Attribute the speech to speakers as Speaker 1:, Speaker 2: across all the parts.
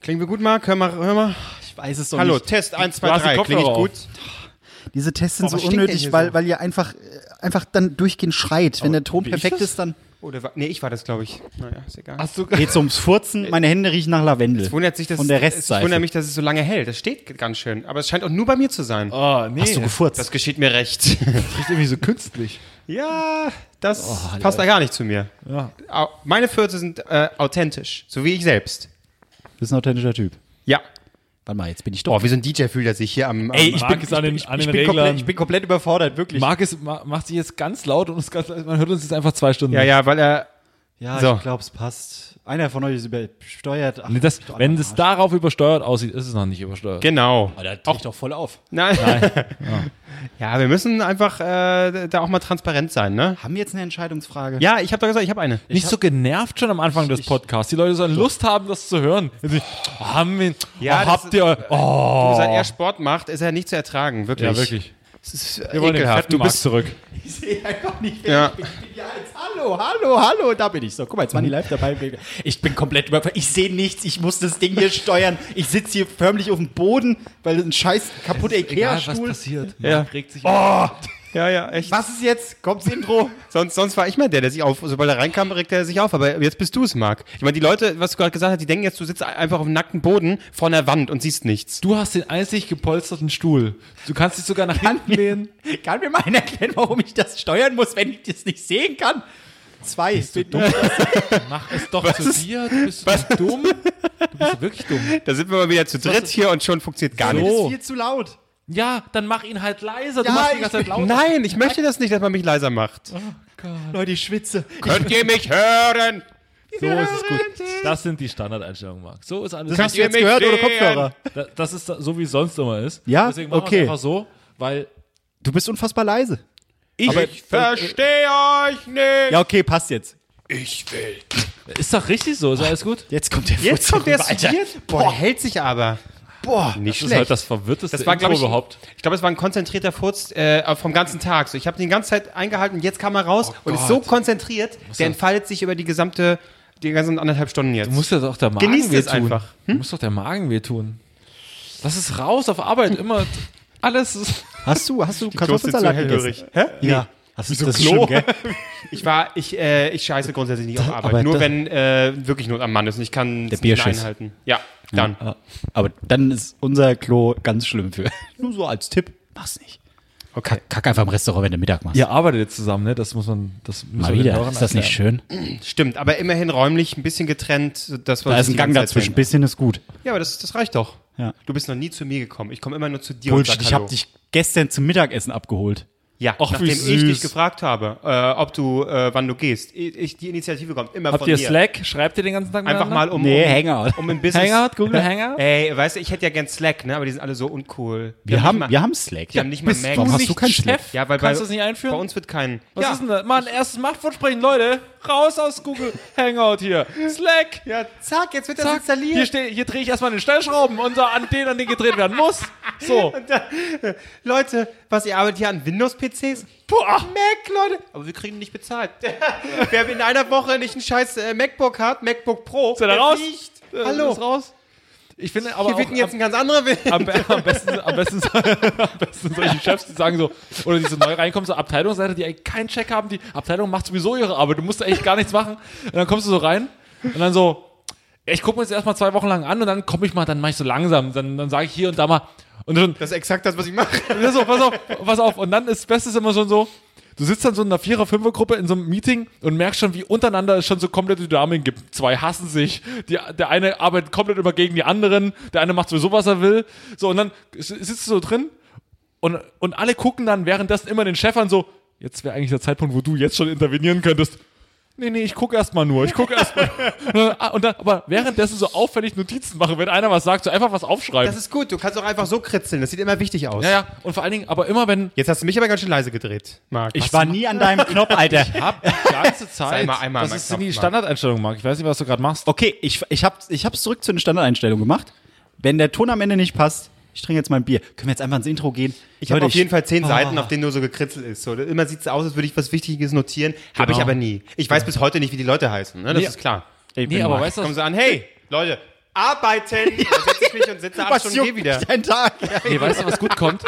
Speaker 1: Klingen wir gut, Marc? Hör mal, hör mal.
Speaker 2: Ich weiß es doch
Speaker 1: Hallo,
Speaker 2: nicht.
Speaker 1: Test 1,
Speaker 2: Du
Speaker 1: 2,
Speaker 2: hast die
Speaker 1: 3. Klinge ich
Speaker 2: Kopfhörer
Speaker 1: gut?
Speaker 3: Diese Tests
Speaker 1: Oh, was
Speaker 3: sind so
Speaker 1: stinkt denn
Speaker 3: unnötig,
Speaker 1: hier
Speaker 3: weil,
Speaker 1: so?
Speaker 3: weil ihr einfach, äh, einfach dann durchgehend schreit. Wenn der Ton
Speaker 2: bin ich
Speaker 3: perfekt
Speaker 2: das?
Speaker 3: ist, dann
Speaker 1: Oder war, nee, ich war das, glaube ich. Naja, ist egal.
Speaker 2: Hast du
Speaker 3: geht's ums Furzen. Meine Hände riechen nach Lavendel.
Speaker 1: Es wundert sich, dass
Speaker 3: Und der
Speaker 1: es,
Speaker 3: Rest
Speaker 1: ich wundere mich, dass es so lange hält. Das steht ganz schön. Aber es scheint auch nur bei mir zu sein.
Speaker 2: Oh, nee.
Speaker 3: Hast du gefurzt?
Speaker 1: Das geschieht mir recht.
Speaker 2: Das riecht irgendwie so künstlich.
Speaker 1: ja, das passt da gar nicht zu mir.
Speaker 2: Ja.
Speaker 1: Au- Meine Fürze sind äh, authentisch, so wie ich selbst.
Speaker 3: bist ein authentischer Typ.
Speaker 1: Ja.
Speaker 3: Warte mal, jetzt bin ich
Speaker 1: Oh,
Speaker 3: doch.
Speaker 1: wie so ein DJ fühlt er sich hier am. am
Speaker 2: Ey, ich
Speaker 1: am-
Speaker 2: bin, an den, an
Speaker 1: ich
Speaker 2: den
Speaker 1: bin, komplett,
Speaker 2: Reglern.
Speaker 1: ich bin komplett überfordert, wirklich.
Speaker 2: Marc ist, ma- macht sich jetzt ganz laut und ist ganz, man hört uns jetzt einfach zwei Stunden.
Speaker 1: ja, ja, weil er.
Speaker 3: ja,
Speaker 1: so.
Speaker 3: glaube, es passt. Einer von euch ist übersteuert. Ach,
Speaker 2: Nee, Das,
Speaker 3: doch,
Speaker 2: wenn
Speaker 3: Arsch.
Speaker 2: das darauf übersteuert aussieht, ist es noch nicht übersteuert.
Speaker 1: Genau.
Speaker 2: Aber da taucht doch voll auf.
Speaker 1: Nein. ja, wir müssen einfach äh, da auch mal transparent sein, ne?
Speaker 3: Haben wir jetzt eine Entscheidungsfrage?
Speaker 1: Ja, ich habe doch gesagt, ich habe eine.
Speaker 2: Nicht so genervt schon am Anfang des Podcasts. Die Leute sollen Lust haben, das zu hören. Also, oh, haben wir,
Speaker 1: Ja,
Speaker 2: oh,
Speaker 1: das
Speaker 2: habt ihr. Oh.
Speaker 1: Seit er Sport macht, ist er nicht zu ertragen, wirklich.
Speaker 2: ja, wirklich.
Speaker 1: Es ist
Speaker 2: Wir wollen den
Speaker 1: ekelhaft.
Speaker 2: fetten Marc zurück.
Speaker 1: Ja.
Speaker 3: Hallo, hallo, hallo, da bin ich so. Guck mal, jetzt waren die live dabei. Ich bin komplett überfordert. Ich sehe nichts. Ich muss das Ding hier steuern. Ich sitze hier förmlich auf dem Boden, weil ein scheiß kaputter Ikea-Stuhl.
Speaker 2: passiert.
Speaker 1: Ja.
Speaker 2: Marc regt sich oh,
Speaker 1: ja, ja, echt.
Speaker 3: Was ist jetzt? Kommt's Intro?
Speaker 1: Sonst, sonst war ich mal der, der sich auf, sobald er reinkam, regte er sich auf. Aber jetzt bist du es, Marc. Ich meine, die Leute, was du gerade gesagt hast, die denken jetzt, du sitzt einfach auf dem nackten Boden vor einer Wand und siehst nichts.
Speaker 2: Du hast den einzig gepolsterten Stuhl. Du kannst dich sogar nach hinten lehnen.
Speaker 3: Kann mir mal einer erklären, warum ich das steuern muss, wenn ich das nicht sehen kann? Zwei. Bin-
Speaker 2: Mach es doch zu dir. Du bist was? dumm. Du bist wirklich dumm.
Speaker 1: Da sind wir mal wieder zu dritt hier und schon funktioniert gar
Speaker 2: So.
Speaker 1: nichts.
Speaker 3: Das
Speaker 2: Oh.
Speaker 3: ist viel zu laut.
Speaker 2: Ja, dann mach ihn halt leiser. Du
Speaker 3: Ja,
Speaker 2: machst die
Speaker 3: ich
Speaker 2: ganze Zeit
Speaker 3: bin-
Speaker 2: lauter.
Speaker 1: Nein, ich möchte das nicht, dass man mich leiser macht.
Speaker 3: Leute, ich schwitze.
Speaker 1: Könnt ihr mich hören?
Speaker 2: So ist es gut. Das sind die Standardeinstellungen, Marc. So ist alles.
Speaker 3: Hast
Speaker 1: Könnt
Speaker 3: du
Speaker 1: ihr
Speaker 3: jetzt
Speaker 1: mich
Speaker 3: gehört ohne
Speaker 1: sehen?
Speaker 3: Kopfhörer?
Speaker 2: Da- Das ist da- so, wie es sonst immer ist.
Speaker 3: Ja?
Speaker 2: Deswegen machen wir
Speaker 3: Okay.
Speaker 2: es einfach so, weil
Speaker 3: Du bist unfassbar leise.
Speaker 2: ich.
Speaker 1: Ich verstehe euch nicht.
Speaker 3: Ja, okay, passt jetzt.
Speaker 2: ist doch richtig so, ist alles gut?
Speaker 3: Jetzt kommt der
Speaker 1: Jetzt
Speaker 3: Furz
Speaker 1: kommt der
Speaker 3: rüber, Alter.
Speaker 1: Stiert. Boah, der hält sich aber.
Speaker 3: Boah.
Speaker 1: Nicht
Speaker 2: Das ist halt das verwirrteste
Speaker 1: Das war,
Speaker 2: Intro
Speaker 1: glaube ich,
Speaker 2: überhaupt.
Speaker 1: ich glaube, es war ein konzentrierter Furz äh, vom ganzen Tag. So, ich habe den die ganze Zeit eingehalten, jetzt kam er raus
Speaker 3: Oh
Speaker 1: und ist so konzentriert, der entfaltet sich über die gesamte, die ganzen anderthalb Stunden jetzt.
Speaker 2: Du musst ja doch der Magen
Speaker 1: Genießt
Speaker 2: weh
Speaker 1: es
Speaker 2: tun.
Speaker 1: einfach.
Speaker 2: Du musst doch der Magen weh tun. Lass es raus auf Arbeit immer. Alles ist.
Speaker 3: Hast du, hast du Kartoffelsalat gegessen?
Speaker 1: Hä?
Speaker 3: Ja. Hast du das
Speaker 1: Klo?
Speaker 3: Schlimm, gell?
Speaker 1: Ich war, ich, äh, ich scheiße grundsätzlich nicht auf Arbeit.
Speaker 3: aber
Speaker 1: Nur
Speaker 3: da-
Speaker 1: wenn äh, wirklich Not am Mann ist und ich kann es nicht
Speaker 3: Bierschiss.
Speaker 1: einhalten. Ja, dann.
Speaker 3: Ah, Aber dann ist unser Klo ganz schlimm für. Nur so als Tipp. Mach's nicht.
Speaker 1: Okay.
Speaker 3: Kack einfach im Restaurant, wenn du Mittag machst.
Speaker 2: Ihr arbeitet jetzt zusammen, ne? Das muss man. Das müssen
Speaker 3: Mal
Speaker 2: wir den
Speaker 3: wieder.
Speaker 2: Hörern
Speaker 3: Ist das nicht
Speaker 2: erklären.
Speaker 3: schön?
Speaker 1: Stimmt, aber immerhin räumlich ein bisschen getrennt. so dass wir
Speaker 3: Da
Speaker 1: uns
Speaker 3: ist ein
Speaker 1: die
Speaker 3: Gang
Speaker 1: ganze Zeit
Speaker 3: dazwischen.
Speaker 1: sehen.
Speaker 3: Bisschen ist gut.
Speaker 1: Ja, aber das, das reicht doch.
Speaker 3: Ja.
Speaker 1: Du bist noch nie zu mir gekommen. Ich komme immer nur zu dir
Speaker 3: Bullshit,
Speaker 1: und sag
Speaker 3: ich
Speaker 1: Hallo.
Speaker 3: habe dich gestern zum Mittagessen abgeholt.
Speaker 1: Ja,
Speaker 2: Ach, wie
Speaker 1: nachdem ich dich
Speaker 2: süß.
Speaker 1: gefragt habe, äh, ob du, äh, wann du gehst. Ich, ich, die Initiative kommt immer
Speaker 2: Habt
Speaker 1: von
Speaker 2: ihr
Speaker 1: mir.
Speaker 2: Slack? Schreibt ihr den ganzen Tag
Speaker 1: Einfach mal um, Äh,
Speaker 3: Nee,
Speaker 1: um,
Speaker 3: Hangout.
Speaker 1: um im Business.
Speaker 2: Hangout, Google Hangout?
Speaker 1: Ey, weißt du, ich hätte ja gern Slack, ne? aber die sind alle so uncool.
Speaker 3: Wir
Speaker 1: nicht
Speaker 3: haben,
Speaker 1: mal-
Speaker 3: wir haben Slack.
Speaker 1: die haben nicht mal
Speaker 3: Bist-
Speaker 1: Mac.
Speaker 3: Warum hast
Speaker 2: nicht
Speaker 3: du keinen
Speaker 2: Chef?
Speaker 3: Slack?
Speaker 1: ja, weil
Speaker 2: Kannst
Speaker 1: bei,
Speaker 2: du das nicht einführen?
Speaker 1: Bei uns wird kein.
Speaker 2: Was
Speaker 1: ja.
Speaker 2: ist denn das? Mal ein erstes Machtwort sprechen, Leute. Raus aus Google Hangout hier. Slack.
Speaker 1: Ja, zack, jetzt wird das
Speaker 2: Zack. Hier,
Speaker 1: installiert.
Speaker 2: steh, hier drehe ich erstmal den Stellschrauben und da an den, an den gedreht werden muss. So.
Speaker 1: Leute, was ihr arbeitet hier an Windows-PCs?
Speaker 2: ah.
Speaker 1: Boah, Mac, Leute. Aber wir kriegen nicht bezahlt. Wer in einer Woche nicht einen scheiß äh, MacBook hat, MacBook Pro,
Speaker 2: Ist er da
Speaker 1: der
Speaker 2: raus?
Speaker 1: fliegt.
Speaker 2: Äh,
Speaker 1: Hallo.
Speaker 2: Ist raus. Ich finde aber
Speaker 1: Hier
Speaker 2: auch,
Speaker 1: wird jetzt ein ganz anderer Weg.
Speaker 2: am, am, am, besten, am, besten, am besten solche Chefs, die sagen so, oder die so neu reinkommen, so Abteilungsleiter, die eigentlich keinen Check haben, die Abteilung macht sowieso ihre Arbeit, du musst eigentlich gar nichts machen. Und dann kommst du so rein und dann so, ja, ich gucke mir das erstmal zwei Wochen lang an und dann komme ich mal, dann mache ich so langsam, dann, dann sage ich hier und da mal. Und dann,
Speaker 1: Das ist exakt das, was ich mache.
Speaker 2: pass auf, pass auf, pass auf. Und dann ist das Beste ist immer schon so, du sitzt dann so in einer Vierer-, Fünfer-Gruppe in so einem Meeting und merkst schon, wie untereinander es schon so komplette Dynamik gibt. Zwei hassen sich, die, der eine arbeitet komplett immer gegen die anderen, der eine macht sowieso, was er will. So, und dann s- sitzt du so drin und, und alle gucken dann währenddessen immer den Chef an so, jetzt wäre eigentlich der Zeitpunkt, wo du jetzt schon intervenieren könntest. Nee, nee, ich gucke erstmal nur. Ich gucke erstmal. Ah, und dann, aber währenddessen so auffällig Notizen machen, wenn einer was sagt, so einfach was aufschreiben.
Speaker 1: Das ist gut, du kannst auch einfach so kritzeln, das sieht immer wichtig aus.
Speaker 2: ja, ja. Und vor allen Dingen, aber immer wenn,
Speaker 1: Jetzt hast du mich aber ganz schön leise gedreht, Marc.
Speaker 3: Ich war nie an deinem Knopf, Alter.
Speaker 2: hab die ganze Zeit.
Speaker 1: Sei mal einmal
Speaker 2: das
Speaker 1: am
Speaker 2: ist die
Speaker 1: Knopf, Marc.
Speaker 2: Standardeinstellung, Marc. Ich weiß nicht, was du gerade machst.
Speaker 3: Okay, ich, ich, hab's, ich hab's zurück zu den Standardeinstellungen gemacht. Wenn der Ton am Ende nicht passt, ich trinke jetzt mein Bier. Können wir jetzt einfach ins Intro gehen?
Speaker 1: ich habe
Speaker 3: Leute,
Speaker 1: auf jeden Fall zehn
Speaker 3: Ah.
Speaker 1: Seiten, auf denen nur so gekritzelt ist. So, immer sieht es aus, als würde ich was Wichtiges notieren, habe ich aber nie. Ich weiß bis heute nicht, wie die Leute heißen, ne? das
Speaker 2: Nee.
Speaker 1: ist klar.
Speaker 3: Ich bin
Speaker 2: Nee, aber
Speaker 3: Marc.
Speaker 2: weißt du,
Speaker 1: Kommen sie an, hey, Leute, arbeiten. Dann setze ich mich und sitze acht Stunden und
Speaker 3: juckt
Speaker 1: geh wieder.
Speaker 3: mich Dein Tag.
Speaker 2: Nee, weißt du, was gut kommt?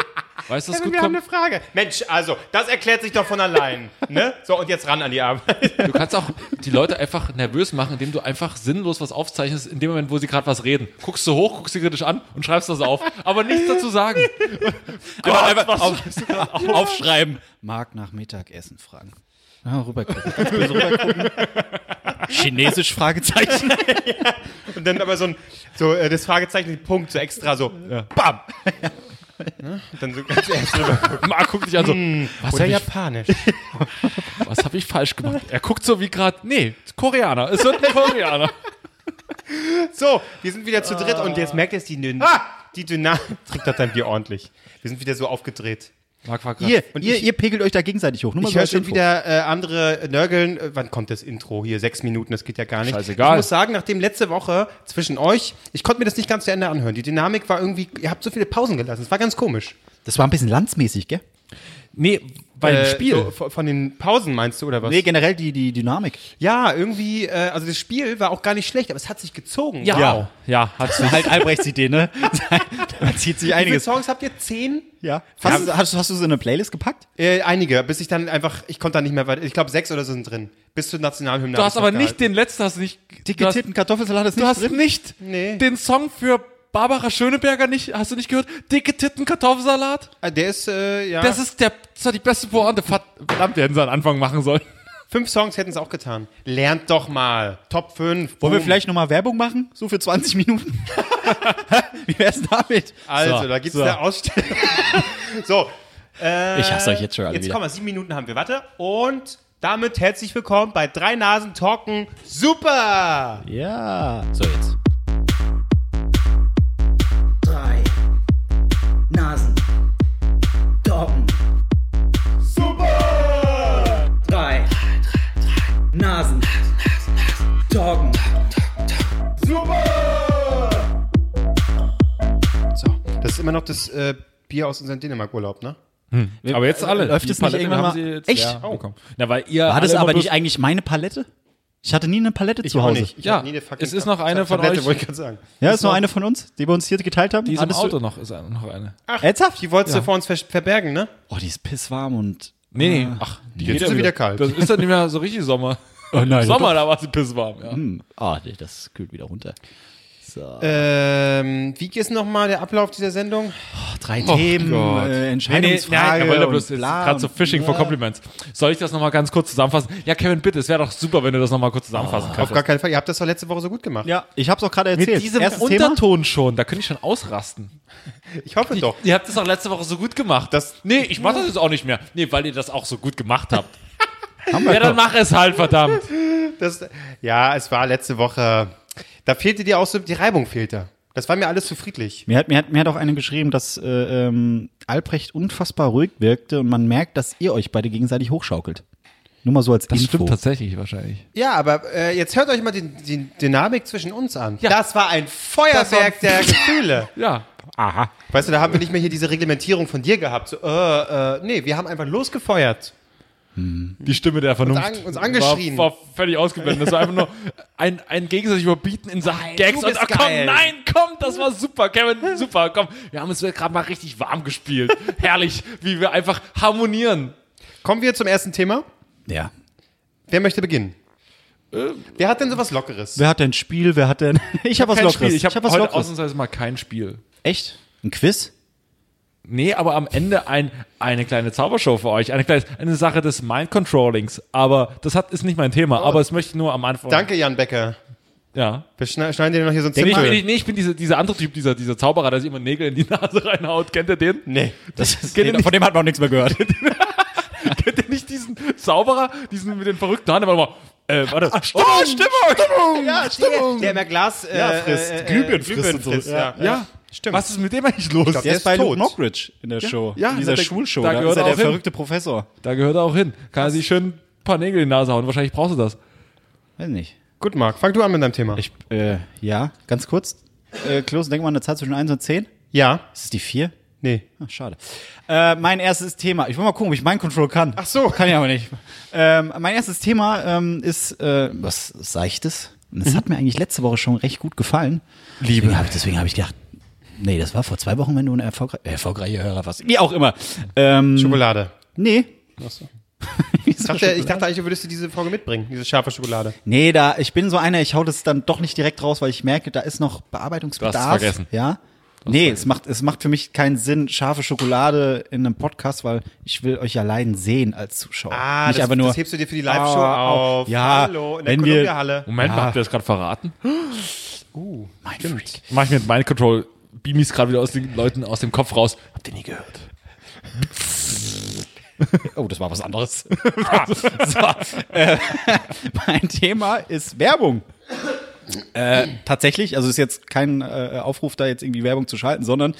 Speaker 2: Weißt du, was
Speaker 1: Ja,
Speaker 2: gut
Speaker 1: wir haben
Speaker 2: kommt?
Speaker 1: eine Frage. Mensch, also, das erklärt sich doch von allein. Ne? So, und jetzt ran an die Arbeit.
Speaker 2: Du kannst auch die Leute einfach nervös machen, indem du einfach sinnlos was aufzeichnest, in dem Moment, wo sie gerade was reden. Guckst du hoch, guckst sie kritisch an und schreibst das auf. Aber nichts dazu sagen.
Speaker 3: Gott, einfach auf, aufschreiben. Marc nach Mittagessen fragen. Ah, rübergucken. Ganz böse rübergucken. Chinesisch Fragezeichen.
Speaker 1: Und dann aber so ein, so äh, das Fragezeichen, Punkt, so extra so, äh, bam. Ne? Und dann so ganz erst drüber.
Speaker 2: Marc guckt dich an so, was
Speaker 1: Oder
Speaker 2: habe ich,
Speaker 1: japanisch.
Speaker 2: was hab ich falsch gemacht? Er guckt so wie gerade, nee, Koreaner. Es wird ein Koreaner.
Speaker 1: So, wir sind wieder zu dritt und jetzt merkt ihr es, die, Dyn die Dynamik trägt das dann Bier ordentlich. Wir sind wieder so aufgedreht.
Speaker 2: Marc war grad,
Speaker 3: Ihr,
Speaker 1: Und
Speaker 3: ihr,
Speaker 1: ich-
Speaker 3: ihr pegelt euch da gegenseitig hoch. Nur mal
Speaker 1: Ich
Speaker 3: so
Speaker 1: höre
Speaker 3: als
Speaker 1: schon
Speaker 3: Info.
Speaker 1: wieder äh, andere nörgeln. Äh, Wann kommt das Intro hier? Sechs Minuten, das geht ja gar nicht.
Speaker 2: Scheißegal.
Speaker 1: Ich muss sagen, nachdem letzte Woche zwischen euch, ich konnte mir das nicht ganz zu Ende anhören. Die Dynamik war irgendwie, ihr habt so viele Pausen gelassen. Es war ganz komisch.
Speaker 3: Das war ein bisschen landsmäßig, gell?
Speaker 2: nee, bei dem
Speaker 1: Äh,
Speaker 2: Spiel.
Speaker 1: So, von von den Pausen meinst du, oder was?
Speaker 3: Nee, generell die, die Dynamik.
Speaker 1: Ja, irgendwie, äh, also das Spiel war auch gar nicht schlecht, aber es hat sich gezogen.
Speaker 2: ja, ja, hat sich.
Speaker 3: Halt Albrechts Idee, ne? da zieht
Speaker 1: Wie
Speaker 3: sich
Speaker 1: viele
Speaker 3: einiges.
Speaker 1: Songs habt ihr? Zehn?
Speaker 3: Ja. Hast, du- hast, hast du so eine Playlist gepackt?
Speaker 1: Äh, einige, bis ich dann einfach, ich konnte da nicht mehr weiter. Ich glaube, sechs oder so sind drin. Bis zur Nationalhymne.
Speaker 2: Du
Speaker 1: hab
Speaker 2: hast
Speaker 1: ich's
Speaker 2: aber
Speaker 1: noch
Speaker 2: nicht
Speaker 1: gehalten.
Speaker 2: den letzten, hast nicht. du hast-
Speaker 3: Etikettierten Kartoffelsalat ist
Speaker 2: Du
Speaker 3: nicht
Speaker 2: hast
Speaker 3: drin.
Speaker 2: nicht
Speaker 1: Nee.
Speaker 2: den Song für Barbara Schöneberger nicht, hast du nicht gehört? Dicke Titten Kartoffelsalat?
Speaker 1: Äh, Der ist, äh, ja.
Speaker 2: Das ist der, das war die beste Pointe. Verdammt, wir hätten sie am Anfang machen sollen.
Speaker 1: fünf Songs hätten es auch getan. Lernt doch mal. Top 5.
Speaker 3: Wollen wir vielleicht nochmal Werbung machen? So für 20 Minuten? Wie wär's denn damit?
Speaker 1: Also,
Speaker 2: So,
Speaker 1: da gibt's
Speaker 2: so.
Speaker 1: eine Ausstellung. so, Äh,
Speaker 3: Ich hasse euch jetzt schon alle
Speaker 1: jetzt
Speaker 3: wieder.
Speaker 1: kommen wir. Sieben Minuten haben wir. Warte. Und damit herzlich willkommen bei Drei Nasen Talken. Super!
Speaker 3: Ja. So jetzt.
Speaker 4: drei Nasen. Doggen. Super! Drei Nasen. Doggen.
Speaker 1: So, das ist immer noch das äh, Bier aus unserem Dänemark-Urlaub, ne?
Speaker 2: Aber jetzt alle.
Speaker 3: Läuft
Speaker 2: Die
Speaker 3: es nicht
Speaker 2: Palette
Speaker 3: irgendwann
Speaker 2: haben
Speaker 3: mal-
Speaker 2: sie jetzt-
Speaker 3: Echt?
Speaker 2: Ja, bekommen. Na, weil ihr.
Speaker 3: War
Speaker 2: alle
Speaker 3: das
Speaker 2: immer
Speaker 3: aber
Speaker 2: bloß-
Speaker 3: nicht eigentlich meine Palette? Ich hatte nie eine Palette zu
Speaker 1: auch
Speaker 3: Hause.
Speaker 1: nicht. Ich
Speaker 2: Ja,
Speaker 1: hab nie eine fucking
Speaker 2: es ist noch eine von
Speaker 1: Tablette,
Speaker 2: euch.
Speaker 1: wollte ich gerade sagen.
Speaker 3: Ja, ist nur eine von uns, die wir uns hier geteilt haben.
Speaker 2: Die ist im
Speaker 3: Hattest du-
Speaker 2: Auto Ah. noch, ist eine- noch eine.
Speaker 1: Ach,
Speaker 3: Ernsthaft?
Speaker 1: Die wolltest du vor uns ver verbergen, ne?
Speaker 3: Oh, die ist pisswarm und.
Speaker 2: Nee, nee. Ach, die
Speaker 1: Jetzt
Speaker 2: geht
Speaker 1: ist
Speaker 2: ja
Speaker 1: sie wieder kalt.
Speaker 2: Das ist dann nicht mehr so richtig Sommer.
Speaker 3: Oh nein.
Speaker 2: Sommer, da war sie pisswarm. Ja.
Speaker 3: Hm. Ah, nee, das kühlt wieder runter. So.
Speaker 1: Ähm, wie ist nochmal der Ablauf dieser Sendung?
Speaker 3: drei
Speaker 2: Oh
Speaker 3: Themen,
Speaker 2: Gott.
Speaker 3: äh,
Speaker 2: nein,
Speaker 3: Entscheidungsfrage.
Speaker 2: er wollte bloß
Speaker 3: und
Speaker 2: jetzt
Speaker 3: bla
Speaker 2: gerade so
Speaker 3: und
Speaker 2: Fishing for
Speaker 3: bla.
Speaker 2: Compliments. Soll ich das nochmal ganz kurz zusammenfassen? Ja, Kevin, bitte, es wäre doch super, wenn du das nochmal kurz zusammenfassen
Speaker 1: Auf
Speaker 2: könntest.
Speaker 1: gar keinen Fall. Ihr habt das doch letzte Woche so gut gemacht.
Speaker 3: Ja, ich hab's auch gerade
Speaker 2: Mit
Speaker 3: erzählt.
Speaker 2: diesem
Speaker 3: Erstes Thema.
Speaker 2: Unterton schon, da könnte ich schon ausrasten.
Speaker 1: Ich hoffe doch.
Speaker 2: Ihr habt das auch letzte Woche so gut gemacht.
Speaker 1: Das-
Speaker 2: nee, ich mach das jetzt auch nicht mehr. Nee, weil ihr das auch so gut gemacht habt.
Speaker 3: Haben wir
Speaker 2: ja, dann
Speaker 3: doch.
Speaker 2: mach es halt, verdammt.
Speaker 1: Das, ja, es war letzte Woche. Da fehlte dir auch so, die Reibung fehlte. Das war mir alles zu friedlich.
Speaker 3: Mir hat, mir, hat, mir hat auch einer geschrieben, dass äh, ähm, Albrecht unfassbar ruhig wirkte und man merkt, dass ihr euch beide gegenseitig hochschaukelt. Nur mal so als Info.
Speaker 2: tatsächlich wahrscheinlich.
Speaker 1: Ja, aber äh, jetzt hört euch mal die, die Dynamik zwischen uns an.
Speaker 2: Ja.
Speaker 1: Das war ein Feuerwerk der Gefühle.
Speaker 2: Ja.
Speaker 3: Aha.
Speaker 1: Weißt du, da haben wir nicht mehr hier diese Reglementierung von dir gehabt. So, äh, äh, nee, wir haben einfach losgefeuert.
Speaker 2: Die Stimme der Vernunft.
Speaker 1: an- uns angeschrien.
Speaker 2: War, war völlig ausgeblendet. Das war einfach nur ein, ein gegenseitiges Überbieten in Sachen Gags.
Speaker 1: du
Speaker 2: Und,
Speaker 1: bist
Speaker 2: ach, komm,
Speaker 1: geil.
Speaker 2: nein, komm, das war super, Kevin, super, komm. Wir haben uns gerade mal richtig warm gespielt. Herrlich, wie wir einfach harmonieren.
Speaker 1: Kommen wir zum ersten Thema.
Speaker 3: Ja.
Speaker 1: Wer möchte beginnen? Wer hat denn sowas Lockeres?
Speaker 3: Wer hat denn Spiel? Wer hat denn. Ich habe hab was
Speaker 2: Kein
Speaker 3: Lockeres.
Speaker 2: Spiel. Ich habe
Speaker 3: hab
Speaker 2: heute ausnahmsweise mal kein Spiel.
Speaker 3: Echt? Ein Quiz?
Speaker 2: Nee, aber am Ende ein, eine kleine Zaubershow für euch. Eine, kleine, eine Sache des Mind-Controllings. Aber das hat, ist nicht mein Thema. Aber es möchte ich nur am Anfang.
Speaker 1: Danke, Jan Becker.
Speaker 2: Ja.
Speaker 1: Wir schne- schneiden dir noch hier so ein
Speaker 2: Nee, ich bin,
Speaker 1: Zipfel.
Speaker 2: nee, ich bin diese, dieser andere Typ, dieser, dieser Zauberer, der sich immer Nägel in die Nase reinhaut. Kennt ihr den?
Speaker 1: Nee.
Speaker 3: Das ist,
Speaker 2: Geht nicht.
Speaker 3: von dem hat man auch nichts mehr gehört.
Speaker 2: Kennt ihr nicht diesen Zauberer? Diesen mit den verrückten Haaren? Der war immer, äh, warte.
Speaker 3: Oh, Stimmung! Ja, Stimmung!
Speaker 1: Der immer Glas äh,
Speaker 3: Ja, frisst.
Speaker 1: äh, äh,
Speaker 3: Glühbirnen frisst
Speaker 1: Glühbirnen
Speaker 3: und so.
Speaker 1: frisst. Ja.
Speaker 3: Ja.
Speaker 2: ja, stimmt. Was ist mit dem eigentlich los?
Speaker 1: glaub,
Speaker 3: Der
Speaker 1: Der
Speaker 3: ist
Speaker 1: ist
Speaker 3: bei
Speaker 1: tot.
Speaker 3: Luke Mockridge in der Show.
Speaker 2: Ja,
Speaker 3: in dieser
Speaker 2: da-
Speaker 3: Schulshow.
Speaker 2: da
Speaker 3: Da, ist
Speaker 2: gehört
Speaker 3: er
Speaker 2: er
Speaker 3: der
Speaker 2: auch hin.
Speaker 3: verrückte Professor.
Speaker 2: da gehört er auch hin. Kann er sich schön ein paar Nägel in die Nase hauen. Wahrscheinlich brauchst du das.
Speaker 3: Weiß nicht.
Speaker 1: Gut, Marc, fang du an mit deinem Thema.
Speaker 3: Ich, äh, ja, ganz kurz. Äh, Klose, denk mal an eine Zahl zwischen 1 und 10.
Speaker 1: ja.
Speaker 3: Ist es die 4?
Speaker 1: Nee.
Speaker 3: Ach, Ah, schade. Äh, mein erstes Thema. Ich will mal gucken, ob ich Mind Control kann.
Speaker 1: so.
Speaker 3: Kann ich aber nicht. Ähm, mein erstes Thema ähm, ist äh, was Seichtes. Und
Speaker 1: Mhm.
Speaker 3: das hat mir eigentlich letzte Woche schon recht gut gefallen. Liebe. Deswegen habe ich, deswegen hab ich gedacht, nee, das war vor zwei Wochen, wenn du ein erfolgreich, erfolgreicher Hörer warst. Wie auch immer. Ähm,
Speaker 1: Schokolade.
Speaker 3: nee.
Speaker 1: Ich dachte, ich dachte eigentlich, würdest du diese Folge mitbringen, diese scharfe Schokolade.
Speaker 3: Nee, da, ich bin so einer, ich hau das dann doch nicht direkt raus, weil ich merke, da ist noch Bearbeitungsbedarf.
Speaker 2: Du hast es vergessen.
Speaker 3: Ja. Nee, es macht, es macht für mich keinen Sinn, scharfe Schokolade in einem Podcast, weil ich will euch ja leiden sehen als Zuschauer. nicht
Speaker 1: Ah, das,
Speaker 3: aber nur.
Speaker 1: das hebst du dir für die Live-Show
Speaker 3: Au, au.
Speaker 1: auf.
Speaker 3: Ja,
Speaker 1: Ah, Hallo, in der
Speaker 3: wenn wir-
Speaker 1: Columbia-Halle.
Speaker 2: Moment mal,
Speaker 3: Ja.
Speaker 2: habt ihr das gerade verraten?
Speaker 3: mein Freak.
Speaker 2: Mach ich mit Mind Control Beamies gerade wieder aus den Leuten aus dem Kopf raus. Habt ihr nie gehört?
Speaker 3: Oh, das war was anderes. so, äh, mein Thema ist Werbung. Äh, tatsächlich, also ist jetzt kein äh, Aufruf, da jetzt irgendwie Werbung zu schalten, sondern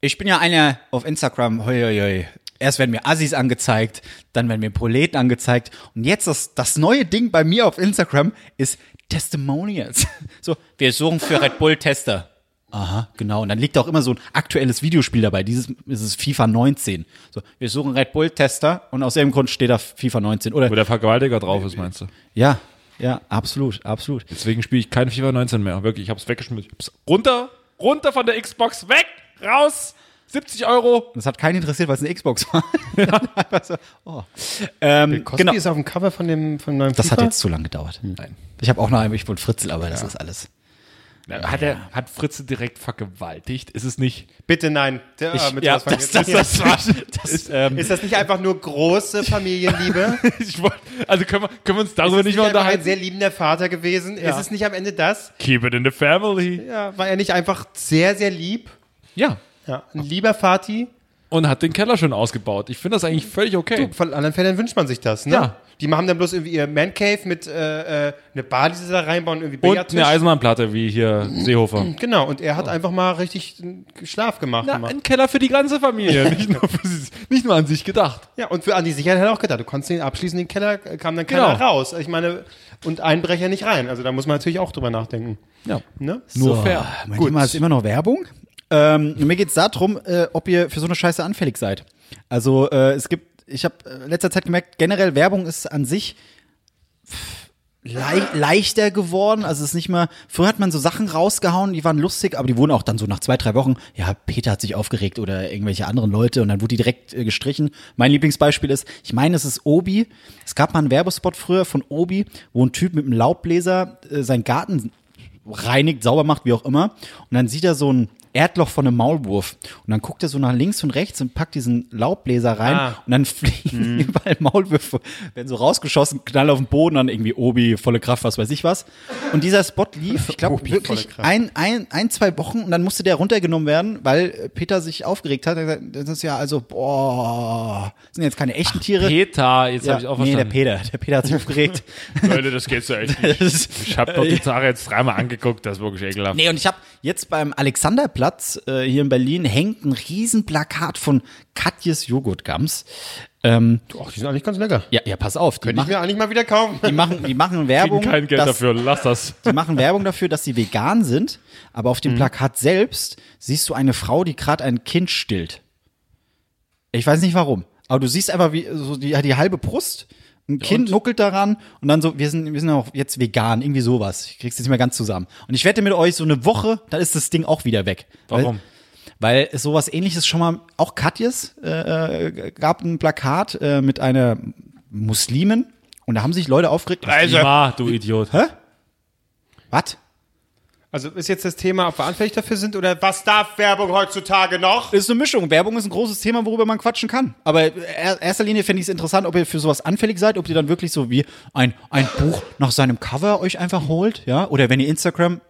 Speaker 3: ich bin ja einer auf Instagram, hoi, hoi, hoi. Erst werden mir Assis angezeigt, dann werden mir Proleten angezeigt. Und jetzt das, das neue Ding bei mir auf Instagram ist Testimonials. So, wir suchen für Red Bull Tester. Aha, genau. Und dann liegt auch immer so ein aktuelles Videospiel dabei. Dieses ist es FIFA 19. So, wir suchen Red Bull Tester und aus dem Grund steht da FIFA 19. Oder,
Speaker 2: Wo der Vergewaltiger drauf ist, meinst du?
Speaker 3: ja, ja, absolut, absolut.
Speaker 2: Deswegen spiele ich kein FIFA 19 mehr. Wirklich, ich hab's weggeschmissen. Ich hab's runter, runter von der Xbox, weg, raus, 70 Euro.
Speaker 3: Das hat keinen interessiert, weil es eine Xbox war. Einfach so, oh. ähm, genau.
Speaker 1: ist auf dem Cover von dem, von dem neuen
Speaker 3: Das hat
Speaker 1: FIFA.
Speaker 3: jetzt zu lange gedauert. Nein. Ich habe auch noch einen, ich wollte Fritzel, aber das ist alles.
Speaker 2: Na, Hat, er, hat Fritze direkt vergewaltigt? Ist es nicht?
Speaker 1: Bitte nein. Der,
Speaker 3: Ich-
Speaker 1: mit
Speaker 3: ja,
Speaker 1: sowas fangen
Speaker 3: das-
Speaker 1: wir jetzt nicht
Speaker 3: Das, ähm,
Speaker 1: an. ist das nicht einfach nur große Familienliebe?
Speaker 2: ich wollt, also können wir, können wir uns darüber
Speaker 1: Ist
Speaker 2: nicht mal
Speaker 1: er einfach ein
Speaker 2: unterhalten?
Speaker 1: sehr liebender Vater gewesen. Ist es nicht am Ende das?
Speaker 2: Keep it in the family.
Speaker 1: Ja, war er nicht einfach sehr, sehr lieb?
Speaker 2: Ja.
Speaker 1: Ja, ein lieber Vati.
Speaker 2: Und hat den Keller schon ausgebaut. Ich finde das eigentlich völlig okay.
Speaker 1: Von anderen Fällen wünscht man sich das, ne?
Speaker 2: Ja.
Speaker 1: Die machen dann bloß irgendwie ihr Mancave mit äh, äh, eine Bar, die sie da reinbauen, irgendwie
Speaker 2: Und
Speaker 1: Billardtisch.
Speaker 2: eine Eisenbahnplatte wie hier Seehofer.
Speaker 1: Genau, und er hat einfach mal richtig Schlaf gemacht.
Speaker 2: Na,
Speaker 1: immer.
Speaker 2: ein Keller für die ganze Familie. Nicht nur, für sie, nicht nur an sich gedacht.
Speaker 1: Ja, und für an die Sicherheit hat er auch gedacht, du konntest den abschließen, den Keller, äh, kam dann keiner
Speaker 2: Genau.
Speaker 1: raus. Ich meine, und Einbrecher nicht rein. Also da muss man natürlich auch drüber nachdenken.
Speaker 2: Ja.
Speaker 1: Ne?
Speaker 2: Nur fair.
Speaker 3: Mein
Speaker 1: Gut.
Speaker 3: Thema ist immer noch Werbung. Ähm, mir geht's darum, äh, ob ihr für so eine Scheiße anfällig seid. Also äh, es gibt, ich habe äh, letzter Zeit gemerkt, generell Werbung ist an sich pff, lei leichter geworden. Also es ist nicht mehr, früher hat man so Sachen rausgehauen, die waren lustig, aber die wurden auch dann so nach zwei, drei Wochen, ja, Peter hat sich aufgeregt oder irgendwelche anderen Leute und dann wurde die direkt äh, gestrichen. Mein Lieblingsbeispiel ist, ich meine, es ist Obi. Es gab mal einen Werbespot früher von Obi, wo ein Typ mit einem Laubbläser äh, seinen Garten reinigt, sauber macht, wie auch immer. Und dann sieht er so ein Erdloch von einem Maulwurf. Und dann guckt er so nach links und rechts und packt diesen Laubbläser rein.
Speaker 1: Ah.
Speaker 3: Und dann
Speaker 2: Mhm.
Speaker 3: fliegen überall Maulwürfe, werden so rausgeschossen, knall auf den Boden, dann irgendwie Obi, volle Kraft, was weiß ich was. Und dieser Spot lief, ich glaube,
Speaker 1: Obi,
Speaker 3: wirklich
Speaker 1: volle Kraft.
Speaker 3: ein, ein, ein, zwei Wochen und dann musste der runtergenommen werden, weil äh, Peter sich aufgeregt hat. Er hat gesagt, Das ist ja also, boah, das sind jetzt keine echten Tiere.
Speaker 2: Peter, jetzt
Speaker 3: ja,
Speaker 2: habe ich auch
Speaker 3: nee, der
Speaker 2: verstanden.
Speaker 3: Peter, der Peter hat sich aufgeregt.
Speaker 2: Leute, das geht so echt
Speaker 3: Das ist- äh,
Speaker 2: Ich habe doch die Sache jetzt dreimal angeguckt, das ist wirklich ekelhaft.
Speaker 3: Nee, und ich habe jetzt beim Alexanderplatz äh, hier in Berlin hängt ein Riesenplakat von Katjes Joghurtgums. Ähm,
Speaker 1: Doch, die sind eigentlich ganz lecker.
Speaker 3: ja, ja, pass auf, die
Speaker 1: Könnte ich
Speaker 3: machen,
Speaker 1: mir eigentlich mal wieder kaufen.
Speaker 3: die machen, die machen
Speaker 2: Ich
Speaker 3: Werbung.
Speaker 2: kriegen kein Geld
Speaker 3: dass,
Speaker 2: dafür, lass das.
Speaker 3: Die machen Werbung dafür, dass sie vegan sind, aber auf dem
Speaker 2: Mhm.
Speaker 3: Plakat selbst siehst du eine Frau, die gerade ein Kind stillt. Ich weiß nicht warum, aber du siehst einfach wie so die, die halbe Brust, ein Kind nuckelt daran und dann so, wir sind, wir sind auch jetzt vegan, irgendwie sowas. Ich krieg's jetzt nicht mehr ganz zusammen. Und ich wette mit euch, so eine Woche, dann ist das Ding auch wieder weg.
Speaker 2: Warum?
Speaker 3: Weil, weil es sowas ähnliches schon mal, auch Katjes äh, äh, gab ein Plakat äh, mit einer Muslimin und da haben sich Leute aufgeregt.
Speaker 2: Ma, du Idiot.
Speaker 3: Was?
Speaker 1: Also ist jetzt das Thema, ob wir anfällig dafür sind oder was darf Werbung heutzutage noch?
Speaker 3: ist eine Mischung. Werbung ist ein großes Thema, worüber man quatschen kann. Aber in erster Linie fände ich es interessant, ob ihr für sowas anfällig seid, ob ihr dann wirklich so wie ein, ein Buch nach seinem Cover euch einfach holt, ja? Oder wenn ihr Instagram,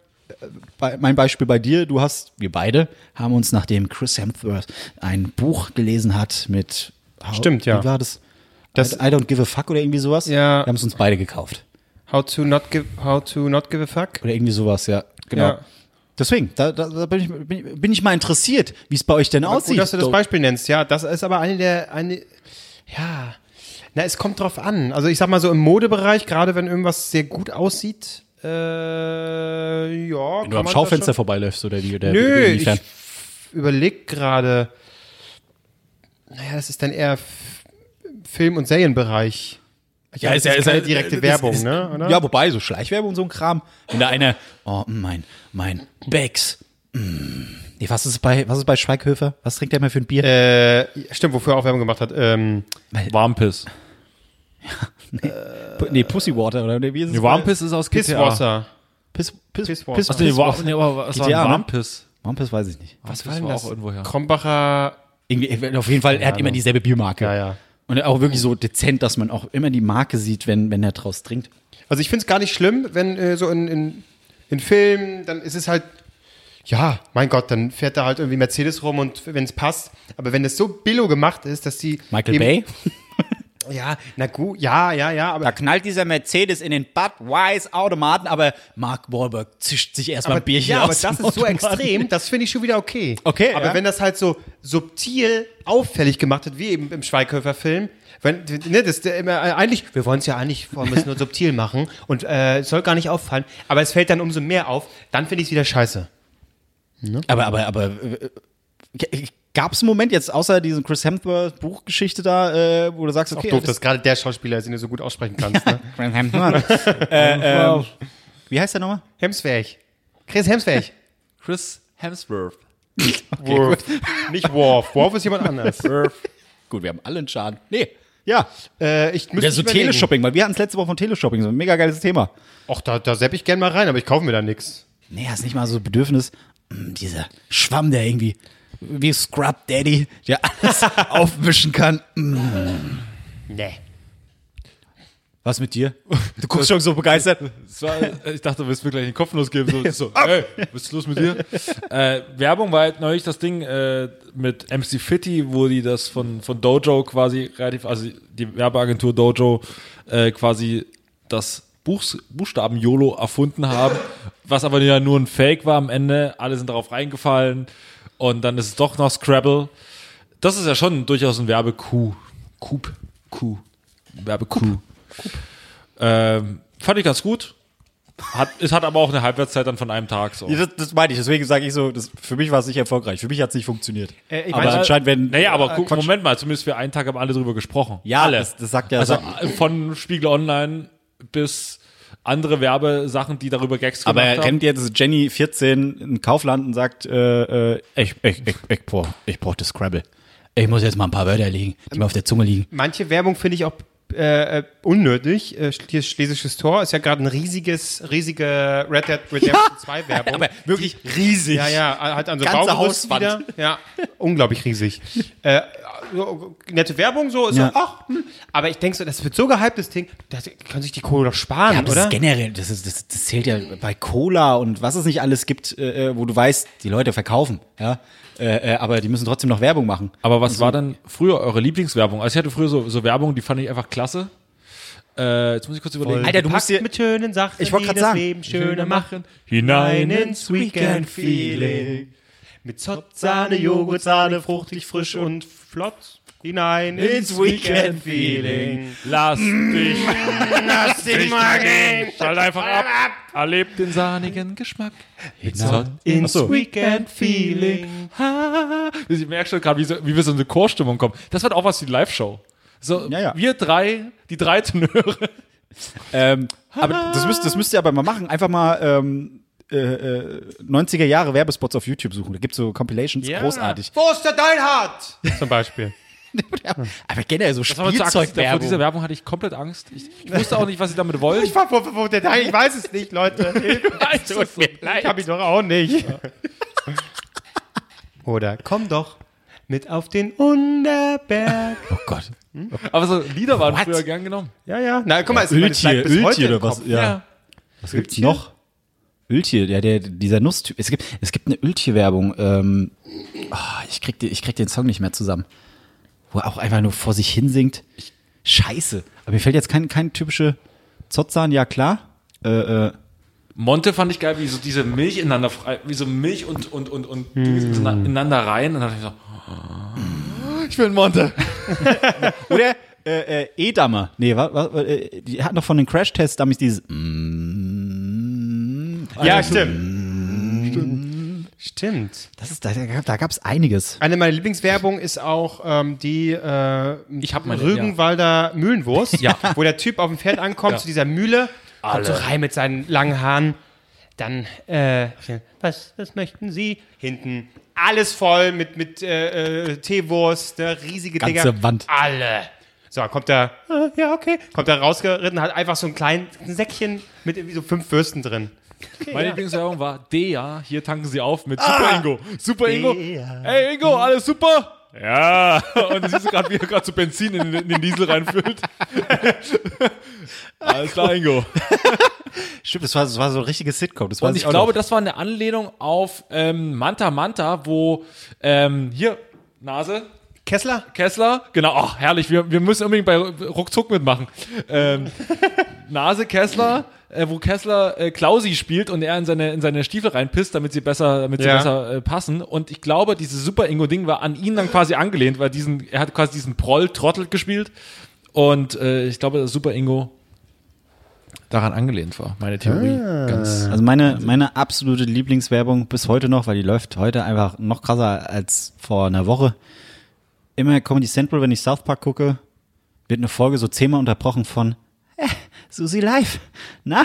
Speaker 3: äh, bei, mein Beispiel bei dir, du hast, wir beide haben uns, nachdem Chris Hemsworth ein Buch gelesen hat mit How-
Speaker 1: Stimmt, ja.
Speaker 3: Wie war das?
Speaker 1: Das-
Speaker 3: I don't give a fuck oder irgendwie sowas.
Speaker 1: Ja.
Speaker 3: Wir haben es uns beide gekauft.
Speaker 1: How to not give, how to not give a fuck?
Speaker 3: Oder irgendwie sowas, ja. Genau.
Speaker 1: Ja.
Speaker 3: Deswegen, da, da, da bin, ich, bin, ich- bin ich mal interessiert, wie es bei euch denn
Speaker 1: Aber
Speaker 3: aussieht.
Speaker 1: Gut, dass du das
Speaker 3: Doch.
Speaker 1: Beispiel nennst. Ja, das ist aber eine der, eine, ja, na, es kommt drauf an. Also ich sag mal so im Modebereich, gerade wenn irgendwas sehr gut aussieht, äh, ja.
Speaker 3: Wenn du am Schaufenster vorbeiläufst oder wie? Oder
Speaker 1: Nö,
Speaker 3: wie-
Speaker 1: ich
Speaker 3: inwiefern?
Speaker 1: überleg gerade, naja, das ist dann eher F Film- und Serienbereich. Ja, ist ja, ist keine direkte
Speaker 3: das
Speaker 1: Werbung,
Speaker 3: ist-
Speaker 1: ne? Oder?
Speaker 3: Ja, wobei, so Schleichwerbung und so ein Kram. Wenn da einer, oh, mm, mein, mein, Becks. Mm. Nee, was ist bei, was ist bei Schweighöfer? Was trinkt der mal für ein Bier?
Speaker 1: Äh, stimmt, wofür er auch Werbung gemacht hat. Ähm,
Speaker 2: Warmpiss.
Speaker 3: P- nee, Pussywater, oder? Nee, wie ist es?
Speaker 2: Nee, Warmpiss ist aus GTA.
Speaker 1: Pisswasser.
Speaker 3: Piss, Piss, Piss,
Speaker 1: Pisswater.
Speaker 3: Piss,
Speaker 2: Ach, nee, war, nee, aber was war
Speaker 3: GTA,
Speaker 2: ein
Speaker 3: ne?
Speaker 2: Warmpiss?
Speaker 3: Warmpiss weiß ich nicht.
Speaker 2: Was
Speaker 1: denn
Speaker 2: auch irgendwoher.
Speaker 1: Krombacher.
Speaker 3: Irgendwie, auf jeden Fall, er hat immer dieselbe Biermarke.
Speaker 1: Ja, ja.
Speaker 3: Und auch wirklich so dezent, dass man auch immer die Marke sieht, wenn, wenn er draus trinkt.
Speaker 1: Also ich finde es gar nicht schlimm, wenn äh, so in, in, in Filmen, dann ist es halt, ja, mein Gott, dann fährt da halt irgendwie Mercedes rum und wenn es passt. Aber wenn es so billo gemacht ist, dass die.
Speaker 3: Michael
Speaker 1: eben-
Speaker 3: Bay?
Speaker 1: Ja, na gut, ja, ja, ja, aber.
Speaker 3: Da knallt dieser Mercedes in den Budweiss-Automaten, aber Mark Wahlberg zischt sich erstmal
Speaker 1: aber
Speaker 3: ein Bierchen
Speaker 1: ja, aber
Speaker 3: aus
Speaker 1: das ist
Speaker 3: dem
Speaker 1: so
Speaker 3: Automaten.
Speaker 1: extrem, das finde ich schon wieder okay.
Speaker 3: Okay,
Speaker 1: Aber
Speaker 3: ja.
Speaker 1: wenn das halt so subtil auffällig gemacht wird, wie eben im Schweighöfer-Film, wenn, ne, das, der immer, äh, eigentlich, wir wollen es ja eigentlich, wollen wir es nur subtil machen und äh, es soll gar nicht auffallen, aber es fällt dann umso mehr auf, dann finde ich es wieder scheiße.
Speaker 3: Aber, aber, aber gab es einen Moment jetzt außer diesen Chris Hemsworth Buchgeschichte da, äh, wo du sagst, okay,
Speaker 1: Auch doof,
Speaker 3: alles-
Speaker 1: dass gerade der Schauspieler ist, den du so gut aussprechen kannst. Ne?
Speaker 3: Chris Hemsworth. äh, ähm, wie heißt der nochmal?
Speaker 1: Hemsweg. Chris Hemsweg.
Speaker 2: Chris Hemsworth.
Speaker 1: Worf. Nicht Worf. Worf ist jemand anders.
Speaker 3: Gut, wir haben alle einen Schaden. Nee.
Speaker 1: ja, äh, ich müsste
Speaker 3: Ja, so
Speaker 1: ich überlegen.
Speaker 3: Teleshopping, weil wir hatten es letzte Woche von Teleshopping, so ein mega geiles Thema.
Speaker 1: Och, da, da sepp ich gern mal rein, aber ich kaufe mir da nichts.
Speaker 3: Nee, hast nicht mal so Bedürfnis, mm, dieser Schwamm, der irgendwie wie Scrub Daddy, der alles aufmischen kann. Mm.
Speaker 1: Nee.
Speaker 3: Was mit dir? Du guckst schon so begeistert.
Speaker 2: Das war, äh, ich dachte, du willst mir gleich den Kopf losgeben. So, so ey, was ist los mit dir? äh, Werbung war halt neulich das Ding äh, mit MC Fitty, wo die das von, von Dojo quasi relativ, also die Werbeagentur Dojo äh, quasi das Buchs, Buchstaben YOLO erfunden haben, was aber ja nur ein Fake war am Ende. Alle sind darauf reingefallen und dann ist es doch noch Scrabble. Das ist ja schon durchaus ein Werbekuh. Coup. Coup. Werbekuh. Ähm, fand ich ganz gut. Hat, es hat aber auch eine Halbwertszeit dann von einem Tag. So.
Speaker 3: Das, das meine ich, deswegen sage ich so, das, für mich war es nicht erfolgreich. Für mich hat es nicht funktioniert.
Speaker 1: Äh, ich
Speaker 3: aber
Speaker 1: meine-
Speaker 3: also anscheinend werden.
Speaker 2: Naja, aber guck,
Speaker 3: Quatsch.
Speaker 2: Moment mal, zumindest für einen Tag haben alle drüber gesprochen.
Speaker 3: Ja,
Speaker 2: alle.
Speaker 3: das- das sagt ja-
Speaker 2: Also
Speaker 3: sagt-
Speaker 2: äh, von Spiegel Online bis andere Werbesachen, die darüber Gags
Speaker 3: Aber
Speaker 2: gemacht haben.
Speaker 3: rennt jetzt Jenny 14 in Kaufland und sagt, äh, äh, ich, ich, ich, ich brauche ich brauch das Scrabble. Ich muss jetzt mal ein paar Wörter legen, die mir auf der Zunge liegen.
Speaker 1: Manche Werbung finde ich auch äh, äh, unnötig. Äh, Schles- Schlesisches Tor ist ja gerade ein riesiges, riesige Red Dead Redemption 2 Werbung.
Speaker 3: wirklich riesig.
Speaker 1: Ja, ja, halt an so
Speaker 3: Ganze
Speaker 1: Baugerüst
Speaker 3: Hauswand.
Speaker 1: wieder. Ja, unglaublich riesig. äh, so, nette Werbung so, ist
Speaker 3: Ja.
Speaker 1: so ach, hm. aber ich denke so, das wird so gehypt, das Ding, das können sich die Kohle doch sparen,
Speaker 3: Ja, aber das
Speaker 1: oder?
Speaker 3: ist generell, das, ist, das, das zählt ja bei Cola und was es nicht alles gibt, äh, äh, wo du weißt, die Leute verkaufen, ja. Äh, äh, aber die müssen trotzdem noch Werbung machen.
Speaker 2: Aber was
Speaker 3: Also-
Speaker 2: war denn früher eure Lieblingswerbung? Also ich hatte früher so, so Werbung, die fand ich einfach klasse. Äh, jetzt muss ich kurz überlegen.
Speaker 3: Alter, du
Speaker 1: Packt
Speaker 3: musst dir-
Speaker 1: mit schönen Sachen,
Speaker 3: Ich wollte
Speaker 1: die
Speaker 3: gerade
Speaker 1: das
Speaker 3: sagen.
Speaker 1: Leben schöner machen.
Speaker 2: Hinein
Speaker 1: Hinein
Speaker 2: ins
Speaker 1: ins Weekend-Feeling. Mit Zott, Sahne, Joghurt, Sahne, fruchtig, frisch und flott. Hinein ins Weekend-Feeling.
Speaker 2: Lass dich
Speaker 1: Lass dich mal gehen.
Speaker 2: Schalt einfach ab. Erlebt den sahnigen Geschmack. Genau.
Speaker 1: Ins
Speaker 3: so.
Speaker 1: Weekend-Feeling.
Speaker 2: Ha. Ich merke schon gerade, wie, so, wie wir so in eine Chorstimmung kommen. Das wird auch was wie die Live-Show. So,
Speaker 3: Ja, ja.
Speaker 2: wir drei, die drei Tenöre.
Speaker 3: Ähm, aber das müsst, das müsst ihr aber mal machen. Einfach mal ähm, äh, äh, 90er Jahre Werbespots auf YouTube suchen. Da gibt es so Compilations, großartig.
Speaker 1: Wo ist der Deinhardt? Zum Beispiel.
Speaker 3: Aber generell so
Speaker 2: Das war mir zu Angst. Vor dieser
Speaker 3: Spielzeugwerbung.
Speaker 2: Werbung hatte ich komplett Angst. Ich, ich wusste auch nicht, was sie damit wollen.
Speaker 1: Ich war wo, wo, wo der Deinhardt, ich weiß es nicht, Leute.
Speaker 2: weiß es nicht.
Speaker 1: Ich hab ich doch auch nicht. Oder komm doch mit auf den Unterberg.
Speaker 3: Oh Gott.
Speaker 2: Aber so Lieder waren
Speaker 3: What?
Speaker 2: früher gern genommen.
Speaker 1: Ja, ja. Na, guck mal, es es
Speaker 3: Öltier,
Speaker 1: bleibt bis heute
Speaker 3: Öltier
Speaker 1: im
Speaker 3: oder was?
Speaker 1: Kopf.
Speaker 3: Ja. Was gibt's noch? Öltier, ja, der, dieser Nusstyp. Es gibt, es gibt eine Öltier-Werbung. Ähm, ah, ich, krieg, die- ich krieg den Song nicht mehr zusammen. Wo er auch einfach nur vor sich hin singt. Scheiße. Aber mir fällt jetzt kein, kein typische Zotzahn, ja klar. Äh, äh,
Speaker 2: Monte fand ich geil, wie so diese Milch ineinander frei, wie so Milch und und und und Dings ineinander rein. Und dann dachte ich so,
Speaker 3: Ich bin Monte. Oder äh, äh, E-Dammer. Nee, wa, wa, äh, die hat noch von den Crash-Tests damals dieses. Mm, hm.
Speaker 1: Ja, stimmt. Stimmt.
Speaker 3: Das ist, da, da gab es einiges.
Speaker 1: Eine meiner Lieblingswerbung ist auch ähm, die äh,
Speaker 2: Ich hab meine,
Speaker 1: Rügenwalder Mühlenwurst,
Speaker 2: Ja.
Speaker 1: wo der Typ auf dem Pferd ankommt zu dieser Mühle, kommt so
Speaker 2: Alle.
Speaker 1: rein mit seinen langen Haaren. Dann, äh, was, was möchten Sie? Hinten alles voll mit, mit äh, äh, Teewurst, ne, riesige
Speaker 3: Ganze
Speaker 1: Dinger.
Speaker 3: Wand.
Speaker 1: Alle. So, kommt er, äh, ja, okay, kommt er rausgeritten, hat einfach so ein kleines Säckchen mit irgendwie so fünf Würsten drin.
Speaker 2: Meine Lieblingswerbung war Dea, hier tanken sie auf mit Super Ingo. Super Ingo. Hey Ingo, alles super? Ja. Und du siehst gerade, wie er gerade so Benzin in, den- in den Diesel reinfüllt. alles klar, Ingo.
Speaker 3: Stimmt, das war, das war so ein richtiges Sitcom. Das war
Speaker 2: Und ich glaube, das war eine Anlehnung auf ähm, Manta Manta, wo ähm, hier, Nase,
Speaker 1: Kessler?
Speaker 2: Kessler, genau, ach, herrlich, wir, wir müssen unbedingt bei Ruckzuck mitmachen. Ähm, Nase Kessler, äh, wo Kessler äh, Klausi spielt und er in seine, in seine Stiefel reinpisst, damit sie besser, damit sie
Speaker 1: Ja.
Speaker 2: besser äh, passen. Und ich glaube, dieses Super-Ingo-Ding war an ihn dann quasi angelehnt, weil diesen, er hat quasi diesen Proll-Trottel gespielt. Und äh, ich glaube, dass Super-Ingo daran angelehnt war, meine Theorie. Ganz
Speaker 3: Also meine, meine absolute Lieblingswerbung bis heute noch, weil die läuft heute einfach noch krasser als vor einer Woche. Immer Comedy Central, wenn ich South Park gucke, wird eine Folge so zehnmal unterbrochen von äh, Susi Live. Na,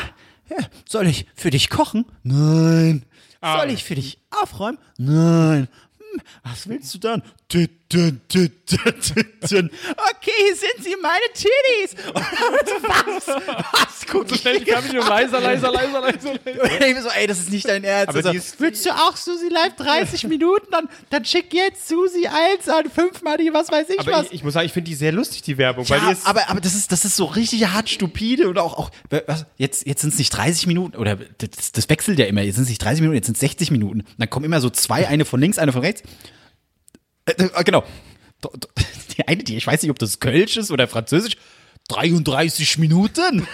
Speaker 3: äh, soll ich für dich kochen? Nein. Soll ich für dich aufräumen? Nein. Hm, Was willst du dann? Tü, tü, tü, tü, tü, tü. Okay, hier sind sie, meine Titties. Was? Was? Guck
Speaker 2: so schnell, ich kann mich nur leiser, leiser, leiser, leiser, leiser.
Speaker 3: und ich bin so, ey, das ist nicht dein Ernst.
Speaker 1: Aber
Speaker 3: Also,
Speaker 1: die ist-
Speaker 3: willst du auch Susi live 30 Minuten? Dann, dann schick jetzt Susi eins an, fünfmal die, was weiß ich
Speaker 1: Aber
Speaker 3: was.
Speaker 1: ich, ich muss sagen, ich finde die sehr lustig, die Werbung. weil die
Speaker 3: ja,
Speaker 1: ist,
Speaker 3: aber, aber das ist, das ist so richtig hart stupide und auch, auch was, jetzt, jetzt sind es nicht 30 Minuten oder das, das wechselt ja immer. Jetzt sind es nicht 30 Minuten, jetzt sind es 60 Minuten. Und dann kommen immer so zwei, eine von links, eine von rechts. Äh, äh, genau. Do- do- Die eine, die, ich weiß nicht, ob das Kölsch ist oder Französisch. 33 Minuten?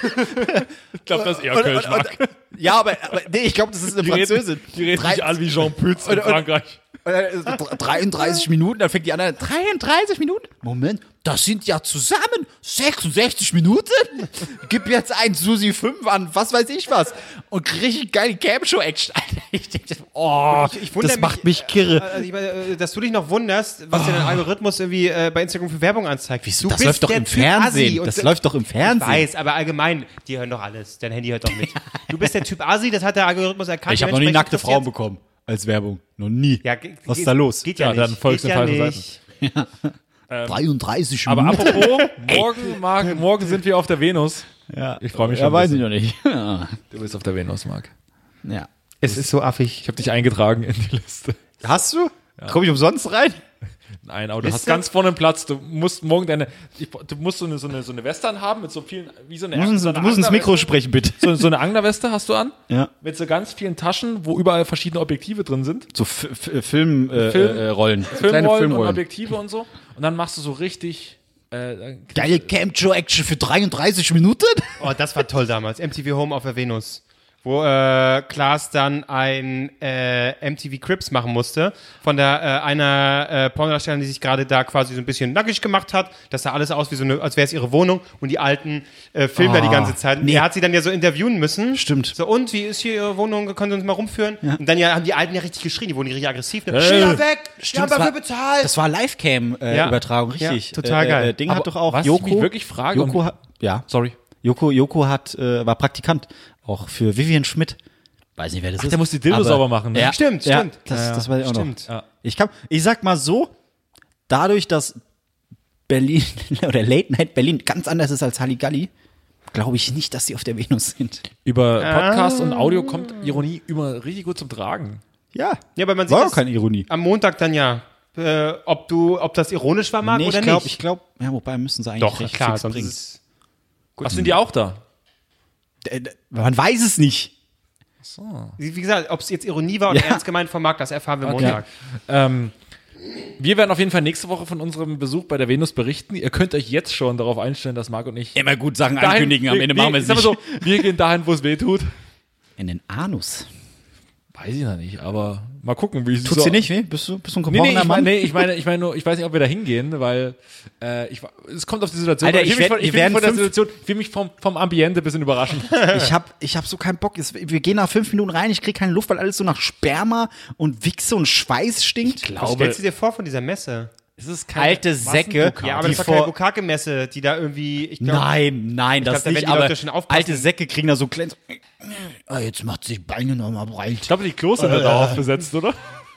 Speaker 2: Ich glaube, das ist eher
Speaker 3: Und-
Speaker 2: Kölsch,
Speaker 3: und-
Speaker 2: Marc.
Speaker 3: und- Ja, aber, aber nee, ich glaube, das ist eine
Speaker 2: Die
Speaker 3: Französin.
Speaker 2: reden, die reden
Speaker 3: Drei-
Speaker 2: nicht an wie Jean Pütz in
Speaker 3: Und- und-
Speaker 2: Frankreich.
Speaker 3: Und dann ist es 33 Minuten, dann fängt die andere an. 33 Minuten? Moment, das sind ja zusammen 66 Minuten? Gib jetzt ein Susi 5 an, was weiß ich was. Und richtig geile Game-Show-Action. Alter, Ich denke, oh,
Speaker 1: ich wundere
Speaker 3: das macht mich kirre.
Speaker 1: Also ich meine, äh, dass du dich noch wunderst, was dir dein Algorithmus irgendwie äh, bei Instagram für Werbung anzeigt.
Speaker 3: Ah. Wieso?
Speaker 1: Du
Speaker 3: Das
Speaker 1: bist
Speaker 3: läuft doch
Speaker 1: der
Speaker 3: im
Speaker 1: Typ
Speaker 3: Fernsehen.
Speaker 1: Assi und
Speaker 3: Das
Speaker 1: du-
Speaker 3: läuft doch im
Speaker 1: Ich
Speaker 3: Fernsehen.
Speaker 1: weiß, aber allgemein, die hören doch alles. Dein Handy hört doch mit. Du bist der Typ Asi, das hat der Algorithmus erkannt.
Speaker 3: Ich habe noch nie
Speaker 1: Dementsprechend
Speaker 3: nackte Frauen
Speaker 1: interessiert's-
Speaker 3: bekommen als Werbung. Noch nie.
Speaker 1: Ja, ge-
Speaker 3: was
Speaker 1: ge-
Speaker 3: ist da los? Äh,
Speaker 1: Geht ja,
Speaker 2: Ja, dann
Speaker 1: nicht.
Speaker 2: folgst
Speaker 1: geht
Speaker 2: du
Speaker 1: ja
Speaker 2: den falschen
Speaker 1: nicht.
Speaker 3: 33
Speaker 2: Aber
Speaker 3: Minuten.
Speaker 2: apropos, morgen, Marc, morgen sind wir auf der Venus.
Speaker 3: ja.
Speaker 2: Ich freue mich
Speaker 3: Ja,
Speaker 2: schon.
Speaker 3: weiß ich noch nicht. ja.
Speaker 2: Du bist auf der Venus, Marc.
Speaker 3: Ja.
Speaker 1: Es ist so affig.
Speaker 2: Ich habe dich eingetragen in die Liste.
Speaker 3: Hast du? Komm ich umsonst rein?
Speaker 2: Nein, aber du hast
Speaker 1: du?
Speaker 2: ganz vorne einen Platz. Du musst morgen deine. Ich, du musst so eine, so, eine, so eine Weste anhaben mit so vielen. Wie so eine.
Speaker 3: Du musst,
Speaker 2: so eine
Speaker 3: du musst ins Mikro
Speaker 2: Anglerweste.
Speaker 3: sprechen, bitte.
Speaker 2: So, so eine Anglerweste hast du an.
Speaker 3: Ja.
Speaker 2: Mit so ganz vielen Taschen, wo überall verschiedene Objektive drin sind.
Speaker 3: So Filmrollen. Äh,
Speaker 2: Film-
Speaker 3: äh, Rollen.
Speaker 2: Filmrollen,
Speaker 3: Kleine
Speaker 2: und
Speaker 3: Filmrollen.
Speaker 2: Objektive und so. Und dann machst du so richtig. Äh,
Speaker 3: Geile Camp-Show-Action für 33 Minuten?
Speaker 1: Oh, das war toll damals. MTV Home auf der Venus. Wo äh, Klaas dann ein äh, MTV Crips machen musste. Von der äh, einer äh, Pornodarstellerin, die sich gerade da quasi so ein bisschen nackig gemacht hat. Das sah alles aus, wie so eine, als wäre es ihre Wohnung und die alten äh, Filme da die ganze Zeit. Und
Speaker 3: Ah. nee.
Speaker 1: Er hat sie dann ja so interviewen müssen.
Speaker 3: Stimmt.
Speaker 1: So, und wie ist hier ihre Wohnung? Können Sie uns mal rumführen? Und dann ja, haben die Alten ja richtig geschrien. Die wurden richtig aggressiv. Ne? Steh da weg! Wir haben
Speaker 3: das
Speaker 1: dafür
Speaker 3: war-
Speaker 1: bezahlt!
Speaker 3: Das war
Speaker 1: Ja.
Speaker 3: Livecam-Übertragung,
Speaker 1: Ja,
Speaker 3: richtig.
Speaker 1: total
Speaker 3: Äh,
Speaker 1: geil.
Speaker 3: Äh, Ding
Speaker 2: Aber
Speaker 3: hat doch auch
Speaker 2: was ich
Speaker 3: Joko.
Speaker 2: mich wirklich frage
Speaker 3: Joko
Speaker 2: und-
Speaker 3: hat, ja.
Speaker 2: sorry.
Speaker 3: Joko, Joko hat, äh, war Praktikant. Auch für Vivian Schmidt. Weiß nicht, wer das ist.
Speaker 2: der muss die Dildo
Speaker 3: aber-
Speaker 2: sauber machen, ne?
Speaker 3: Ja,
Speaker 1: Stimmt,
Speaker 3: ja,
Speaker 1: stimmt.
Speaker 3: Das,
Speaker 1: Ja,
Speaker 3: das war ich auch
Speaker 1: stimmt.
Speaker 3: noch.
Speaker 2: Ja.
Speaker 3: Ich, kann, ich sag mal so, dadurch, dass Berlin oder Late Night Berlin ganz anders ist als Halligalli, glaube ich nicht, dass sie auf der Venus sind.
Speaker 2: Über
Speaker 3: Ah.
Speaker 2: Podcast und Audio kommt Ironie immer richtig gut zum Tragen.
Speaker 3: Ja.
Speaker 1: ja, aber man sieht
Speaker 3: War
Speaker 1: das
Speaker 3: auch keine Ironie.
Speaker 1: am Montag dann ja, äh, ob du, ob das ironisch war, Marc,
Speaker 3: Nee,
Speaker 1: oder
Speaker 3: ich glaube,
Speaker 1: nicht.
Speaker 3: ich glaube, ja, wobei müssen sie eigentlich
Speaker 1: Doch,
Speaker 3: recht
Speaker 1: klar,
Speaker 3: fix
Speaker 1: sonst
Speaker 3: bringen.
Speaker 1: ist es-
Speaker 2: Was sind die auch da?
Speaker 1: Äh,
Speaker 3: D- d- Man weiß es nicht.
Speaker 1: Wie wie gesagt, ob es jetzt Ironie war oder
Speaker 3: Ja.
Speaker 1: ernst gemeint vom Markt, das erfahren wir Montag.
Speaker 2: Ähm, wir werden auf jeden Fall nächste Woche von unserem Besuch bei der Venus berichten. Ihr könnt euch jetzt schon darauf einstellen, dass Marc und ich
Speaker 3: Immer gut Sachen
Speaker 2: wir, wir, ich sag mal So, wir gehen dahin, wo es weh tut.
Speaker 3: In den Anus.
Speaker 2: Weiß ich noch nicht, aber mal gucken, wie ich
Speaker 3: Tut sie nicht, nee? Bist du, bist du ein
Speaker 2: Nee, nee,
Speaker 3: gebrochener
Speaker 2: ich
Speaker 3: Mann?
Speaker 2: meine, nee, ich meine, ich meine nur, ich weiß nicht, ob wir da hingehen, weil äh, ich, wa- es kommt auf die Situation.
Speaker 3: Alter,
Speaker 2: an.
Speaker 3: ich
Speaker 2: will
Speaker 3: werd-
Speaker 2: mich von, ich
Speaker 3: wir
Speaker 2: will
Speaker 3: werden
Speaker 2: mich von der
Speaker 3: fünf-
Speaker 2: Situation, ich will mich vom, vom Ambiente ein bisschen überraschen.
Speaker 1: äh.
Speaker 3: Ich hab, ich hab so keinen Bock. Es- Wir gehen nach fünf Minuten rein, ich krieg keine Luft, weil alles so nach Sperma und Wichse und Schweiß stinkt.
Speaker 1: Was stellst du dir vor von dieser Messe?
Speaker 2: es ist keine
Speaker 3: Alte Säcke.
Speaker 2: Massenbukake.
Speaker 1: Ja, aber
Speaker 3: die
Speaker 1: das war keine
Speaker 3: vor-
Speaker 1: Bukake-Messe, die da irgendwie, ich glaube,
Speaker 3: Nein, nein, das
Speaker 1: glaub, da werden
Speaker 3: nicht,
Speaker 1: die Leute
Speaker 3: aber
Speaker 1: schon aufpassen.
Speaker 3: alte Säcke kriegen da so klein. Ah, jetzt macht sich Beine nochmal
Speaker 2: Ich
Speaker 3: breit.
Speaker 2: glaube, die Klos sind da darauf besetzt, oder?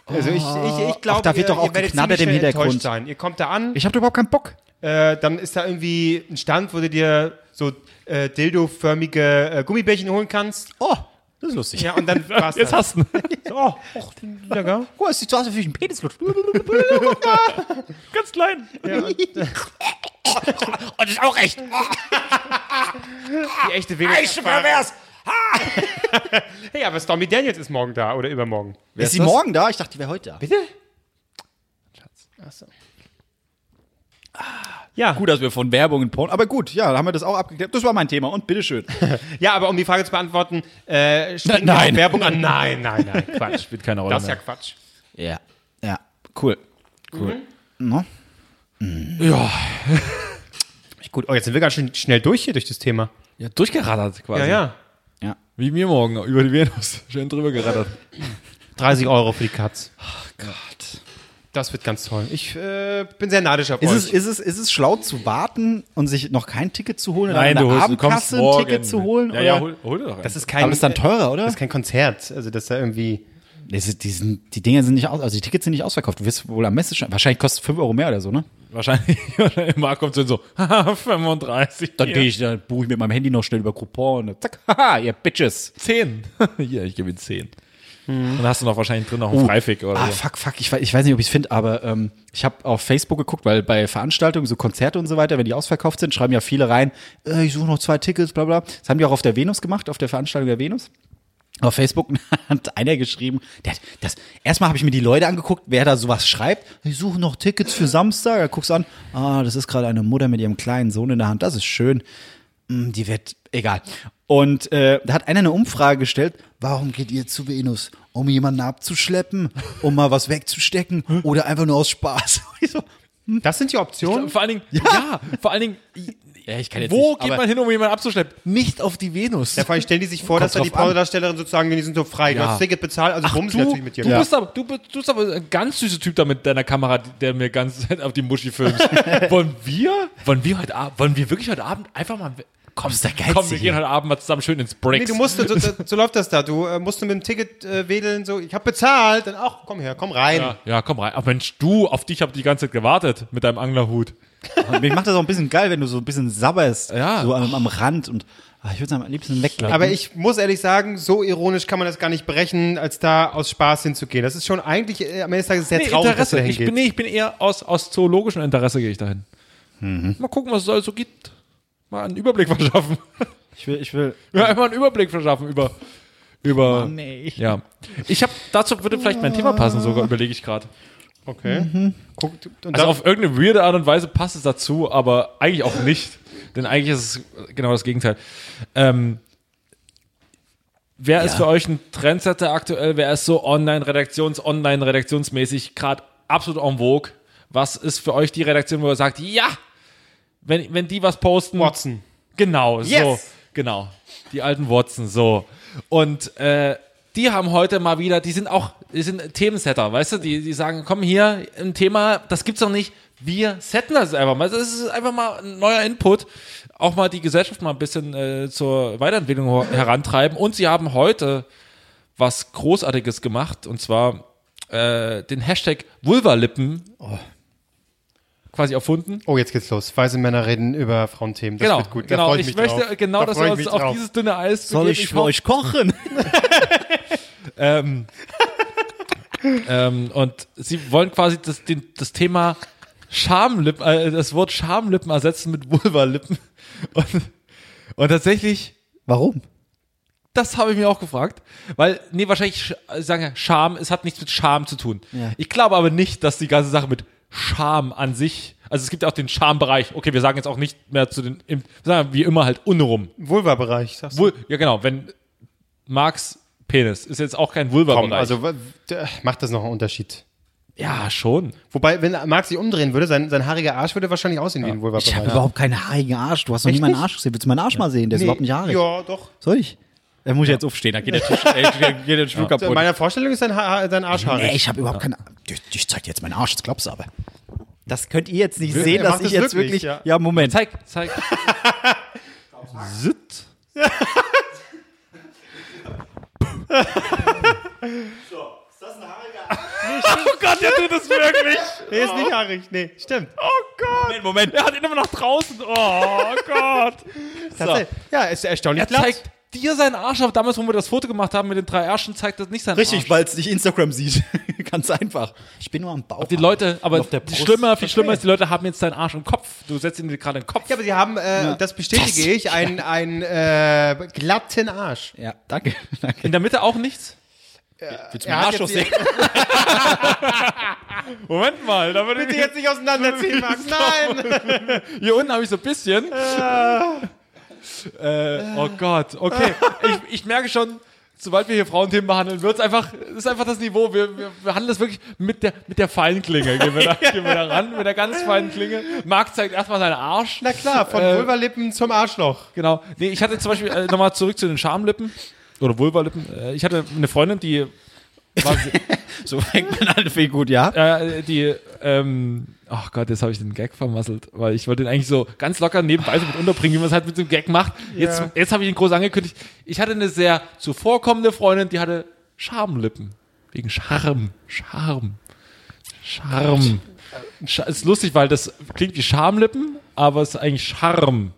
Speaker 1: also ich, ich, ich
Speaker 3: Ach,
Speaker 1: glaube,
Speaker 3: da wird doch auch
Speaker 1: werdet
Speaker 3: geknabbert
Speaker 1: ziemlich
Speaker 3: im
Speaker 1: schnell enttäuscht
Speaker 3: Hintergrund.
Speaker 1: Sein. Ihr kommt da an,
Speaker 3: Ich hab da überhaupt keinen Bock.
Speaker 1: äh, dann ist da irgendwie ein Stand, wo du dir so äh, dildo-förmige äh, Gummibärchen holen kannst.
Speaker 3: Oh, das ist lustig.
Speaker 1: Ja, und dann war's
Speaker 2: Jetzt
Speaker 1: das.
Speaker 2: hast du
Speaker 1: So, oh, och, lecker.
Speaker 3: Oh, es sieht so aus, als würde ich einen Penis lutschen.
Speaker 2: ganz klein.
Speaker 3: Und Oh, ist auch echt.
Speaker 1: Die echte Venus.
Speaker 3: pervers.
Speaker 1: Hey, aber Stormy Daniels ist morgen da oder übermorgen.
Speaker 3: Ist sie morgen da? Ich dachte, die wäre heute da.
Speaker 1: Bitte? Ja.
Speaker 3: Gut, dass wir von Werbung und Porn. Aber gut, ja, da haben wir das auch abgeklärt. Das war mein Thema und bitteschön.
Speaker 1: ja, aber um die Frage zu beantworten, äh, springen
Speaker 3: Na,
Speaker 1: wir
Speaker 3: nein.
Speaker 1: auf Werbung an? Nein, nein, nein, Quatsch.
Speaker 2: Spielt keine Rolle.
Speaker 1: Das ist ja Quatsch.
Speaker 3: ja. Ja, cool.
Speaker 2: Mhm.
Speaker 3: Cool. No?
Speaker 2: Ja,
Speaker 1: Gut, oh, jetzt sind wir ganz schön schnell durch hier durch das Thema.
Speaker 2: ja durchgerattert quasi.
Speaker 1: Ja, ja.
Speaker 3: Ja.
Speaker 2: Wie mir morgen über die Venus. Schön drüber gerattert.
Speaker 1: 30 Euro für die Katz.
Speaker 2: Gott.
Speaker 1: Das wird ganz toll. Ich äh, bin sehr neidisch auf
Speaker 3: Ist
Speaker 1: euch.
Speaker 3: es, ist, es, ist es schlau zu warten und sich noch kein Ticket zu holen?
Speaker 2: Nein,
Speaker 3: oder
Speaker 2: du
Speaker 3: eine
Speaker 2: holst, du kommst
Speaker 3: Abendkasse ein
Speaker 2: morgen.
Speaker 3: Ticket zu holen?
Speaker 2: Ja, ja,
Speaker 3: oder?
Speaker 2: hol, hol dir doch einen.
Speaker 1: das ist kein,
Speaker 3: Aber ist dann teurer, oder?
Speaker 1: das ist kein Konzert. Also, dass da irgendwie.
Speaker 3: Das ist, die, sind, die Dinger sind nicht aus, also die Tickets sind nicht ausverkauft. Du wirst wohl am Messestand. Wahrscheinlich kostet 5 Euro mehr oder so, ne?
Speaker 2: wahrscheinlich, wahrscheinlich Marc kommt so und so, haha, 35.
Speaker 3: Dann gehe ich, dann buche ich mit meinem Handy noch schnell über Coupon und zack, haha, ihr Bitches.
Speaker 2: 10. Hier, ich gebe ihm 10. Dann hast du noch wahrscheinlich drin noch einen
Speaker 3: Hm. Uh,
Speaker 2: Freifig oder
Speaker 3: Ah,
Speaker 2: so.
Speaker 3: fuck, fuck, ich, wei- ich weiß nicht, ob ich es finde, aber ähm, ich habe auf Facebook geguckt, weil bei Veranstaltungen, so Konzerte und so weiter, wenn die ausverkauft sind, schreiben ja viele rein, äh, ich suche noch zwei Tickets, bla bla. Das haben die auch auf der Venus gemacht, auf der Veranstaltung der Venus. Auf Facebook hat einer geschrieben, der hat das, erstmal habe ich mir die Leute angeguckt, wer da sowas schreibt. Ich suche noch Tickets für Samstag. Da guckst du an, ah, das ist gerade eine Mutter mit ihrem kleinen Sohn in der Hand, das ist schön. Hm, Die wird, egal. Und äh, da hat einer eine Umfrage gestellt, warum geht ihr zu Venus? Um jemanden abzuschleppen, um mal was wegzustecken oder einfach nur aus Spaß? Ich so,
Speaker 1: Das sind die Optionen.
Speaker 2: Vor allen Dingen, ja, vor allen Dingen,
Speaker 3: ja, ich kann jetzt
Speaker 2: wo
Speaker 3: nicht,
Speaker 2: geht
Speaker 3: aber-
Speaker 2: man hin, um jemanden abzuschleppen? Nicht auf die Venus.
Speaker 1: Ja, vor allem stellen die sich vor,
Speaker 3: Kommt
Speaker 1: dass da die
Speaker 3: drauf an.
Speaker 1: Pornodarstellerin sozusagen, die sind so frei. Du
Speaker 3: Ja.
Speaker 1: hast das Ticket bezahlt, also bumsen
Speaker 2: du,
Speaker 1: natürlich mit dir.
Speaker 2: Du,
Speaker 1: Ja.
Speaker 2: bist aber, du, bist- du bist aber ein ganz süßer Typ da mit deiner Kamera, die- der mir ganz auf die Muschi filmst. wollen wir, wollen wir heute Abend, wollen wir wirklich heute Abend einfach mal, komm,
Speaker 3: Ist der
Speaker 2: komm wir
Speaker 3: Geizige.
Speaker 2: gehen heute Abend mal zusammen schön ins Breaks.
Speaker 1: Nee, du musst, so, so, so läuft das da. Du äh, musst mit dem Ticket äh, wedeln, so, ich habe bezahlt, dann auch, komm her, komm rein.
Speaker 2: ja, ja, komm rein. Ach Mensch, du, auf dich habe ich die ganze Zeit gewartet mit deinem Anglerhut.
Speaker 3: Und mich macht das auch ein bisschen geil, wenn du so ein bisschen sabberst,
Speaker 2: Ja.
Speaker 3: so am, am Rand und ah, ich würde es am liebsten weglassen.
Speaker 1: Aber ich muss ehrlich sagen, so ironisch kann man das gar nicht brechen, als da aus Spaß hinzugehen. Das ist schon eigentlich äh, am Ende des Tages sehr traurig, dass du da
Speaker 2: ich bin,
Speaker 1: hingeht.
Speaker 2: nee, ich bin eher aus, aus zoologischem Interesse gehe ich dahin.
Speaker 1: Mhm.
Speaker 2: Mal gucken, was es alles so gibt. Mal einen Überblick verschaffen.
Speaker 3: ich will, ich will.
Speaker 2: Ja, einmal einen Überblick verschaffen über. über
Speaker 3: nee.
Speaker 2: Ja. Ich habe dazu würde vielleicht mein Thema passen, sogar überlege ich gerade.
Speaker 1: Okay. Guck, und
Speaker 2: Also
Speaker 1: dann,
Speaker 2: auf irgendeine weirde Art und Weise passt es dazu, aber eigentlich auch nicht. Denn eigentlich ist es genau das Gegenteil. Ähm, wer ist für euch ein Trendsetter aktuell? Wer ist so online-redaktions-, online-redaktionsmäßig gerade absolut en vogue? Was ist für euch die Redaktion, wo ihr sagt, ja, wenn, wenn die was posten,
Speaker 1: Watson.
Speaker 2: Genau, so.
Speaker 1: Yes!
Speaker 2: Genau. Die alten Watson, so. Und äh, die haben heute mal wieder, die sind auch, die sind Themensetter, weißt du? Die, die sagen, komm hier, ein Thema, das gibt's noch nicht. Wir setten das einfach mal. Das ist einfach mal ein neuer Input. Auch mal die Gesellschaft mal ein bisschen äh, zur Weiterentwicklung ho- herantreiben. Und sie haben heute was Großartiges gemacht. Und zwar äh, den Hashtag Vulvalippen quasi erfunden.
Speaker 1: Oh, jetzt geht's los. Weiße Männer reden über Frauenthemen. Das
Speaker 2: genau,
Speaker 1: wird gut. Da
Speaker 2: genau.
Speaker 1: freu
Speaker 2: ich
Speaker 1: mich
Speaker 2: möchte
Speaker 1: drauf.
Speaker 2: genau,
Speaker 1: Da
Speaker 2: dass
Speaker 1: freu
Speaker 2: wir
Speaker 1: ich
Speaker 2: uns
Speaker 1: mich
Speaker 2: auf
Speaker 1: drauf.
Speaker 2: dieses dünne Eis
Speaker 3: Soll
Speaker 2: begeben.
Speaker 3: ich für
Speaker 2: hoffe-
Speaker 3: euch kochen?
Speaker 2: Ähm, ähm, und sie wollen quasi das, den, das Thema Schamlippen, äh, das Wort Schamlippen ersetzen mit Vulvalippen. Und, und tatsächlich,
Speaker 3: Warum?
Speaker 2: das habe ich mir auch gefragt, weil, nee, wahrscheinlich sch- äh, sagen ja, Scham, es hat nichts mit Scham zu tun.
Speaker 3: Ja.
Speaker 2: Ich glaube aber nicht, dass die ganze Sache mit Scham an sich, also es gibt ja auch den Schambereich, okay, wir sagen jetzt auch nicht mehr zu den, im, sagen wir wie immer halt unrum.
Speaker 1: Vulva-Bereich, sagst du?
Speaker 2: Wohl, ja genau, wenn Marx Penis. Ist jetzt auch kein vulva
Speaker 1: Komm,
Speaker 2: -Bereich.
Speaker 1: also w- d- macht das noch einen Unterschied.
Speaker 2: ja, schon.
Speaker 1: Wobei, wenn Marc sich umdrehen würde, sein, sein haariger Arsch würde wahrscheinlich aussehen wie ein vulva
Speaker 3: Ich habe überhaupt keinen haarigen Arsch. Du hast noch nie meinen Arsch gesehen. Willst du meinen Arsch mal sehen? Der ist überhaupt nicht haarig.
Speaker 1: Ja, doch.
Speaker 3: Soll ich? Da muss ich jetzt aufstehen, da geht der Tisch, ey, geht der Stuhl
Speaker 1: In meiner Vorstellung ist sein, ha sein Arsch haarig.
Speaker 3: Nee, ich habe überhaupt keine Ahnung. Ich, ich zeig dir jetzt meinen Arsch, das glaubst du aber. Das könnt ihr jetzt nicht sehen,
Speaker 1: er
Speaker 3: dass
Speaker 1: macht
Speaker 3: ich
Speaker 1: es
Speaker 3: jetzt wirklich.
Speaker 1: wirklich, ja.
Speaker 3: Moment.
Speaker 2: Zeig, zeig. Sitt. Oh Gott, der tut es wirklich.
Speaker 1: Nee, ist nicht haarig. Nee, stimmt.
Speaker 2: Oh Gott. Moment, er hat ihn immer nach draußen. Oh Gott. So.
Speaker 1: Tatsächlich. Ja, ist erstaunlich
Speaker 2: Er
Speaker 1: glatt.
Speaker 2: zeigt dir seinen Arsch auf. Damals, wo wir das Foto gemacht haben mit den drei Ärschen, zeigt das nicht seinen Arsch.
Speaker 3: Richtig, weil es nicht Instagram sieht. Ganz einfach. Ich bin nur am Bauch.
Speaker 2: Die Leute, aber
Speaker 3: Auf der
Speaker 2: die
Speaker 3: Brust.
Speaker 2: schlimmer, viel schlimmer ist, die Leute haben jetzt deinen Arsch im Kopf. Du setzt ihn dir gerade in den Kopf.
Speaker 1: Ja, aber sie haben, äh, das bestätige ich, einen, einen äh, glatten Arsch.
Speaker 3: Ja, danke. danke.
Speaker 2: in der Mitte auch nichts?
Speaker 3: Willst
Speaker 1: Er hat jetzt die-
Speaker 2: Moment mal, da würde
Speaker 1: Bitte jetzt nicht auseinanderziehen, Max. Nein!
Speaker 2: Hier unten habe ich so ein bisschen. äh, oh Gott, okay. Ich, ich merke schon, sobald wir hier Frauenthemen behandeln, wird es einfach, ist einfach das Niveau. Wir, wir behandeln das wirklich mit der, mit der feinen Klinge. Gehen wir, da, gehen wir da ran, mit der ganz feinen Klinge. Marc zeigt erstmal seinen Arsch.
Speaker 1: Na klar, von
Speaker 2: Äh.
Speaker 1: Vulvalippen zum Arschloch.
Speaker 2: Genau. Nee, ich hatte zum Beispiel, äh, nochmal zurück zu den Schamlippen oder Vulvalippen. Äh, ich hatte eine Freundin, die war,
Speaker 3: So fängt man an, viel gut, ja?
Speaker 2: äh, die, ähm, ach Gott, jetzt habe ich den Gag vermasselt, weil ich wollte ihn eigentlich so ganz locker nebenbei so mit unterbringen, wie man es halt mit dem Gag macht. Jetzt, jetzt habe ich ihn groß angekündigt. Ich hatte eine sehr zuvorkommende Freundin, die hatte Schamlippen. Wegen Charme, Charme, Charme. Scha ist lustig, weil das klingt wie Schamlippen, aber es ist eigentlich Charme,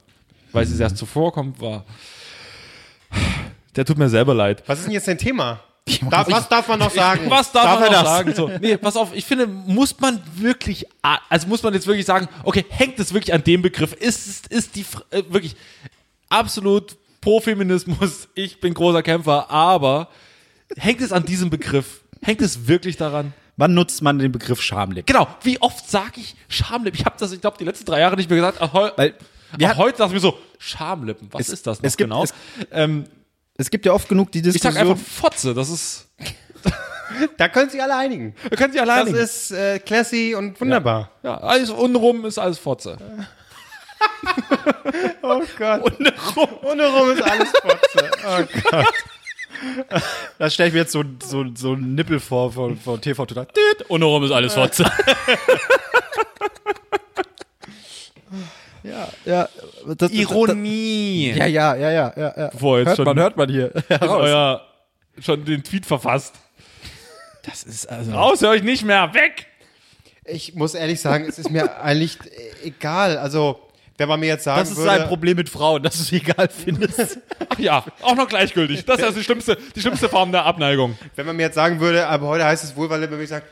Speaker 2: weil sie erst zuvorkommend war. Der tut mir selber leid.
Speaker 1: Was ist denn jetzt dein Thema? Darf, was darf man noch sagen?
Speaker 2: Was Hm. darf,
Speaker 3: Darf
Speaker 2: man
Speaker 3: er
Speaker 2: noch
Speaker 3: das?
Speaker 2: sagen? So, nee, pass auf, ich finde, muss man wirklich, a- also muss man jetzt wirklich sagen, okay, hängt es wirklich an dem Begriff? Ist, ist, ist die, Fr- äh, wirklich absolut pro Feminismus, ich bin großer Kämpfer, aber hängt es an diesem Begriff? Hängt es wirklich daran?
Speaker 3: Wann nutzt man den Begriff Schamlipp?
Speaker 2: Genau, wie oft sage ich Schamlippen? Ich habe das, ich glaube, die letzten drei Jahre nicht mehr gesagt. Auch, heu,
Speaker 3: Weil wir
Speaker 2: auch
Speaker 3: hat-
Speaker 2: heute dachte ich mir so, Schamlippen,
Speaker 3: Es-
Speaker 2: was ist das noch
Speaker 3: es gibt-
Speaker 2: genau?
Speaker 3: es-
Speaker 2: ähm,
Speaker 3: Es gibt ja oft genug die
Speaker 2: ich sag
Speaker 3: Diskussion.
Speaker 2: einfach Fotze, das ist,
Speaker 1: Da können sich alle einigen.
Speaker 2: da könnt ihr
Speaker 1: Das
Speaker 2: alleine.
Speaker 1: ist äh, classy und wunderbar.
Speaker 2: ja, alles untenrum ist alles Fotze.
Speaker 1: Oh Gott. Ohne rum. Ohne rum ist alles Fotze. Oh Gott.
Speaker 3: da stelle ich mir jetzt so, so, so einen Nippel vor von, von TV Total.
Speaker 2: Und warum ist alles Fotze?
Speaker 3: Ja, ja. das- Das,
Speaker 2: Ironie.
Speaker 3: Das, ja, ja, ja, ja, ja. ja.
Speaker 2: Bevor jetzt
Speaker 3: hört
Speaker 2: schon-
Speaker 3: man, hört man hier.
Speaker 2: euer schon den Tweet verfasst.
Speaker 3: Das ist also.
Speaker 2: Raus, hör ich nicht mehr. Weg!
Speaker 1: Ich muss ehrlich sagen, es ist mir eigentlich egal. Also, wenn man mir jetzt sagen
Speaker 3: Das ist
Speaker 1: würde.
Speaker 3: ein Problem mit Frauen, dass du es egal findest.
Speaker 2: Ach ja, auch noch gleichgültig. Das ist also die schlimmste, die schlimmste Form der Abneigung.
Speaker 1: Wenn man mir jetzt sagen würde, aber heute heißt es Vulvalippen, würde ich sagen,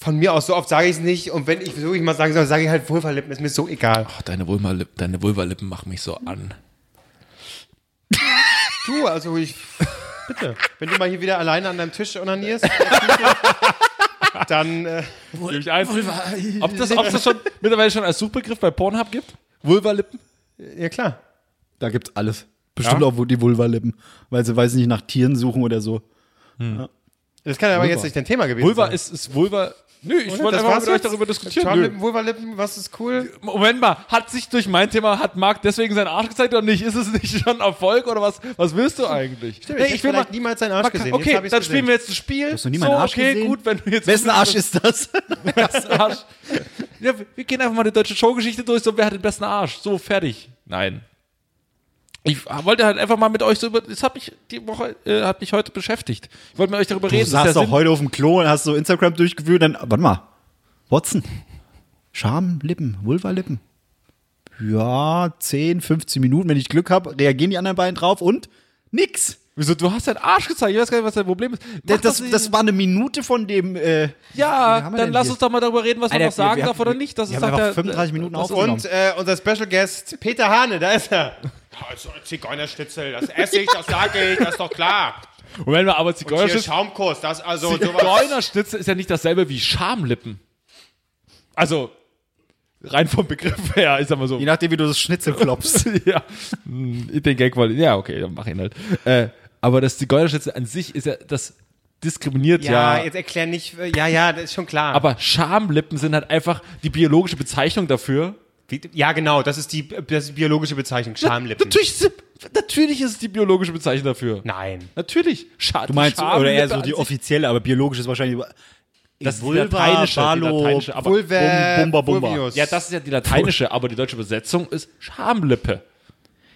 Speaker 1: von mir aus so oft sage ich es nicht. Und wenn ich wirklich mal sagen soll, sage ich halt Vulvalippen, ist mir so egal.
Speaker 2: Ach, Oh, deine Vulvalippen, deine Vulvalippen machen mich so an.
Speaker 1: Du, also ich. Bitte. Wenn du mal hier wieder alleine an deinem Tisch onanierst, dann. Äh,
Speaker 2: Gebe ich ein. Ob das, ob das schon mittlerweile schon als Suchbegriff bei Pornhub gibt? Vulvalippen?
Speaker 1: ja, klar.
Speaker 3: Da gibt's alles. Bestimmt auch die Vulvalippen, weil sie, weiß nicht, nach Tieren suchen oder so.
Speaker 1: Das kann aber jetzt nicht dein Thema gewesen
Speaker 2: Vulva
Speaker 1: sein.
Speaker 2: ist, ist Vulva. Nö, ich wollte
Speaker 1: das
Speaker 2: einfach
Speaker 1: war's
Speaker 2: mit euch
Speaker 1: jetzt?
Speaker 2: darüber diskutieren.
Speaker 1: Schamlippen, Vulvalippen, was ist cool?
Speaker 2: Nö. Moment mal, hat sich durch mein Thema, hat Marc deswegen seinen Arsch gezeigt oder nicht? Ist es nicht schon ein Erfolg oder was, was willst du eigentlich?
Speaker 1: Stimmt, ich, will vielleicht niemals seinen Arsch
Speaker 2: Man kann-
Speaker 1: gesehen.
Speaker 2: Okay,
Speaker 1: jetzt hab
Speaker 2: dann
Speaker 1: ich's
Speaker 2: spielen wir
Speaker 1: gesehen.
Speaker 2: jetzt ein Spiel.
Speaker 3: hast noch nie meinen Arsch
Speaker 2: okay,
Speaker 3: gesehen?
Speaker 2: gut, wenn du jetzt.
Speaker 3: Wessen Arsch ist das?
Speaker 2: Wessen Arsch? ja, wir gehen einfach mal die deutsche Showgeschichte durch, so wer hat den besten Arsch? So, fertig. Nein. Ich wollte halt einfach mal mit euch so über. Das hat mich die Woche, äh, hat mich heute beschäftigt. Ich wollte mit euch darüber
Speaker 3: Du
Speaker 2: reden. Das ist
Speaker 3: saßt
Speaker 2: der
Speaker 3: auch
Speaker 2: Sinn.
Speaker 3: heute auf dem Klo und hast so Instagram durchgewühlt, dann, warte mal. Watson. Schamlippen, Vulvalippen. Ja, 10, 15 Minuten, wenn ich Glück habe, reagieren die anderen beiden drauf und nix.
Speaker 2: Wieso? Du hast deinen Arsch gezeigt. Ich weiß gar nicht, was dein Problem ist. Mach
Speaker 3: Das, das,
Speaker 2: nicht.
Speaker 3: das war eine Minute von dem. Äh, wie
Speaker 2: ja,
Speaker 3: haben wir
Speaker 2: dann
Speaker 3: denn
Speaker 2: lass
Speaker 3: hier?
Speaker 2: uns doch mal darüber reden, was
Speaker 3: Alter,
Speaker 2: man noch sagen
Speaker 3: wir- wir
Speaker 2: darf
Speaker 3: haben-
Speaker 2: oder nicht. Das
Speaker 3: wir
Speaker 2: ist
Speaker 3: haben
Speaker 2: doch
Speaker 3: einfach
Speaker 2: der- äh,
Speaker 3: 35 Minuten
Speaker 2: das ist-
Speaker 3: aufgenommen.
Speaker 1: Und äh, unser Special Guest Peter Hane, da ist er. Also Zigeunerschnitzel, das esse ich, das sage ich, das ist doch klar.
Speaker 2: Moment mal, aber Zigeunerschnitzel
Speaker 1: Schaumkurs, das also
Speaker 2: Zigeunerschnitzel ist ja nicht dasselbe wie Schamlippen. Also, rein vom Begriff her, ich sag mal so.
Speaker 3: Je nachdem, wie du das Schnitzel klopfst.
Speaker 2: ja, Hm, den Gag wollte ja, okay, dann mach ihn halt. Äh, Aber das Zigeunerschnitzel an sich ist ja, das diskriminiert ja.
Speaker 1: jetzt erklär nicht. äh, Ja, ja, das ist schon klar.
Speaker 2: aber Schamlippen sind halt einfach die biologische Bezeichnung dafür.
Speaker 1: Wie- ja, genau, das ist die, das ist die biologische Bezeichnung. Schamlippen.
Speaker 2: Natürlich, ist- natürlich ist es die biologische Bezeichnung dafür.
Speaker 1: Nein.
Speaker 2: Natürlich. Scha
Speaker 3: Du meinst, oder eher so die
Speaker 2: offizielle.
Speaker 3: offizielle, aber biologisch ist wahrscheinlich.
Speaker 2: Das ist die
Speaker 3: Vulva,
Speaker 2: lateinische, die
Speaker 3: Valo,
Speaker 2: lateinische, aber
Speaker 1: Vulva-
Speaker 3: Bum- Bumba, Bumba.
Speaker 1: Vulvius.
Speaker 2: Ja, das ist ja die lateinische, aber die deutsche Übersetzung ist Schamlippe.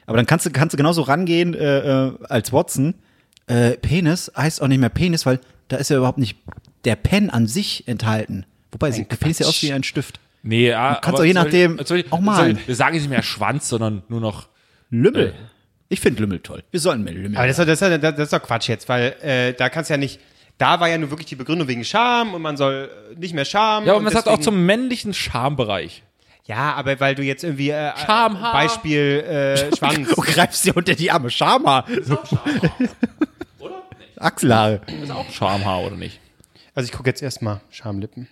Speaker 3: Aber dann kannst du, kannst du genauso rangehen äh, äh, als Watson. Äh, Penis heißt auch nicht mehr Penis, weil da ist ja überhaupt nicht der Pen an sich enthalten. Wobei, sieht- der Penis sieht ja aus wie ein Stift.
Speaker 2: Nee, ja.
Speaker 3: kannst
Speaker 2: aber
Speaker 3: auch je
Speaker 2: soll-
Speaker 3: nachdem Oh
Speaker 2: soll-
Speaker 3: auch malen.
Speaker 2: soll- Wir sagen nicht mehr Schwanz, sondern nur noch.
Speaker 3: Lümmel.
Speaker 2: Äh.
Speaker 3: Ich finde Lümmel toll. Wir sollen mehr Lümmel.
Speaker 1: Aber das ist, doch- das, ist, doch- das ist doch Quatsch jetzt, weil äh, da kannst du ja nicht. Da war ja nur wirklich die Begründung wegen Scham und man soll äh, nicht mehr Scham.
Speaker 2: Ja, aber
Speaker 1: und
Speaker 2: man sagt auch
Speaker 1: deswegen-
Speaker 2: zum männlichen Schambereich.
Speaker 1: Ja, aber weil du jetzt irgendwie. Äh,
Speaker 2: Schamhaar.
Speaker 1: Beispiel äh, Schwanz.
Speaker 3: Du greifst dir unter die Arme. Schama.
Speaker 2: Oder?
Speaker 3: Achselhaare.
Speaker 2: Ist auch Schamhaar, oder nicht?
Speaker 1: Also ich gucke jetzt erstmal Schamlippen.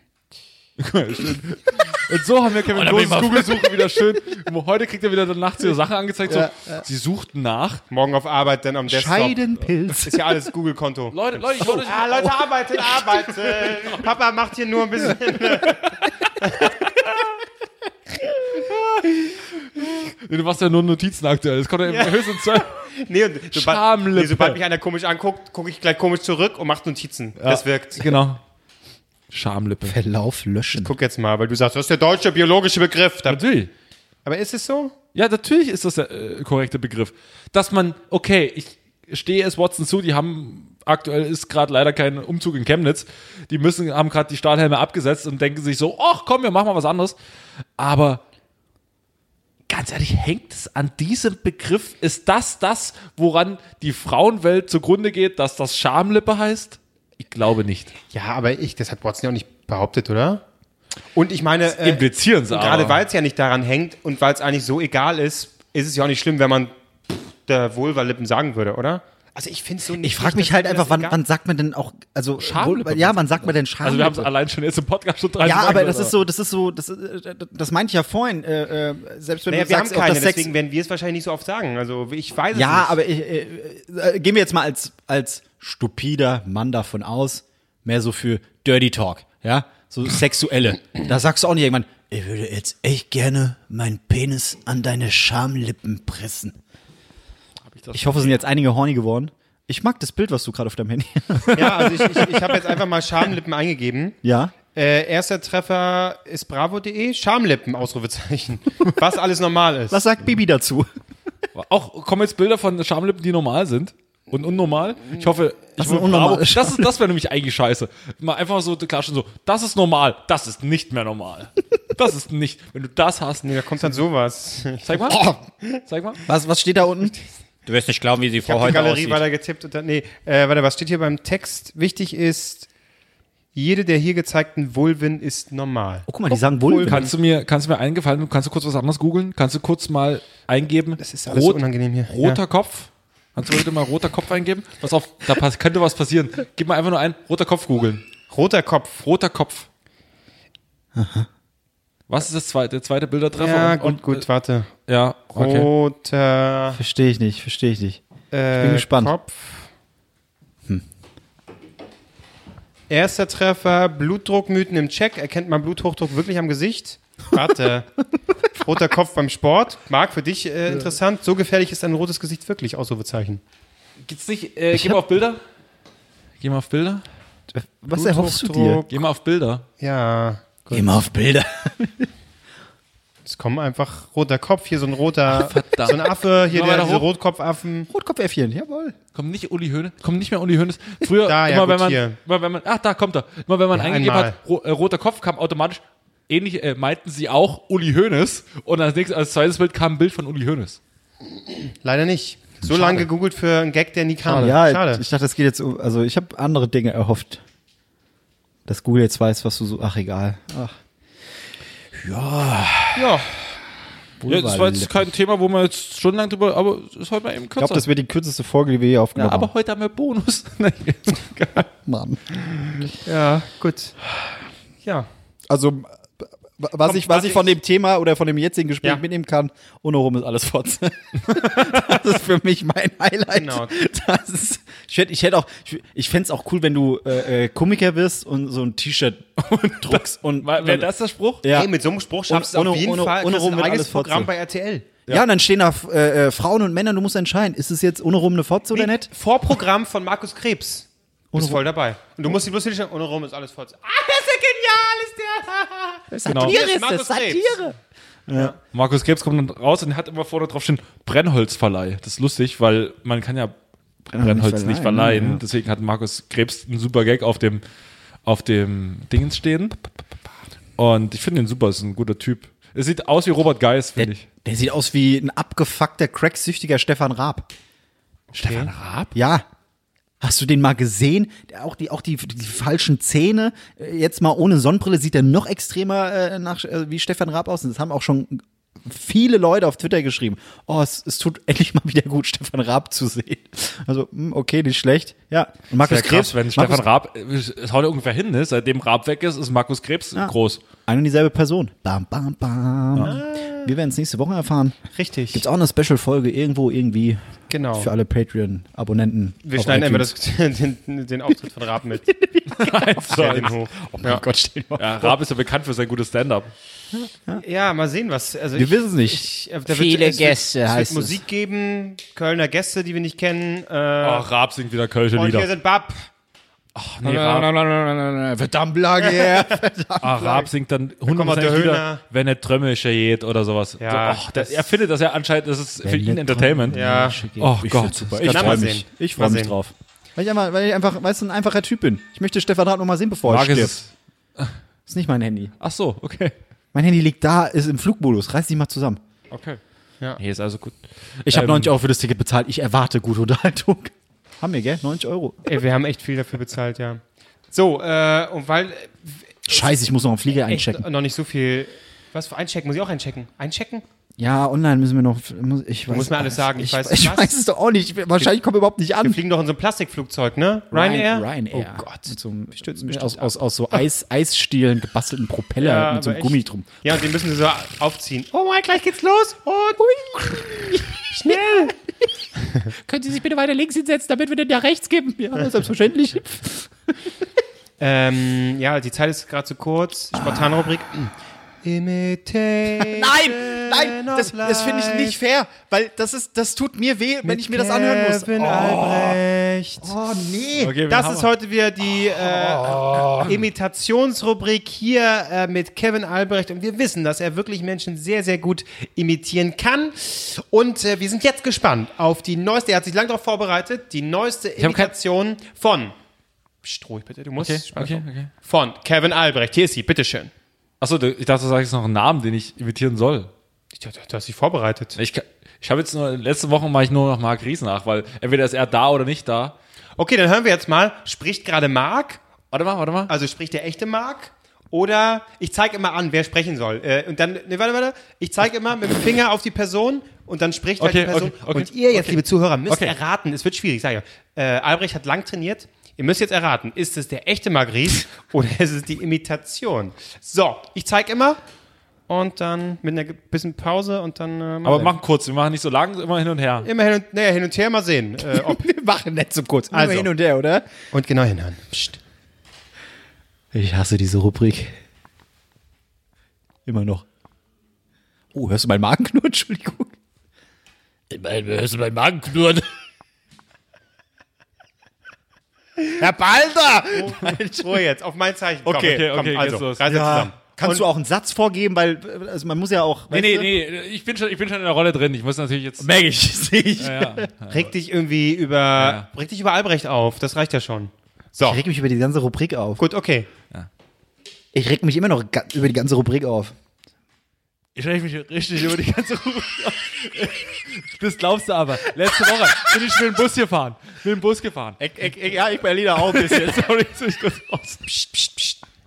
Speaker 2: Und so haben wir Kevin
Speaker 3: da bin ich
Speaker 2: Großes
Speaker 3: mal-
Speaker 2: Google-Suche wieder schön. Heute kriegt er wieder dann nachts ihre Sachen angezeigt. So, Sie suchten nach.
Speaker 1: Morgen auf Arbeit, dann am Desktop.
Speaker 3: Scheidenpilz.
Speaker 1: Ist ja alles Google-Konto.
Speaker 2: Leute, Leute, ich wollte euch.
Speaker 1: Ah, Leute, arbeitet, arbeitet. Papa macht hier nur ein bisschen.
Speaker 2: Nee, Du machst ja nur Notizen aktuell. Das kommt ja, ja. höchstens zwei.
Speaker 1: Nee, und sobald,
Speaker 2: Schamlippe.
Speaker 1: nee, sobald mich einer komisch anguckt, gucke ich gleich komisch zurück und mache Notizen. Das wirkt. Ich
Speaker 2: Genau. Schamlippe.
Speaker 3: Verlauf löschen.
Speaker 1: guck jetzt mal, weil du sagst, das ist der deutsche biologische Begriff. Da,
Speaker 2: Natürlich.
Speaker 1: aber ist es so?
Speaker 2: Ja, natürlich ist das der äh, korrekte Begriff. Dass man, okay, ich stehe es Watson zu, die haben aktuell ist gerade leider kein Umzug in Chemnitz. Die müssen, haben gerade die Stahlhelme abgesetzt und denken sich so, ach komm, wir machen mal was anderes. Aber ganz ehrlich, hängt es an diesem Begriff? Ist das das, woran die Frauenwelt zugrunde geht, dass das Schamlippe heißt? Ich glaube nicht.
Speaker 1: Ja, aber ich, das hat Watson ja auch nicht behauptet, oder? Und ich meine, äh,
Speaker 2: Implizieren sie
Speaker 1: gerade
Speaker 2: aber.
Speaker 1: weil es ja nicht daran hängt und weil es eigentlich so egal ist, ist es ja auch nicht schlimm, wenn man pff, der Vulva-Lippen sagen würde, oder? Also ich finde es so nicht.
Speaker 3: Ich frage mich
Speaker 1: dass
Speaker 3: halt
Speaker 1: mir
Speaker 3: einfach,
Speaker 1: das
Speaker 3: wann,
Speaker 1: egal-
Speaker 3: wann sagt man denn auch, also
Speaker 2: Schamlippe.
Speaker 3: wohl- ja, wann sagt man denn Schamlippe?
Speaker 2: Also wir haben es allein schon jetzt im Podcast schon dreimal
Speaker 3: ja,
Speaker 2: gesagt,
Speaker 3: aber das ist so, das ist so, das, ist- äh, das meinte ich ja vorhin. Äh, äh, selbst wenn
Speaker 1: Naja,
Speaker 3: du
Speaker 1: wir haben
Speaker 3: sagst, ob
Speaker 1: keine,
Speaker 3: das Sex,
Speaker 1: deswegen werden wir es wahrscheinlich nicht so oft sagen. Also ich weiß es
Speaker 3: Ja,
Speaker 1: nicht.
Speaker 3: aber ich, äh, äh, gehen wir jetzt mal als, als stupider Mann davon aus, mehr so für Dirty Talk, ja, so sexuelle. da sagst du auch nicht irgendwann, ich würde jetzt echt gerne meinen Penis an deine Schamlippen pressen. Ich, hoffe, es sind jetzt einige horny geworden. Ich mag das Bild, was du gerade auf deinem Handy
Speaker 1: Ja, also ich, ich, ich habe jetzt einfach mal Schamlippen eingegeben.
Speaker 3: Ja.
Speaker 1: Äh, erster Treffer ist bravo.de, Schamlippen, Ausrufezeichen. Was alles normal ist.
Speaker 3: Was sagt Bibi dazu?
Speaker 2: Auch kommen jetzt Bilder von Schamlippen, die normal sind und unnormal. Ich hoffe,
Speaker 3: Das
Speaker 2: ich
Speaker 3: sind
Speaker 2: hoffe,
Speaker 3: unnormale
Speaker 2: Bravo- das, ist- das wäre nämlich eigentlich scheiße. Mal einfach so klatschen so, das ist normal, das ist nicht mehr normal. Das ist nicht, wenn du das hast.
Speaker 1: Nee, da kommt dann sowas. Ich
Speaker 2: Zeig mal. Zeig mal.
Speaker 3: Was, was steht da unten? Du wirst nicht glauben, wie die Frau
Speaker 1: habe die Galerie weiter getippt und dann, nee, äh, warte, was steht hier beim Text? Wichtig ist, jede der hier gezeigten Vulven ist normal.
Speaker 3: Oh, guck mal, die sagen wohl.
Speaker 2: Kannst du mir, kannst du mir einen Gefallen, kannst du kurz was anderes googeln? Kannst du kurz mal eingeben? Das
Speaker 1: ist alles so unangenehm hier.
Speaker 2: Roter
Speaker 1: Ja.
Speaker 2: Kopf. Kannst du bitte mal roter Kopf eingeben? Pass auf, da pass, könnte was passieren. Gib mal einfach nur ein, roter Kopf googeln.
Speaker 1: Roter Kopf.
Speaker 2: Roter Kopf. Was ist das zweite, der zweite Bildertreffer?
Speaker 1: Ja,
Speaker 2: Und- und-
Speaker 1: gut, gut, warte.
Speaker 2: Ja, okay.
Speaker 1: äh, Roter
Speaker 3: Verstehe ich nicht, verstehe ich nicht.
Speaker 1: äh,
Speaker 3: bin gespannt. Hm.
Speaker 1: Kopf. Erster Treffer, Blutdruckmythen im Check. Erkennt man Bluthochdruck wirklich am Gesicht? Warte. Roter Kopf beim Sport. Marc, für dich äh, interessant. So gefährlich ist ein rotes Gesicht wirklich? Ausrufezeichen.
Speaker 2: Gibt's nicht, äh, geh mal auf Bilder. Geh mal auf Bilder.
Speaker 3: Was erhoffst du dir?
Speaker 2: Geh mal auf Bilder.
Speaker 1: Ja.
Speaker 3: Geh mal auf Bilder.
Speaker 1: Es kommen einfach roter Kopf, hier so ein roter,
Speaker 2: verdammt.
Speaker 1: so ein Affe, hier
Speaker 2: Mal
Speaker 1: der,
Speaker 2: weiter
Speaker 1: diese
Speaker 2: hoch.
Speaker 1: Rotkopfaffen.
Speaker 3: Rotkopfäffchen, jawohl.
Speaker 2: Kommt nicht Uli Hoeneß, kommt nicht mehr Uli Hoeneß. Früher,
Speaker 1: Da, ja,
Speaker 2: immer,
Speaker 1: gut,
Speaker 2: wenn man,
Speaker 1: hier.
Speaker 2: immer wenn man, ach, da kommt er. Immer wenn man
Speaker 1: Ja,
Speaker 2: eingegeben
Speaker 1: einmal.
Speaker 2: hat, ro, äh, roter Kopf kam automatisch, ähnlich äh, meinten sie auch Uli Hoeneß. Und als nächstes, als zweites Bild kam ein Bild von Uli Hoeneß.
Speaker 1: Leider nicht. So lange gegoogelt für einen Gag, der nie kam.
Speaker 3: Ja,
Speaker 1: Schade.
Speaker 3: ich dachte, es geht jetzt um, also ich habe andere Dinge erhofft. Dass Google jetzt weiß, was du so, ach egal. Ach.
Speaker 2: Ja.
Speaker 3: Ja, das war jetzt
Speaker 2: kein Thema, wo man jetzt stundenlang drüber, aber es ist heute mal eben
Speaker 3: Ich glaube, das wird die kürzeste Folge, die wir hier aufgenommen
Speaker 2: aber
Speaker 3: haben.
Speaker 2: heute haben wir Bonus.
Speaker 3: Mann.
Speaker 1: ja, gut. Ja.
Speaker 3: Also Wa- Was,
Speaker 1: Komm,
Speaker 3: ich, was
Speaker 1: warte,
Speaker 3: ich von dem Thema oder von dem jetzigen Gespräch
Speaker 1: Ja.
Speaker 3: mitnehmen kann, ohne rum ist alles Fotze. das ist für mich mein Highlight.
Speaker 1: Genau.
Speaker 3: Das ist, ich hätte ich hätt auch, ich, ich fänd's auch cool, wenn du äh, äh, Komiker wirst und so ein T-Shirt druckst. und
Speaker 2: Wäre das der Spruch?
Speaker 3: Ja.
Speaker 1: Ey, mit so einem Spruch schaffst du
Speaker 3: Ohne-
Speaker 1: auf jeden
Speaker 3: ohne-
Speaker 1: Fall
Speaker 3: ohne
Speaker 1: kriegst du
Speaker 3: rum
Speaker 1: ein
Speaker 3: wird
Speaker 1: eigenes
Speaker 3: alles Fotze.
Speaker 1: Programm bei RTL.
Speaker 3: ja. und dann stehen da äh, äh, Frauen und Männer, du musst entscheiden, ist es jetzt ohne rum eine Fotze oder nicht?
Speaker 1: Vorprogramm von Markus Krebs. Du bist
Speaker 3: Ohne-
Speaker 1: voll dabei. Und du musst die bloß hinstellen, ohne rum ist alles Fotze. Ah, das ist ja genial, ist der.
Speaker 2: Genau.
Speaker 1: Satire ist das, Satire.
Speaker 2: Markus Krebs kommt dann raus und hat immer vorne drauf stehen Brennholzverleih. Das ist lustig, weil man kann ja Brennholz nicht verleihen.
Speaker 3: ne? Ja.
Speaker 2: Deswegen hat Markus Krebs einen super Gag auf dem, auf dem Dingens stehen. Und ich finde ihn super, ist ein guter Typ. Es sieht aus wie Robert Geis,
Speaker 3: Der,
Speaker 2: finde ich.
Speaker 3: der sieht aus wie ein abgefuckter, cracksüchtiger Stefan Raab.
Speaker 2: Stefan Raab?
Speaker 3: Ja. Hast du den mal gesehen? Der, auch die, auch die, die falschen Zähne. Äh, Jetzt mal ohne Sonnenbrille sieht er noch extremer äh, nach, äh, wie Stefan Raab aus. Und das haben auch schon viele Leute auf Twitter geschrieben. Oh, es, es tut endlich mal wieder gut, Stefan Raab zu sehen. Also, hm, okay, nicht schlecht. Ja. Und Markus
Speaker 2: Sehr krass,
Speaker 3: Krebs.
Speaker 2: wenn
Speaker 3: Markus,
Speaker 2: Stefan Raab, äh, es haut ja ungefähr hin, ne? seitdem Raab weg ist, ist Markus Krebs groß.
Speaker 3: Eine und dieselbe Person. Bam, bam, bam. Wir werden es nächste Woche erfahren.
Speaker 1: Richtig.
Speaker 3: Gibt's auch eine Special-Folge irgendwo irgendwie.
Speaker 1: Genau.
Speaker 3: Für alle Patreon-Abonnenten.
Speaker 1: Wir
Speaker 3: auf
Speaker 1: schneiden immer
Speaker 3: iTunes.
Speaker 1: das, den, den Auftritt von Raab mit.
Speaker 2: Eins zu
Speaker 1: Stell den
Speaker 2: eins.
Speaker 1: hoch.
Speaker 3: Oh mein Gott, stell dir mal
Speaker 2: Ja, Raab ist ja bekannt für sein gutes Stand-up.
Speaker 1: Ja, mal sehen, was. Also
Speaker 3: Wir
Speaker 1: ich-
Speaker 3: wissen's nicht.
Speaker 1: Ich, äh, da
Speaker 3: Viele
Speaker 1: wird, es
Speaker 3: Gäste
Speaker 1: wird, es
Speaker 3: heißt es.
Speaker 1: wird Musik geben, Kölner Gäste, die wir nicht kennen. Äh,
Speaker 2: Oh, Raab singt wieder Kölsche
Speaker 1: und hier
Speaker 2: Lieder.
Speaker 1: sind Bab.
Speaker 2: Ach, nee,
Speaker 1: Genau.
Speaker 2: Raab.
Speaker 3: Genau. Verdammt lange her.
Speaker 2: Ah, Raab singt dann
Speaker 1: kommt der
Speaker 2: 100%
Speaker 1: Höhner.
Speaker 2: Lieder, wenn er Trömmische geht oder sowas.
Speaker 1: Ja,
Speaker 2: so, ach, das, er findet das ja anscheinend, das ist für ihn Entertainment.
Speaker 1: Ja.
Speaker 2: Oh Gott, super.
Speaker 3: super.
Speaker 2: Ich
Speaker 1: Na,
Speaker 2: freu
Speaker 1: mal
Speaker 2: mich.
Speaker 1: sehen.
Speaker 3: Ich
Speaker 1: Mal
Speaker 3: freue mich
Speaker 1: sehen.
Speaker 3: drauf. Weil ich, einfach, weil ich einfach, weißt du, ein einfacher Typ bin. Ich möchte Stefan Raab noch mal sehen, bevor
Speaker 2: Marc
Speaker 3: ich
Speaker 2: ist
Speaker 3: stirb.
Speaker 2: es.
Speaker 3: Ist nicht mein Handy.
Speaker 2: Ach so, okay.
Speaker 3: Mein Handy liegt da, ist im Flugmodus. Reiß dich mal zusammen.
Speaker 2: Okay.
Speaker 1: Ja.
Speaker 2: Nee, ist also gut.
Speaker 3: Ich
Speaker 1: Ähm.
Speaker 3: habe 90 Euro für das Ticket bezahlt. Ich erwarte gute Unterhaltung. Haben wir, gell? 90 Euro.
Speaker 1: Ey, wir haben echt viel dafür bezahlt, ja. So, äh, und weil
Speaker 3: Scheiße, ich muss noch einen Flieger
Speaker 1: echt
Speaker 3: einchecken.
Speaker 1: noch nicht so viel. Was für einchecken? Muss ich auch einchecken? Einchecken?
Speaker 3: Ja, online müssen wir noch. muss- Ich weiß,
Speaker 1: musst mir alles sagen, ich weiß
Speaker 3: ich
Speaker 1: nicht, was.
Speaker 3: weiß es doch auch nicht. Wahrscheinlich kommen wir überhaupt nicht
Speaker 1: Wir
Speaker 3: an.
Speaker 1: fliegen doch in so einem Plastikflugzeug, ne? Ryanair?
Speaker 3: Ähm. Ryanair.
Speaker 1: Oh Gott.
Speaker 3: Mit so einem, aus, aus, aus so Eis, Eisstielen gebastelten Propeller
Speaker 1: Ja,
Speaker 3: mit so einem
Speaker 1: aber
Speaker 3: Gummi
Speaker 1: echt.
Speaker 3: drum.
Speaker 1: Ja, und die müssen sie so aufziehen. Oh mein, gleich geht's los. Und schnell.
Speaker 3: Können Sie sich bitte weiter links hinsetzen, damit wir den da rechts geben? Ja, selbstverständlich.
Speaker 1: Ähm, ja, die Zeit ist gerade zu kurz. Spontanrubrik. Imitation.
Speaker 3: Ah. Nein, nein, das, das finde ich nicht fair, weil das ist, das tut mir weh, wenn ich mir das anhören muss.
Speaker 1: Kevin Albrecht.
Speaker 3: Oh nee.
Speaker 2: Okay,
Speaker 1: Das ist heute wieder die äh,
Speaker 2: Oh.
Speaker 1: Imitationsrubrik hier äh, mit Kevin Albrecht. Und wir wissen, dass er wirklich Menschen sehr, sehr gut imitieren kann. Und äh, wir sind jetzt gespannt auf die neueste, er hat sich lange darauf vorbereitet, die neueste
Speaker 2: hab kein-
Speaker 1: Imitation von. Psst, ruhig bitte, du musst.
Speaker 2: Okay,
Speaker 1: Spaß
Speaker 2: okay,
Speaker 1: auf.
Speaker 2: okay.
Speaker 1: Von Kevin Albrecht. Hier ist sie, bitteschön.
Speaker 2: Achso, ich dachte, du sagst noch einen Namen, den ich imitieren soll.
Speaker 1: Ich dachte, Du hast dich vorbereitet.
Speaker 2: Ich, kann- ich habe jetzt nur, letzte Woche mache ich nur noch Marc Ries nach, weil entweder ist er da oder nicht da.
Speaker 1: Okay, dann hören wir jetzt mal. Spricht gerade Marc?
Speaker 2: Warte mal, warte mal.
Speaker 1: Also spricht der echte Mark oder ich zeige immer an, wer sprechen soll. Äh, und dann, ne, warte, warte, ich zeige immer mit dem Finger auf die Person und dann spricht halt
Speaker 2: Okay,
Speaker 1: die Person.
Speaker 2: okay, okay,
Speaker 1: und ihr jetzt,
Speaker 2: okay.
Speaker 1: liebe Zuhörer, müsst
Speaker 2: Okay.
Speaker 1: erraten, es wird schwierig, sag ich euch. äh, Albrecht hat lang trainiert. Ihr müsst jetzt erraten, ist es der echte Magris oder ist es die Imitation? So, ich zeige immer und dann mit einer ge- bisschen Pause und dann. Äh, mal
Speaker 2: Aber wir
Speaker 1: sehen.
Speaker 2: machen kurz, wir machen nicht so lang, immer hin und her.
Speaker 1: immer hin und, naja, hin und her mal sehen. Äh, ob,
Speaker 3: Wir machen nicht so kurz.
Speaker 1: Also.
Speaker 3: Nur hin und her, oder?
Speaker 1: und genau hinhören. Psst.
Speaker 3: Ich hasse diese Rubrik. Immer noch. Oh, hörst du meinen Magenknurren? Entschuldigung.
Speaker 2: Hörst du meinen Magen knurren?
Speaker 3: Herr Balder!
Speaker 1: Ruhe jetzt, auf mein Zeichen.
Speaker 2: Okay, okay,
Speaker 1: komm,
Speaker 2: okay,
Speaker 1: komm, also,
Speaker 2: geht's los.
Speaker 1: reiß jetzt zusammen.
Speaker 3: Kannst
Speaker 1: Und-
Speaker 3: du auch einen Satz vorgeben, weil also man muss ja auch.
Speaker 2: Nee, nee, nee, ich bin, schon, ich bin schon in der Rolle drin. Ich muss natürlich jetzt.
Speaker 3: Merke ich, sehe ich.
Speaker 2: Ja, ja.
Speaker 1: Reg dich irgendwie über, reg dich über Albrecht auf, das reicht ja schon. So,
Speaker 3: Ich reg mich über die ganze Rubrik auf.
Speaker 1: gut, okay.
Speaker 3: Ich reg mich immer noch ga- über die ganze Rubrik auf.
Speaker 2: Ich reg mich richtig über die ganze Ruhe. Das glaubst du aber. Letzte Woche bin ich mit dem Bus gefahren. Mit dem Bus gefahren.
Speaker 3: ja, ich Berliner auch ein bisschen.
Speaker 2: Sorry, jetzt bin ich kurz raus.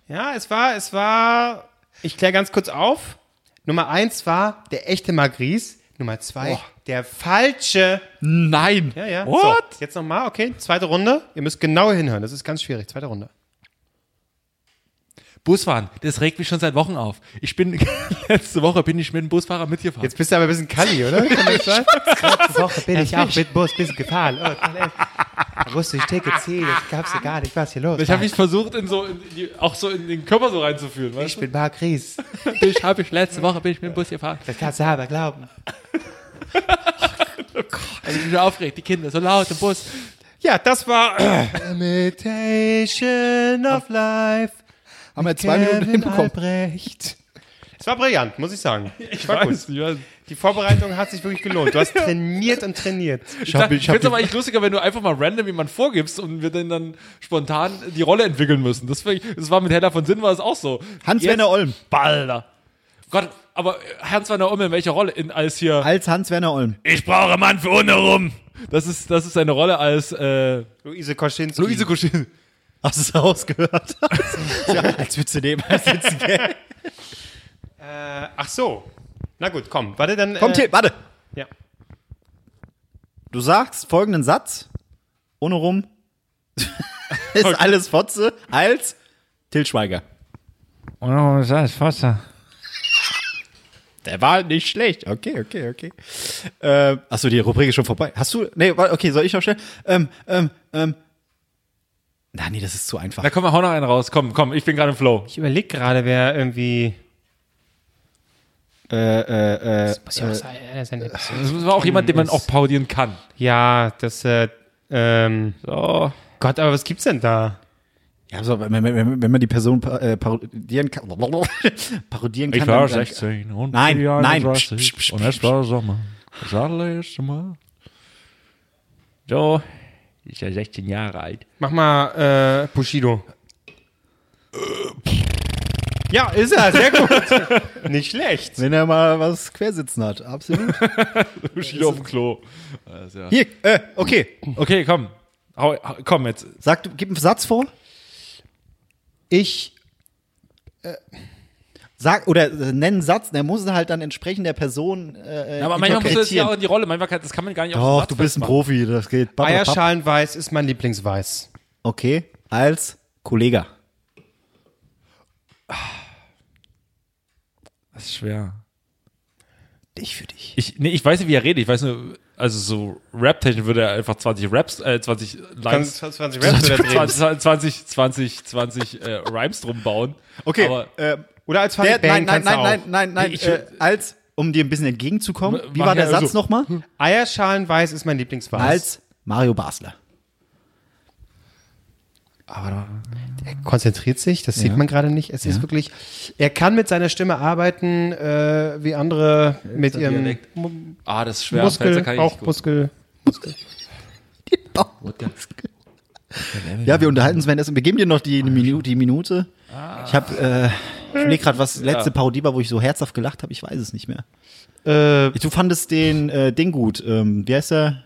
Speaker 1: Ja, es war, es war, ich kläre ganz kurz auf. Nummer eins war der echte Magris, Nummer zwei der falsche.
Speaker 3: Nein.
Speaker 1: Ja, ja.
Speaker 2: What?
Speaker 1: So, jetzt nochmal, okay, zweite Runde. Ihr müsst genau hinhören, das ist ganz schwierig, zweite Runde.
Speaker 2: Busfahren, das regt mich schon seit Wochen auf. Ich bin, letzte Woche bin ich mit dem Busfahrer mitgefahren.
Speaker 1: Jetzt bist du aber ein bisschen Kalli, oder? Kann das sein? Letzte Woche bin ich auch mit Bus bisschen gefahren. Oh, toll, ey. Wusste ich Ticket ziehen, das gab's ja gar nicht. Was ist hier los?
Speaker 2: ich habe mich versucht, in so, in die, auch so in den Körper so reinzufühlen, weißt
Speaker 1: ich bin Mark Ries.
Speaker 2: du? Ich habe ich letzte Woche bin ich mit dem Bus gefahren.
Speaker 1: Das kannst du aber glauben.
Speaker 2: Also ich bin aufgeregt, die Kinder, so laut im Bus.
Speaker 1: Ja, das war Imitation of Life.
Speaker 3: Haben wir zwei Minuten hinbekommen.
Speaker 1: Albrecht. Es war brillant, muss ich sagen. Ich war gut.
Speaker 2: ich weiß.
Speaker 1: Die Vorbereitung hat sich wirklich gelohnt. Du hast trainiert und trainiert.
Speaker 2: Ich, sag, ich finde es aber eigentlich lustiger, wenn du einfach mal random jemand vorgibst und wir dann, dann spontan die Rolle entwickeln müssen. Das, find ich, das war mit Hella von Sinn war das auch so.
Speaker 3: Hans-Werner
Speaker 2: Jetzt-
Speaker 3: Olm.
Speaker 2: Balder. Gott, aber äh, Hans-Werner Olm in welcher Rolle? In, als hier
Speaker 3: Als Hans-Werner Olm.
Speaker 2: Ich brauche Mann für ohne rum. Das ist, das ist seine Rolle als äh,
Speaker 1: Luise Koschinski.
Speaker 2: Luise Kuschin.
Speaker 3: Hast du es rausgehört? ja, als würdest du nebenher sitzen. gell?
Speaker 1: Ach so. Na gut, komm. Warte, dann. äh,
Speaker 3: Komm, Till, warte.
Speaker 1: Ja.
Speaker 3: Du sagst folgenden Satz. Ohne rum. ist alles Fotze. Als Till Schweiger.
Speaker 2: Ohne rum ist alles Wasser.
Speaker 3: Der war nicht schlecht. Okay, okay, okay. Ähm, achso, die Rubrik ist schon vorbei. Hast du. Nee, warte, okay, soll ich noch schnell? Ähm, ähm, ähm. Na, nee, das ist zu einfach.
Speaker 2: Na komm, hau noch einen raus. Komm, komm, ich bin gerade im Flow.
Speaker 1: Ich überlege gerade, wer irgendwie.
Speaker 3: Äh, äh, äh.
Speaker 1: Muss ja auch sein. einer sein, der-
Speaker 2: Das war auch jemand, den man auch paudieren kann.
Speaker 1: Ja, das. Äh, ähm,
Speaker 2: So.
Speaker 1: Gott, aber was gibt's denn da?
Speaker 3: Ja, also, wenn, wenn, wenn wenn man die Person pa- äh, parodieren kann. parodieren kann. dann- dann-
Speaker 2: und
Speaker 3: Nein,
Speaker 2: die
Speaker 3: nein.
Speaker 2: 31
Speaker 3: Psch, psch, psch, psch.
Speaker 2: war Sommer. Das allererste Mal. So, ich bin 16 Jahre alt.
Speaker 1: Mach mal äh, Bushido. Ja, ist er, sehr gut. Nicht schlecht.
Speaker 3: Wenn er mal was quersitzen hat, absolut.
Speaker 2: Bushido auf dem Klo. Also,
Speaker 3: Hier, äh, okay. Äh,
Speaker 2: Okay, komm. Hau, hau- komm jetzt.
Speaker 3: Sag, du- gib einen Satz vor.
Speaker 1: Ich.
Speaker 3: äh, Sag, oder äh, nenn einen Satz, der muss halt dann entsprechend der Person. Äh,
Speaker 2: Ja, aber manchmal musst du das ja auch
Speaker 3: interpretieren.
Speaker 2: in die Rolle. Manchmal kann, das kann man gar nicht auf den
Speaker 3: Doch,
Speaker 2: Platz
Speaker 3: du bist ein
Speaker 2: festmachen.
Speaker 3: Profi, das geht. Bap, bap, bap.
Speaker 1: Eierschalenweiß ist mein Lieblingsweiß.
Speaker 3: Okay, als Kollege.
Speaker 2: Das ist schwer.
Speaker 3: Ich für dich.
Speaker 2: Ich, nee, ich weiß nicht, wie er redet. Ich weiß nur, also so Rap-Technisch würde er einfach 20 Raps, äh, 20 Lines,
Speaker 1: 20 Raps oder
Speaker 2: 20, 20, 20, 20 äh, Rhymes drum bauen.
Speaker 3: Okay,
Speaker 2: Aber
Speaker 3: äh,
Speaker 1: Oder als
Speaker 3: der,
Speaker 1: Funny
Speaker 3: nein,
Speaker 1: Bang
Speaker 3: nein,
Speaker 1: kannst
Speaker 3: nein,
Speaker 1: du
Speaker 3: nein,
Speaker 1: auch.
Speaker 3: nein, nein,
Speaker 2: Ich-
Speaker 3: äh, als, um dir ein bisschen entgegenzukommen, wie
Speaker 2: Mach
Speaker 3: war der
Speaker 2: ja
Speaker 3: Satz
Speaker 2: so.
Speaker 3: nochmal?
Speaker 1: Eierschalenweiß ist mein Lieblingsweiß.
Speaker 3: Als Mario Basler.
Speaker 1: Er konzentriert sich, das sieht man gerade nicht. Es ist wirklich, er kann mit seiner Stimme arbeiten, äh, wie andere mit ihrem
Speaker 2: Dialekt.
Speaker 1: Mu
Speaker 2: ah, das ist schwer. Pfälzer
Speaker 1: Muskel,
Speaker 2: kann ich nicht gut.
Speaker 1: Bauchmuskel.
Speaker 3: Ja, wir unterhalten uns währenddessen. Wir geben dir noch die, Minu die Minute. Ich habe, äh, ich überlege gerade, was letzte Parodie war, wo ich so herzhaft gelacht habe. Ich weiß es nicht mehr.
Speaker 1: Äh,
Speaker 3: Du fandest den äh, Ding gut. Ähm, wie heißt der?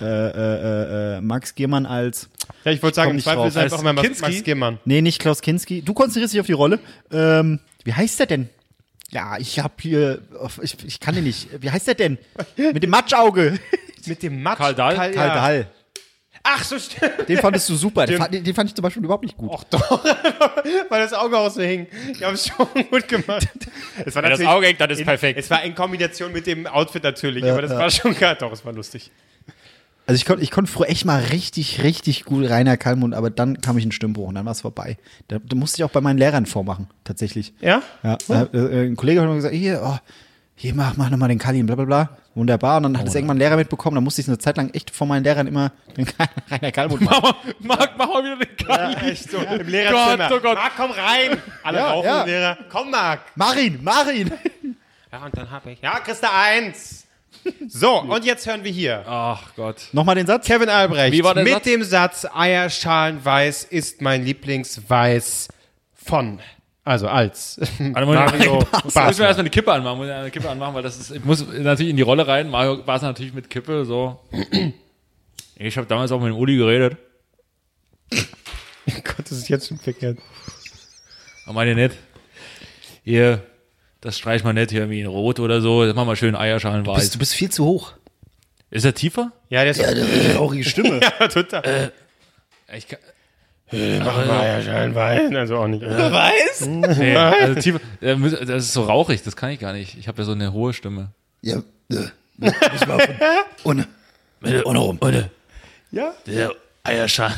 Speaker 3: Äh, äh, äh, äh, Max Giermann als.
Speaker 1: ja, ich wollte sagen,
Speaker 3: komm
Speaker 1: im
Speaker 3: nicht
Speaker 1: Zweifel
Speaker 3: drauf.
Speaker 1: ist einfach
Speaker 2: Als
Speaker 1: mal Max,
Speaker 2: Kinski?
Speaker 1: Max Giermann.
Speaker 3: Nee, nicht Klaus Kinski. Du konzentrierst dich auf die Rolle. Ähm, wie heißt der denn? Ja, ich hab hier. auf- Ich, ich kann den nicht. Wie heißt der denn? Mit dem Matschauge.
Speaker 1: Mit dem Matsch.
Speaker 2: Karl Dahl?
Speaker 3: Karl Dahl.
Speaker 1: Ach so, stimmt.
Speaker 3: Den fandest du super. Den, fand, den fand ich zum Beispiel überhaupt nicht gut.
Speaker 1: Weil das Auge auch so hing. Ich habe es schon gut gemacht. Es war
Speaker 2: Wenn das
Speaker 1: natürlich-
Speaker 2: Auge hängt, dann ist
Speaker 1: in,
Speaker 2: perfekt.
Speaker 1: Es war in Kombination mit dem Outfit natürlich, aber das
Speaker 3: ja.
Speaker 1: war schon klar. Doch, es war lustig.
Speaker 3: Also ich konnte ich konnt früher echt mal richtig, richtig gut Rainer Kallmund, aber dann kam ich in Stimmbruch und dann war es vorbei. Da, da musste ich auch bei meinen Lehrern vormachen, tatsächlich.
Speaker 1: Ja?
Speaker 3: Ja, da, äh, ein Kollege hat mir gesagt, hier, oh, hier mach, mach nochmal den Kalin, bla bla bla. Wunderbar. Und dann hat es irgendwann ein Lehrer mitbekommen, dann musste ich es eine Zeit lang echt vor meinen Lehrern immer den Rainer Kallmund machen.
Speaker 2: Mach, mach, mach mal wieder den Karl.
Speaker 1: Echt so. Im Lehrerzimmer.
Speaker 2: Gott, oh Gott.
Speaker 1: Marc, komm rein. Alle
Speaker 3: Ja,
Speaker 1: rauchen
Speaker 3: ja.
Speaker 1: im Lehrer. Komm, Marc.
Speaker 3: Marin, Marin!
Speaker 1: Ja, und dann hab ich. Ja, kriegst du eins. So, und jetzt hören wir hier.
Speaker 2: Ach Gott.
Speaker 3: nochmal den Satz.
Speaker 1: Kevin Albrecht
Speaker 2: Wie war der
Speaker 1: mit
Speaker 2: Satz?
Speaker 1: dem Satz Eierschalenweiß ist mein Lieblingsweiß von. Also als.
Speaker 2: Mario Basler. Müssen wir
Speaker 1: Basler.
Speaker 2: erstmal eine Kippe anmachen. Muss ich eine Kippe anmachen, weil das ist, ich muss natürlich in die Rolle rein. Mario Basler natürlich mit Kippe, so. Ich habe damals auch mit dem Uli geredet.
Speaker 1: Gott, das ist jetzt schon verkehrt.
Speaker 2: Aber meine nicht. Hier, das streich mal nicht hier irgendwie in Rot oder so. Das machen wir schön Eierschalen
Speaker 3: Bist,
Speaker 2: weiß.
Speaker 3: du bist viel zu hoch.
Speaker 2: Ist er tiefer?
Speaker 1: Ja, der ist
Speaker 3: Traurige Stimme.
Speaker 1: total.
Speaker 2: Ich kann,
Speaker 1: Machen wir ja schon Wein, also auch nicht.
Speaker 5: Weiß?
Speaker 2: Nee, also tief, äh, müß- das ist so rauchig, das kann ich gar nicht. Ich habe ja so eine hohe Stimme.
Speaker 5: Ja. äh, Ich war von, ohne. Mit, ohne rum. Ohne.
Speaker 1: Ja?
Speaker 5: Der Eierschal.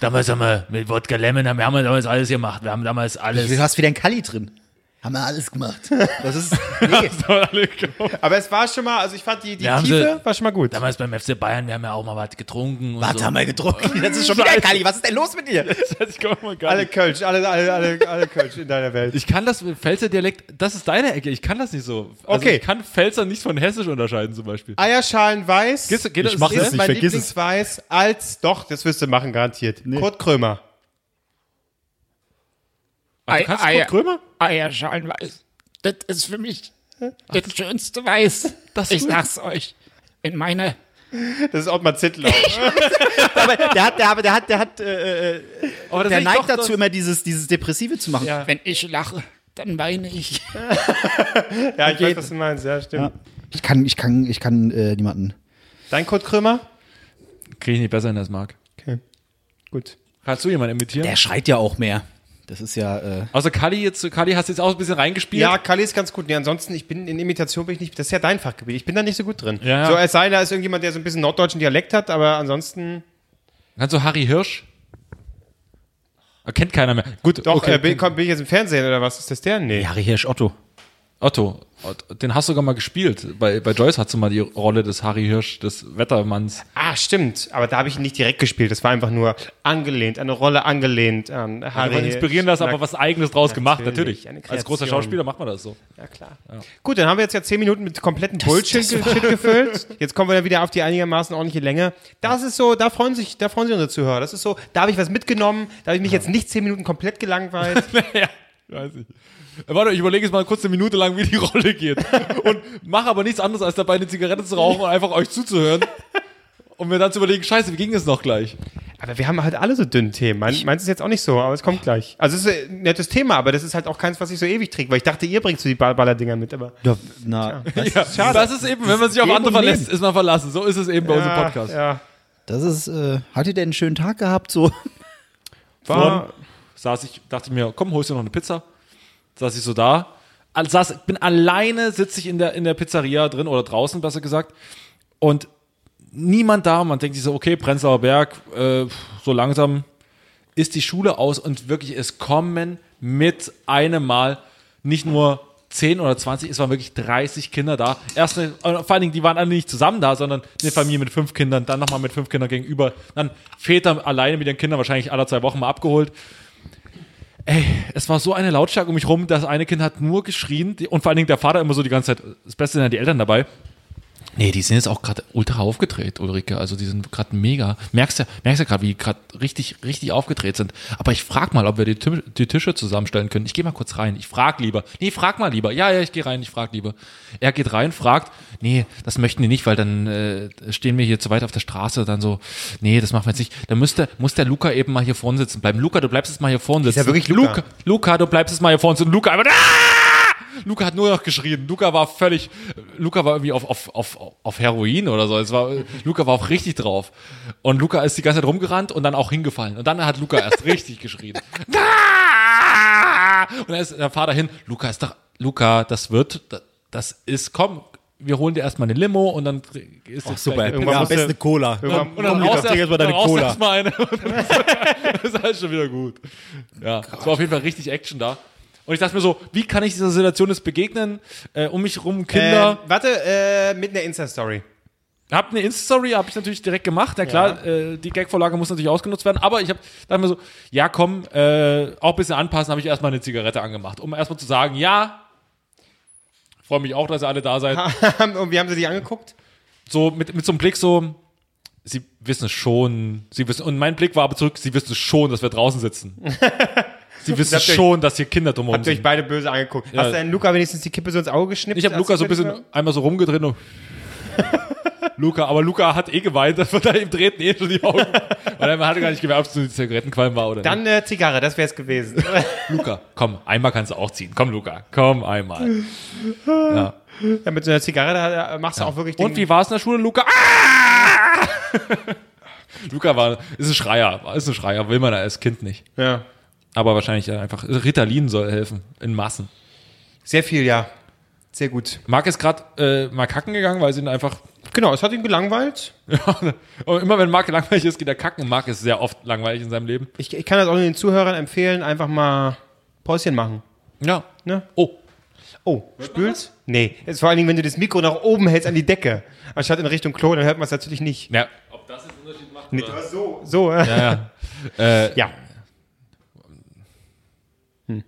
Speaker 5: Damals haben wir mit Wodka Lemon, haben wir haben wir damals alles gemacht. Wir haben damals
Speaker 3: Du
Speaker 5: alles.
Speaker 3: hast wieder ein Kali drin.
Speaker 5: Haben wir alles gemacht.
Speaker 3: Das ist. Nee.
Speaker 1: Aber es war schon mal, also ich fand die, die
Speaker 5: Wir haben
Speaker 1: Tiefe war schon mal gut.
Speaker 5: Damals beim FC Bayern, wir haben ja auch mal was getrunken. Und
Speaker 3: Was
Speaker 5: so.
Speaker 3: haben wir getrunken? Das ist schon wieder ein Kali. Was ist denn los mit dir?
Speaker 2: Ich kann, mal gar
Speaker 1: Alle Kölsch, alle, alle, alle, alle Kölsch in deiner Welt.
Speaker 2: ich kann das mit Pfälzer Dialekt, das ist deine Ecke, ich kann das nicht so. Also
Speaker 1: Okay.
Speaker 2: Ich kann Pfälzer nicht von Hessisch unterscheiden zum Beispiel.
Speaker 1: Eierschalen weiß.
Speaker 2: Gehst du- geht das-
Speaker 1: mach
Speaker 2: ist
Speaker 1: das
Speaker 2: es
Speaker 1: mein
Speaker 3: nicht, vergiss es.
Speaker 1: Lieblingsweiß als doch, das wirst du machen garantiert. Kurt Krömer.
Speaker 2: Ach, du
Speaker 6: Ei-
Speaker 2: kannst
Speaker 6: Eier.
Speaker 2: Kurt Krömer?
Speaker 6: Eierschalenweiß. Das ist für mich das schönste Weiß. ich sag's euch. In meiner.
Speaker 1: Das ist Ottmar Zittlau.
Speaker 3: Aber der hat, der, aber der hat, der hat, äh, äh,
Speaker 1: oh,
Speaker 2: Aber das
Speaker 3: der
Speaker 2: ist doch
Speaker 3: neigt dazu,
Speaker 2: das-
Speaker 3: immer dieses, dieses Depressive zu machen.
Speaker 6: Wenn ich lache, dann weine ich.
Speaker 1: ja, ich weiß, was du meinst. Ja, stimmt.
Speaker 3: Ich kann, ich kann, ich kann äh, niemanden.
Speaker 1: Dein Kurt Krömer?
Speaker 2: Krieg ich nicht besser hin als Marc.
Speaker 1: Okay. Gut.
Speaker 2: Kannst du jemanden imitieren?
Speaker 3: Der schreit ja auch mehr. Das ist ja. Äh,
Speaker 2: Außer Kali jetzt, Kali hast du jetzt auch ein bisschen reingespielt.
Speaker 1: Ja, Kali ist ganz gut. Nee, ansonsten, ich bin in Imitation bin ich nicht. Das ist ja dein Fachgebiet. Ich bin da nicht so gut drin.
Speaker 2: Ja.
Speaker 1: So es sei denn, da ist irgendjemand, der so ein bisschen norddeutschen Dialekt hat, aber ansonsten.
Speaker 2: Kannst du Harry Hirsch? Kennt keiner mehr. Gut,
Speaker 1: Doch,
Speaker 2: okay.
Speaker 1: äh, bin, komm, bin ich jetzt im Fernsehen oder was? Ist das der? Nee.
Speaker 3: Harry Hirsch Otto.
Speaker 2: Otto, Otto, den hast du sogar mal gespielt. Bei, bei Joyce hast du mal die Rolle des Harry Hirsch, des Wettermanns.
Speaker 1: Ah, stimmt. Aber da habe ich ihn nicht direkt gespielt. Das war einfach nur angelehnt, eine Rolle angelehnt an Harry.
Speaker 2: Wir inspirieren das,
Speaker 1: Schnack.
Speaker 2: aber was Eigenes draus gemacht,
Speaker 1: Natürlich,
Speaker 2: natürlich.
Speaker 1: eine
Speaker 2: Als großer
Speaker 1: Kreation.
Speaker 2: Schauspieler macht man das so.
Speaker 1: Ja, klar. Gut, dann haben wir jetzt ja zehn Minuten mit kompletten Bullshit Shit gefüllt. Jetzt kommen wir dann wieder auf die einigermaßen ordentliche Länge. Das ist so, da freuen sich, da freuen sich unsere Zuhörer. Das ist so, da habe ich was mitgenommen, da habe ich mich jetzt nicht zehn Minuten komplett gelangweilt.
Speaker 2: ja, weiß ich. Äh, Warte, ich überlege jetzt mal kurz eine Minute lang, wie die Rolle geht. Und mache aber nichts anderes, als dabei eine Zigarette zu rauchen und einfach euch zuzuhören. Und mir dann zu überlegen, scheiße, wie ging es noch gleich?
Speaker 1: aber wir haben halt alle so dünne Themen. Mein, meins ist jetzt auch nicht so, aber es kommt gleich. Also es ist ein nettes Thema, aber das ist halt auch keins, was ich so ewig träge, weil ich dachte, ihr bringt so die Ball- Ballerdinger mit, aber.
Speaker 3: Ja, na, das,
Speaker 2: Ja, das ist eben, wenn man sich auf andere
Speaker 3: und Nehmen.
Speaker 2: verlässt, ist man verlassen. So ist es eben bei unserem
Speaker 1: Ja,
Speaker 2: Podcast.
Speaker 1: Ja.
Speaker 3: das ist. Äh, hat ihr denn einen schönen Tag gehabt? So.
Speaker 1: War,
Speaker 2: saß ich, dachte mir, komm, holst du noch eine Pizza? Saß ich so da, al- saß, bin alleine, sitze ich in der, in der Pizzeria drin oder draußen, besser gesagt, und niemand da. Man denkt sich so, okay, Prenzlauer Berg, äh, so langsam ist die Schule aus und wirklich, es kommen mit einem Mal nicht nur 10 oder 20, es waren wirklich 30 Kinder da. Erst eine, äh, vor allen Dingen, die waren alle nicht zusammen da, sondern eine Familie mit fünf Kindern, dann nochmal mit fünf Kindern gegenüber, dann Väter alleine mit ihren Kindern, wahrscheinlich alle zwei Wochen mal abgeholt. Es war so eine Lautstärke um mich rum, das eine Kind hat nur geschrien die, und vor allen Dingen der Vater immer so die ganze Zeit, das Beste sind ja die Eltern dabei. Nee, die sind jetzt auch gerade ultra aufgedreht, Ulrike. Also die sind gerade mega. Merkst ja, merkst ja gerade, wie die gerade richtig, richtig aufgedreht sind. Aber ich frag mal, ob wir die, Tü- die Tische zusammenstellen können. Ich gehe mal kurz rein. Ich frag lieber. Nee, frag mal lieber. Ja, ja, ich gehe rein, ich frag lieber. Er geht rein, fragt, nee, das möchten die nicht, weil dann äh, stehen wir hier zu weit auf der Straße. Dann so, nee, das machen wir jetzt nicht. Dann müsste, muss der Luca eben mal hier vorne sitzen bleiben. Luca, du bleibst jetzt mal hier vorne sitzen.
Speaker 1: ja wirklich Luca.
Speaker 2: Luca, Luca, du bleibst jetzt mal hier vorne sitzen. Luca, ah! aber, Luca hat nur noch geschrien. Luca war völlig, Luca war irgendwie auf, auf, auf, auf Heroin oder so. Es war, Luca war auch richtig drauf. Und Luca ist die ganze Zeit rumgerannt und dann auch hingefallen. Und dann hat Luca erst richtig geschrien. Und dann ist der Vater hin. Luca ist doch, Luca, das wird, das ist, komm, wir holen dir erstmal eine Limo und dann ist das gleich-
Speaker 1: Irgendwann
Speaker 3: Ja, am
Speaker 1: musst du-
Speaker 3: besten eine Cola.
Speaker 1: irgendwann-
Speaker 2: Und dann
Speaker 3: Komm,
Speaker 2: raus
Speaker 3: Luca, trink erst mal deine
Speaker 2: dann raus
Speaker 3: Cola.
Speaker 2: erst mal eine. das ist halt schon wieder gut. Ja, es war auf jeden Fall richtig Action da. Und ich dachte mir so, wie kann ich dieser Situation jetzt begegnen? Äh, um mich rum Kinder.
Speaker 1: Ähm, warte, äh, mit einer Insta-Story.
Speaker 3: Ähm.
Speaker 2: Hab eine Insta-Story, hab ich natürlich direkt gemacht. Na klar, äh, die Gag-Vorlage muss natürlich ausgenutzt werden. Aber ich hab, dachte mir so, ja komm, äh, auch ein bisschen anpassen, habe ich erstmal eine Zigarette angemacht. Um erstmal zu sagen, ja, freue mich auch, dass ihr alle da seid.
Speaker 1: Und wie haben sie dich angeguckt?
Speaker 2: so mit, mit so einem Blick so, sie wissen es schon, sie wissen, und mein Blick war aber zurück, sie wissen es schon, dass wir draußen sitzen. sie wissen
Speaker 1: Habt ihr euch-
Speaker 2: schon, dass hier Kinder drumherum
Speaker 1: Habt ihr euch
Speaker 2: sind.
Speaker 1: beide böse angeguckt? Hast du denn Luca wenigstens die Kippe so ins Auge geschnippt?
Speaker 2: Ich habe Luca so ein bisschen einmal so rumgedreht und Luca, aber Luca hat eh geweint, das wird da ihm drehten eh schon die Augen. Weil er hatte gar nicht gemerkt, ob es eine Zigarettenqualm war oder
Speaker 1: Dann äh, Zigarre, das wäre es gewesen.
Speaker 2: nicht. Luca, komm, einmal kannst du auch ziehen. Komm, Luca, komm einmal. Ja.
Speaker 1: ja, mit so einer Zigarre da, da machst du auch wirklich den...
Speaker 2: Und wie war es in der Schule, Luca? Ah! Luca war, ist ein Schreier, war- ist ein Schreier, will man als Kind nicht.
Speaker 1: Ja.
Speaker 2: Aber wahrscheinlich äh, einfach, Ritalin soll helfen, in Massen.
Speaker 1: Sehr viel, ja. Sehr gut.
Speaker 2: Marc ist gerade äh, mal kacken gegangen, weil sie ihn einfach,
Speaker 1: Genau, es hat ihn gelangweilt.
Speaker 2: Aber immer wenn Marc langweilig ist, geht er kacken. Marc ist sehr oft langweilig in seinem Leben.
Speaker 1: Ich, ich kann das auch den Zuhörern empfehlen, einfach mal Päuschen machen.
Speaker 2: Ja.
Speaker 1: Ne?
Speaker 2: Oh,
Speaker 1: Oh, spülst? Nee. Jetzt vor allen Dingen, wenn du das Mikro nach oben hältst an die Decke, anstatt in Richtung Klo, dann hört man es natürlich nicht.
Speaker 2: ja.
Speaker 1: Nee. So, so. äh.
Speaker 2: ja, ja. Äh,
Speaker 1: Ja. Hm.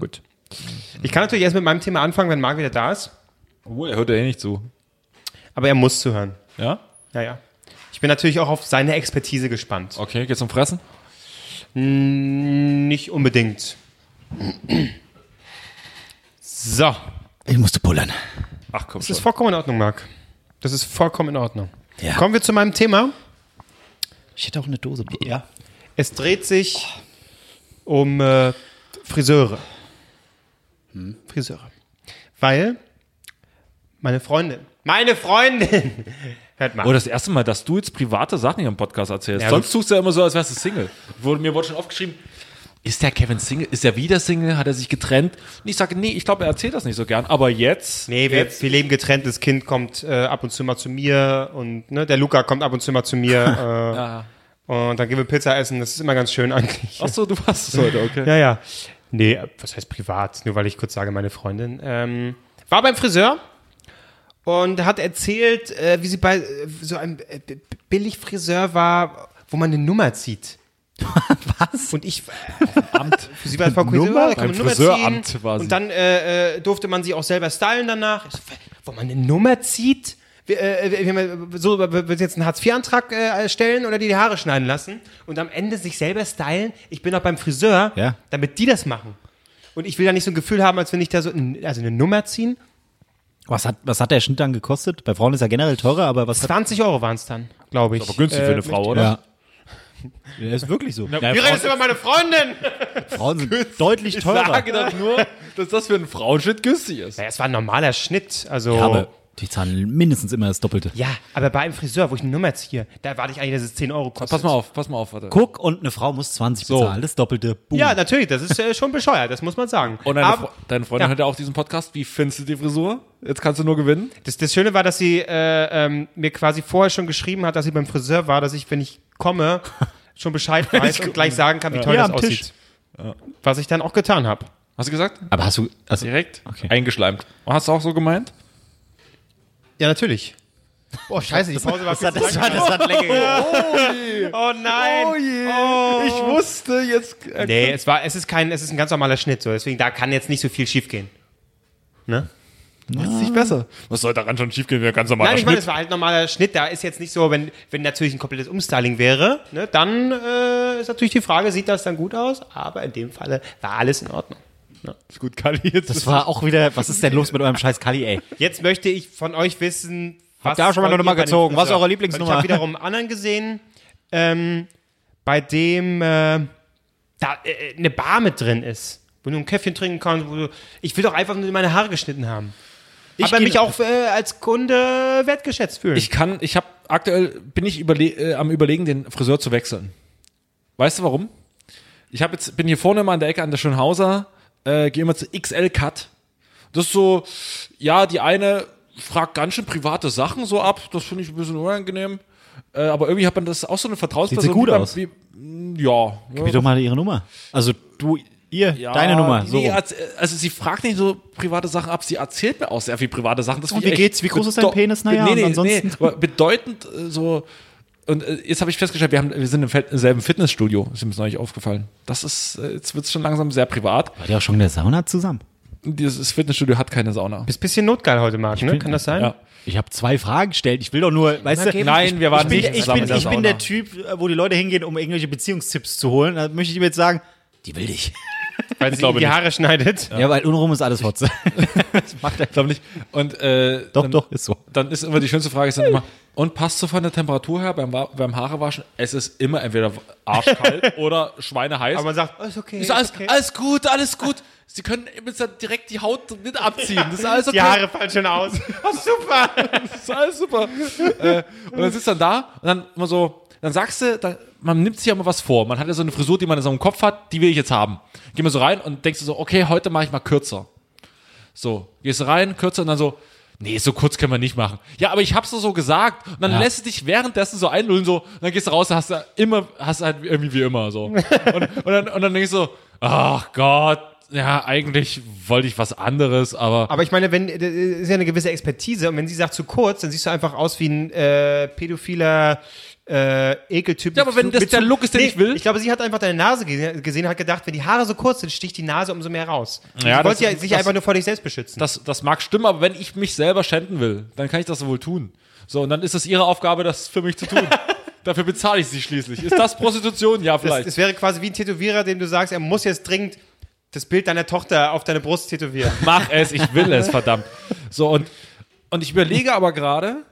Speaker 1: Gut. Ich kann natürlich erst mit meinem Thema anfangen, wenn Marc wieder da ist,
Speaker 2: obwohl, er hört ja eh nicht zu.
Speaker 1: aber er muss zuhören.
Speaker 2: Ja?
Speaker 1: Naja. Ich bin natürlich auch auf seine Expertise gespannt.
Speaker 2: Okay, geht's um Fressen?
Speaker 1: Nicht unbedingt. So.
Speaker 3: Ich musste pullern.
Speaker 2: Ach komm
Speaker 1: Das ist
Speaker 2: schon.
Speaker 1: vollkommen in Ordnung, Marc. Das ist vollkommen in Ordnung.
Speaker 3: Ja.
Speaker 1: Kommen wir zu meinem Thema.
Speaker 3: Ich hätte auch eine Dose. Bier. Ja.
Speaker 1: Es dreht sich um äh, Friseure. Friseure. Weil meine Freundin, meine Freundin, hört mal.
Speaker 2: Oh, das erste Mal, dass du jetzt private Sachen hier im Podcast erzählst.
Speaker 1: Ja,
Speaker 2: Sonst tust du ja immer so, als wärst du Single. Wurde mir wurde schon oft geschrieben, ist der Kevin Single? Ist er wieder Single? Hat er sich getrennt? Und ich sage, nee, ich glaube, er erzählt das nicht so gern. Aber jetzt.
Speaker 1: Nee, wir,
Speaker 2: jetzt
Speaker 1: wir leben getrennt. Das Kind kommt äh, ab und zu mal zu mir und ne, der Luca kommt ab und zu mal zu mir. äh, und dann gehen wir Pizza essen. Das ist immer ganz schön eigentlich.
Speaker 2: Achso, du warst es heute, okay.
Speaker 1: Ja, ja. Nee, äh, was heißt privat? Nur weil ich kurz sage, meine Freundin. Ähm, war beim Friseur und hat erzählt, äh, wie sie bei äh, so einem äh, B- Billigfriseur war, wo man eine Nummer zieht. Was? Und ich. Amt. Für sie war es voll cool.
Speaker 2: Nummer?
Speaker 1: Da kann man
Speaker 2: Beim
Speaker 1: eine Nummer
Speaker 2: Friseuramt
Speaker 1: ziehen.
Speaker 2: war sie.
Speaker 1: Und dann äh, äh, durfte man sie auch selber stylen danach. Ich so, wo man eine Nummer zieht? Wie, äh, wie- wie man- So, wird jetzt einen Hartz-IV-Antrag äh, stellen oder die, die Haare schneiden lassen und am Ende sich selber stylen. Ich bin auch beim Friseur,
Speaker 3: Ja.
Speaker 1: damit die das machen. Und ich will da nicht so ein Gefühl haben, als wenn ich da so n- also eine Nummer ziehen.
Speaker 3: Was hat, was hat der Schnitt dann gekostet? Bei Frauen ist er generell teurer, aber was hat
Speaker 1: 20 Euro waren es dann, glaube ich.
Speaker 2: Aber günstig für eine Frau, oder?
Speaker 3: Ja. Ja, ist wirklich so. Ja,
Speaker 1: Wie redest du über
Speaker 3: Frauen,
Speaker 1: meine Freundin?
Speaker 3: Frauen sind deutlich teurer.
Speaker 2: Sage das nur, dass das für einen Frauenschnitt günstig ist.
Speaker 1: Ja, es war ein normaler Schnitt. Also,
Speaker 3: Ja, aber die zahlen mindestens immer das Doppelte.
Speaker 1: ja, aber bei einem Friseur, wo ich eine Nummer ziehe, da erwarte ich eigentlich, dass es 10 Euro kostet.
Speaker 2: Pass mal auf, pass mal auf, warte.
Speaker 3: Guck, und eine Frau muss 20
Speaker 2: So.
Speaker 3: bezahlen, das Doppelte. Boom.
Speaker 1: Ja, natürlich, das ist äh, schon bescheuert, das muss man sagen.
Speaker 2: Und deine,
Speaker 1: Aber
Speaker 2: Fre- deine Freundin
Speaker 1: Ja.
Speaker 2: hört ja auch diesen Podcast. Wie findest du die Frisur? Jetzt kannst du nur gewinnen.
Speaker 1: das, das Schöne war, dass sie äh, ähm, mir quasi vorher schon geschrieben hat, dass sie beim Friseur war, dass ich, wenn ich komme, schon Bescheid weiß und gleich sagen kann, wie toll
Speaker 3: Ja,
Speaker 1: das
Speaker 3: am Tisch.
Speaker 1: aussieht. Was ich dann auch getan habe.
Speaker 2: Hast du gesagt?
Speaker 3: Aber hast du, also,
Speaker 2: Direkt
Speaker 3: Okay.
Speaker 2: eingeschleimt. Hast du auch so gemeint?
Speaker 1: Ja, natürlich. Boah, scheiße, die Pause war viel zu
Speaker 3: das
Speaker 1: lang.
Speaker 3: hat, das hat länger gedauert.
Speaker 1: Oh nein! Oh je!
Speaker 2: Ich wusste jetzt. äh,
Speaker 1: Nee, es, war, es, ist kein, es ist ein ganz normaler Schnitt, so. deswegen da kann jetzt nicht so viel schief gehen. Ne?
Speaker 2: Ist nicht besser. Was soll daran schon schiefgehen? Wir ganz normal.
Speaker 1: Nein, ich meine, es war halt ein normaler Schnitt, da ist jetzt nicht so, wenn, wenn natürlich ein komplettes Umstyling wäre, ne, dann äh, ist natürlich die Frage, sieht das dann gut aus? Aber in dem Falle war alles in Ordnung. ne.
Speaker 2: ist gut, Kali. Jetzt
Speaker 3: Das war auch wieder, was ist denn los mit eurem scheiß Kali, ey?
Speaker 1: Jetzt möchte ich von euch wissen, was
Speaker 3: ihr auch schon mal eine
Speaker 1: wollt
Speaker 3: Nummer
Speaker 1: ihr bei dem
Speaker 3: gezogen? Was ist
Speaker 1: Friseur?
Speaker 3: eure Lieblingsnummer?
Speaker 1: Und Ich habe wiederum einen anderen gesehen, ähm, bei dem äh, da äh, eine Bar mit drin ist, wo du ein Käffchen trinken kannst. Wo du, ich will doch einfach nur meine Haare geschnitten haben. aber
Speaker 3: geh-
Speaker 1: mich auch äh, als Kunde wertgeschätzt fühlen.
Speaker 2: ich kann, ich habe aktuell bin ich überle äh, am überlegen, den Friseur zu wechseln. Weißt du warum? Ich habe jetzt bin hier vorne mal an der Ecke an der Schönhauser, äh, gehe immer zu XL Cut. Das ist so, ja, die eine fragt ganz schön private Sachen so ab. Das finde ich ein bisschen unangenehm. Äh, aber irgendwie hat man das auch so eine Vertrauensperson.
Speaker 3: gut
Speaker 2: wie beim-
Speaker 3: aus?
Speaker 2: Wie, mm, ja.
Speaker 3: Wie doch mal ihre Nummer. Also, du, ihr, deine Nummer. So.
Speaker 2: Nee,
Speaker 3: rum.
Speaker 2: erz- also sie fragt nicht so private Sachen ab, sie erzählt mir auch sehr viel private Sachen. Das
Speaker 3: Und
Speaker 2: find ich
Speaker 3: wie
Speaker 2: echt
Speaker 3: geht's? Wie groß ist dein
Speaker 2: bedeu-
Speaker 3: Penis? Naja,
Speaker 2: nee,
Speaker 3: und
Speaker 2: nee,
Speaker 3: ansonsten?
Speaker 2: Nee, aber bedeutend äh, so. Und äh, jetzt habe ich festgestellt, wir, haben, wir sind im, Fel- im selben Fitnessstudio. Das ist mir neulich aufgefallen. Das ist, äh, jetzt wird es schon langsam sehr privat.
Speaker 3: Wart ihr auch schon in der Sauna zusammen?
Speaker 2: Und Dieses Fitnessstudio hat keine Sauna.
Speaker 1: bist ein bisschen notgeil heute, Marc, ne? Kann das sein?
Speaker 2: Ja.
Speaker 3: Ich habe zwei Fragen gestellt. Ich will doch nur, weißt du,
Speaker 2: Nein, wir waren
Speaker 3: ich bin,
Speaker 2: nicht
Speaker 3: ich
Speaker 2: zusammen
Speaker 3: bin,
Speaker 2: in der
Speaker 3: ich bin
Speaker 2: Sauna.
Speaker 3: der Typ, äh, wo die Leute hingehen, um irgendwelche Beziehungstipps zu holen. Da möchte ich ihm jetzt sagen, die will ich.
Speaker 1: Weil sie ihm die
Speaker 2: nicht.
Speaker 1: Haare schneidet.
Speaker 3: Ja, weil unrum ist alles Hotze. das macht er.
Speaker 2: Ich glaube nicht. Und, äh,
Speaker 3: Doch,
Speaker 2: dann,
Speaker 3: doch, ist so.
Speaker 2: Dann ist immer die schönste Frage, ist dann immer, und passt so von der Temperatur her beim, Wa- beim Haarewaschen? Es ist immer entweder arschkalt oder schweineheiß.
Speaker 1: Aber man sagt, oh, ist okay.
Speaker 2: Ist alles,
Speaker 1: ist okay.
Speaker 2: alles gut, alles gut. Sie können jetzt dann direkt die Haut mit abziehen. Das ist alles okay.
Speaker 1: Die Haare fallen schon aus. Oh, super!
Speaker 2: Das ist alles super. äh, und dann sitzt dann da und dann immer so, dann sagst du, dann, man nimmt sich ja mal was vor. Man hat ja so eine Frisur, die man in seinem Kopf hat, die will ich jetzt haben. Geh mal so rein und denkst du so, okay, heute mache ich mal kürzer. So, gehst rein, kürzer und dann so, nee, so kurz können wir nicht machen. Ja, aber ich hab's doch so gesagt. Und dann lässt du dich währenddessen so einlullen, so, und dann gehst du raus, hast du immer, hast du halt irgendwie wie immer, so. Und, und, dann, und dann denkst du so, ach Gott, ja, eigentlich wollte ich was anderes, aber
Speaker 1: Aber ich meine, wenn äh, das ist ja eine gewisse Expertise und wenn sie sagt zu kurz, dann siehst du einfach aus wie ein äh, pädophiler äh, Ekeltyp.
Speaker 2: Ja, aber wenn
Speaker 1: Mit
Speaker 2: das
Speaker 1: Zu-
Speaker 2: der Look ist, den ich will.
Speaker 1: Ich glaube, sie hat einfach deine Nase ge gesehen und hat gedacht, wenn die Haare so kurz sind, sticht die Nase umso mehr raus.
Speaker 2: Ja,
Speaker 1: Ja, du wolltest
Speaker 2: das-
Speaker 1: ja sich
Speaker 2: das-
Speaker 1: einfach nur vor dich selbst beschützen.
Speaker 2: das, das mag stimmen, aber wenn ich mich selber schänden will, dann kann ich das wohl tun. So, und dann ist es ihre Aufgabe, das für mich zu tun. Dafür bezahle ich sie schließlich. Ist das Prostitution? Ja,
Speaker 1: Das,
Speaker 2: vielleicht.
Speaker 1: das wäre quasi wie ein Tätowierer, dem du sagst, er muss jetzt dringend das Bild deiner Tochter auf deine Brust tätowieren.
Speaker 2: Mach es, ich will es, verdammt. So, und, und ich überlege aber gerade,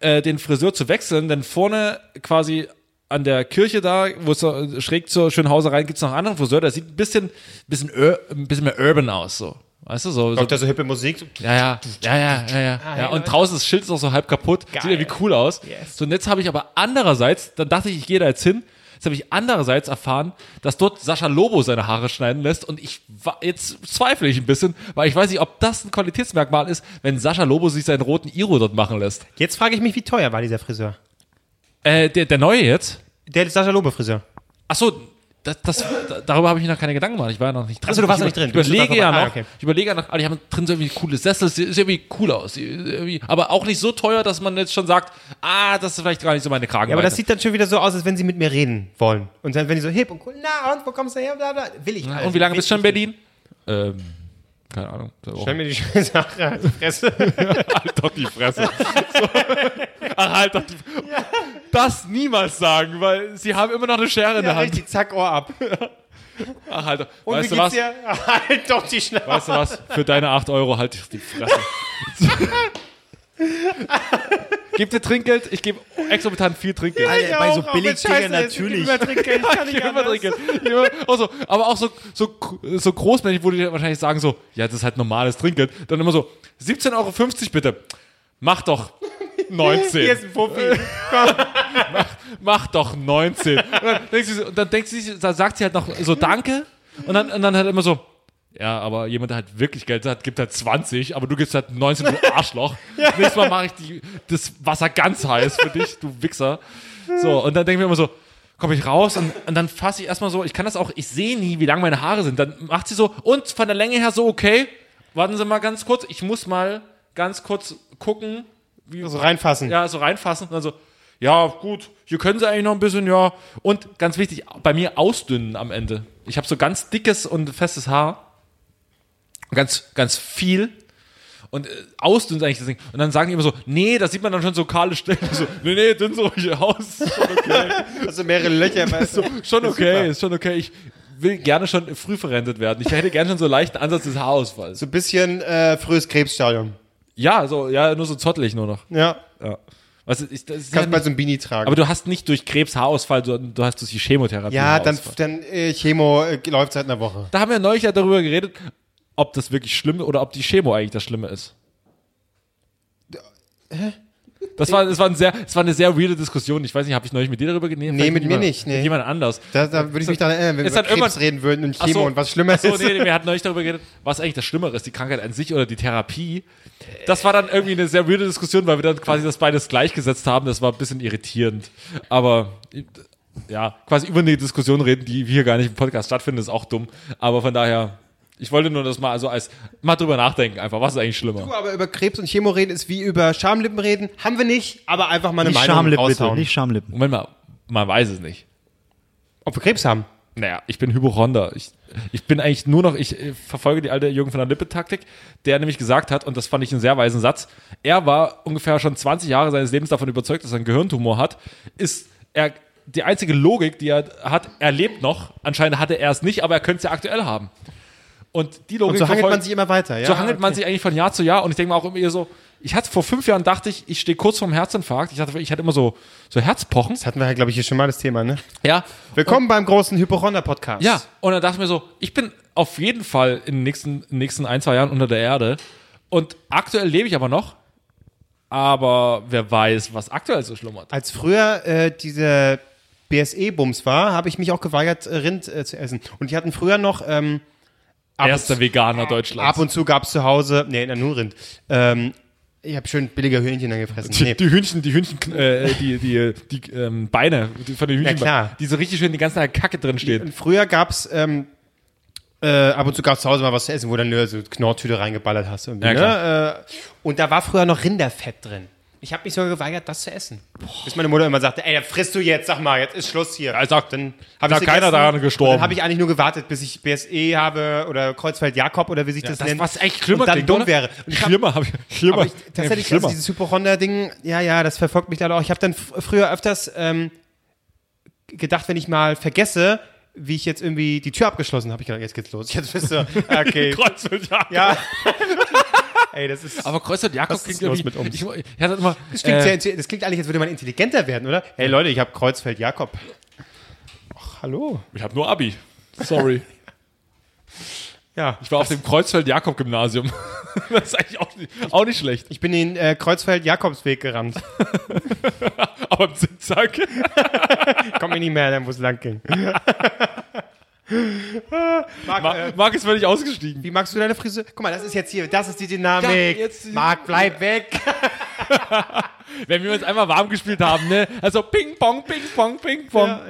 Speaker 2: äh, den Friseur zu wechseln, denn vorne quasi an der Kirche da, wo es so äh, schräg zur Schönhauser rein, gibt es noch einen anderen Friseur, der sieht ein bisschen, bisschen, ur- ein bisschen mehr urban aus, so. Weißt du, so, so
Speaker 1: Kommt da so hippe Musik? so-
Speaker 2: Ja, ja, ja, ja, ja, ja. ja und draußen das Schild ist auch so halb kaputt. Sieht
Speaker 1: Ah, Geil.
Speaker 2: irgendwie cool aus.
Speaker 1: Yes.
Speaker 2: So, und jetzt habe ich aber andererseits, dann dachte ich, ich gehe da jetzt hin. Jetzt habe ich andererseits erfahren, dass dort Sascha Lobo seine Haare schneiden lässt und ich wa- jetzt zweifle ich ein bisschen, weil ich weiß nicht, ob das ein Qualitätsmerkmal ist, wenn Sascha Lobo sich seinen roten Iro dort machen lässt.
Speaker 1: Jetzt frage ich mich, wie teuer war dieser Friseur?
Speaker 2: Äh, der, der neue jetzt?
Speaker 1: Der Sascha Lobe Friseur.
Speaker 2: Ach so, das, das, da- darüber habe ich mir noch keine Gedanken gemacht. Ich war ja noch Also nicht drin.
Speaker 1: Ach so, du warst
Speaker 2: ich
Speaker 1: noch nicht drin.
Speaker 2: Ich
Speaker 1: Du bist
Speaker 2: überlege
Speaker 1: noch
Speaker 2: ja noch.
Speaker 1: vorbei. Ah, okay.
Speaker 2: Ich überlege ja noch. Aber die haben drin so irgendwie coole Sessel. Sieht sieht irgendwie cool aus. Sieht Irgendwie, aber auch nicht so teuer, dass man jetzt schon sagt, ah, das ist vielleicht gar nicht so meine Kragen.
Speaker 1: Ja, aber das sieht dann schon wieder so aus, als wenn sie mit mir reden wollen. Und dann, wenn die so hip und cool, na und, wo kommst du her, bla bla, will ich. alles.
Speaker 2: Ah, Und wie lange bist du schon in
Speaker 1: Will ich
Speaker 2: Berlin? Ähm, keine Ahnung. Zwei Wochen.
Speaker 1: nicht. Stell mir die schöne Sache an die Fresse.
Speaker 2: halt doch die Fresse. So. Ach, halt doch die Fresse. Das niemals sagen, weil sie haben immer noch eine Schere in der
Speaker 1: Ja,
Speaker 2: Hand.
Speaker 1: richtig, zack, Ohr ab.
Speaker 2: Ach, halt doch.
Speaker 1: Und
Speaker 2: weißt
Speaker 1: wie
Speaker 2: du
Speaker 1: geht's
Speaker 2: was?
Speaker 1: dir? Halt doch die Schnauze.
Speaker 2: Weißt du was? Für deine 8 Euro halte ich die Fresse. Gib dir Trinkgeld, ich gebe exorbitant viel Trinkgeld.
Speaker 3: Alter, bei so Billigdingern
Speaker 1: Ich
Speaker 3: natürlich.
Speaker 1: immer Trinkgeld, kann ich
Speaker 2: Gib mir
Speaker 1: anders.
Speaker 2: Trinkgeld. Gib mir- auch oh, so- aber auch so, so, so großmännlich würde ich wahrscheinlich sagen, so, ja, das ist halt normales Trinkgeld. Dann immer so, 17,50 Euro bitte. Mach doch 19.
Speaker 1: Hier ist ein Puffi. Komm.
Speaker 2: mach doch 19. Und dann, denkt sie, so- und dann, denkt sie, dann sagt sie halt noch so Danke und dann, und dann halt immer so, ja, aber jemand, der halt wirklich Geld hat, gibt halt 20, aber du gibst halt 19, du Arschloch. Nächstes Mal mache ich die, das Wasser ganz heiß für dich, du Wichser. So, und dann denken wir immer so, komme ich raus und, und dann fasse ich erstmal so, ich kann das auch, ich sehe nie, wie lang meine Haare sind. Dann macht sie so, und von der Länge her so, okay, warten Sie mal ganz kurz, ich muss mal ganz kurz gucken, wie,
Speaker 1: So reinfassen.
Speaker 2: ja, so reinfassen und dann so, ja, gut, hier können sie eigentlich noch ein bisschen, ja. Und ganz wichtig, bei mir ausdünnen am Ende. Ich habe so ganz dickes und festes Haar. Ganz, ganz viel. Und äh, ausdünnen ist eigentlich das Ding. Und dann sagen die immer so, nee, da sieht man dann schon so kahle Stellen. So, nee, nee, dünn so ruhig aus. Schon okay,
Speaker 1: Also mehrere Löcher, weißt du.
Speaker 2: schon okay, ist schon okay. Ich will gerne schon früh verrentet werden. Ich hätte gerne schon so einen leichten Ansatz des Haarausfalls.
Speaker 1: So ein bisschen äh, frühes Krebsstadium.
Speaker 2: Ja, so, ja, nur so zottelig nur noch.
Speaker 1: Ja.
Speaker 2: Ja. Was ist, das ist ja
Speaker 1: Kannst
Speaker 2: nicht-
Speaker 1: mal so ein Beanie tragen.
Speaker 2: Aber du hast nicht durch Krebs Haarausfall, sondern du hast durch die Chemotherapie.
Speaker 1: ja, dann,
Speaker 2: Haarausfall.
Speaker 1: dann äh, Chemo äh, läuft seit einer Woche.
Speaker 2: Da haben wir neulich ja darüber geredet, ob das wirklich schlimm oder ob die Chemo eigentlich das Schlimme ist. Das war, das, war ein sehr, das war eine sehr weirde Diskussion. Ich weiß nicht, habe ich neulich mit dir darüber geredet? Vielleicht
Speaker 1: mit mir
Speaker 2: jemand-
Speaker 1: nicht, nee.
Speaker 2: Mit jemand anders.
Speaker 1: Da, da würde ich mich daran erinnern, wenn
Speaker 2: Ist
Speaker 1: wir über
Speaker 2: dann
Speaker 1: Krebs
Speaker 2: irgendwann-
Speaker 1: reden würden und
Speaker 2: Ach
Speaker 1: Chemo
Speaker 2: so.
Speaker 1: und was Schlimmer
Speaker 2: Ach so,
Speaker 1: ist.
Speaker 2: nee, nee, wir hatten neulich darüber geredet, was eigentlich das Schlimmere ist, die Krankheit an sich oder die Therapie. Das war dann irgendwie eine sehr weirde Diskussion, weil wir dann quasi das beides gleichgesetzt haben. Das war ein bisschen irritierend. Aber ja, quasi über eine Diskussion reden, die hier gar nicht im Podcast stattfindet, ist auch dumm. Aber von daher, ich wollte nur das mal also als mal drüber nachdenken, einfach, was ist eigentlich schlimmer?
Speaker 1: Aber über Krebs und Chemo reden ist wie über Schamlippen reden. Haben wir nicht, aber einfach mal eine
Speaker 3: Nicht
Speaker 1: Meinung
Speaker 3: Schamlippen, bitte.
Speaker 1: raushauen.
Speaker 3: Nicht Schamlippen.
Speaker 2: Moment mal, man weiß es nicht.
Speaker 1: Ob wir Krebs haben?
Speaker 2: Naja, ich bin Hypochonder. Ich, ich bin eigentlich nur noch, ich äh, verfolge die alte Jürgen von der Lippe-Taktik, der nämlich gesagt hat, und das fand ich einen sehr weisen Satz, er war ungefähr schon 20 Jahre seines Lebens davon überzeugt, dass er einen Gehirntumor hat, ist er die einzige Logik, die er hat, er lebt noch. Anscheinend hatte er es nicht, aber er könnte es ja aktuell haben. Und die Logik
Speaker 1: Und so hangelt
Speaker 2: verfolgt-
Speaker 1: man sich immer weiter, ja?
Speaker 2: so hangelt man sich eigentlich von Jahr zu Jahr und ich denke mal auch immer eher so, ich hatte vor fünf Jahren dachte ich, ich stehe kurz vorm Herzinfarkt. Ich dachte, ich hatte immer so, so Herzpochen.
Speaker 1: Das hatten wir ja, glaube ich, hier schon mal das Thema, ne?
Speaker 2: Ja.
Speaker 1: Willkommen beim großen Hypochonder-Podcast.
Speaker 2: Ja, und dann dachte ich mir so, ich bin auf jeden Fall in den nächsten, in den nächsten ein, zwei Jahren unter der Erde. Und aktuell lebe ich aber noch. aber wer weiß, was aktuell so schlummert.
Speaker 1: Als früher äh, diese BSE-Bums war, habe ich mich auch geweigert, äh, Rind äh, zu essen. Und die hatten früher noch ähm, ab,
Speaker 2: Erster Veganer Deutschlands.
Speaker 1: ab und zu gab es zu Hause, nee, na, nur Rind. Ähm, ich habe schön billige Hühnchen dann gefressen.
Speaker 2: Die,
Speaker 1: Nee.
Speaker 2: die Hühnchen, die Hühnchen, äh, die, die, die ähm, Beine die- von den Hühnchen,
Speaker 1: klar.
Speaker 2: die so richtig schön die ganze Kacke drin steht.
Speaker 1: Früher gab es ähm, äh, ab und zu gab es zu Hause mal was zu essen, wo dann nur so Knorrtüte reingeballert hast. irgendwie,
Speaker 2: Ja,
Speaker 1: ne? äh, und da war früher noch Rinderfett drin. Ich habe mich sogar geweigert, das zu essen. Bis meine Mutter immer sagte, ey, da frisst du jetzt, sag mal, jetzt ist Schluss hier. Also,
Speaker 2: Ja, sagt-
Speaker 1: dann
Speaker 2: sagt keiner daran gestorben.
Speaker 1: Dann habe ich eigentlich nur gewartet, bis ich BSE habe oder Kreuzfeld-Jakob oder wie sich das, nennt.
Speaker 2: echt
Speaker 1: und dann dumm wäre. Und ich habe
Speaker 2: Schlimmer, hab ich, schlimmer.
Speaker 1: aber ich, tatsächlich,
Speaker 2: schlimmer.
Speaker 1: also dieses Hypochonder-Ding, ja, ja, das verfolgt mich leider auch. Ich habe dann fr- früher öfters ähm, gedacht, wenn ich mal vergesse, wie ich jetzt irgendwie die Tür abgeschlossen habe, ich gedacht, jetzt geht's los. Jetzt bist du, okay.
Speaker 2: Kreuzfeld, ja.
Speaker 1: ja. Ey, das ist.
Speaker 2: Aber Kreuzfeld Jakob
Speaker 1: Was
Speaker 2: klingt
Speaker 1: ist los
Speaker 2: irgendwie,
Speaker 1: mit uns?
Speaker 2: ich, ich hatte immer,
Speaker 1: das, klingt
Speaker 2: äh,
Speaker 1: sehr, das klingt eigentlich, als würde man intelligenter werden, oder? Hey Leute, ich habe Kreuzfeld Jakob. Ach, hallo.
Speaker 2: ich habe nur Abi. Sorry.
Speaker 1: Ja.
Speaker 2: Ich war auf dem Kreuzfeld-Jakob-Gymnasium. das ist eigentlich auch nicht, auch nicht schlecht.
Speaker 1: Ich bin den äh, Kreuzfeld-Jakobsweg gerannt.
Speaker 2: Aber im Zickzack.
Speaker 1: Komm mir nicht mehr dann, wo es lang ging. Marc, äh,
Speaker 2: Ma- Marc ist völlig ausgestiegen.
Speaker 1: Wie magst du deine Frisur? Guck mal, das ist jetzt hier, das ist die Dynamik.
Speaker 2: Ja, jetzt-
Speaker 1: Marc, bleib weg.
Speaker 2: Wenn wir uns einmal warm gespielt haben, ne? Also Ping Pong, Ping Pong, Ping Pong.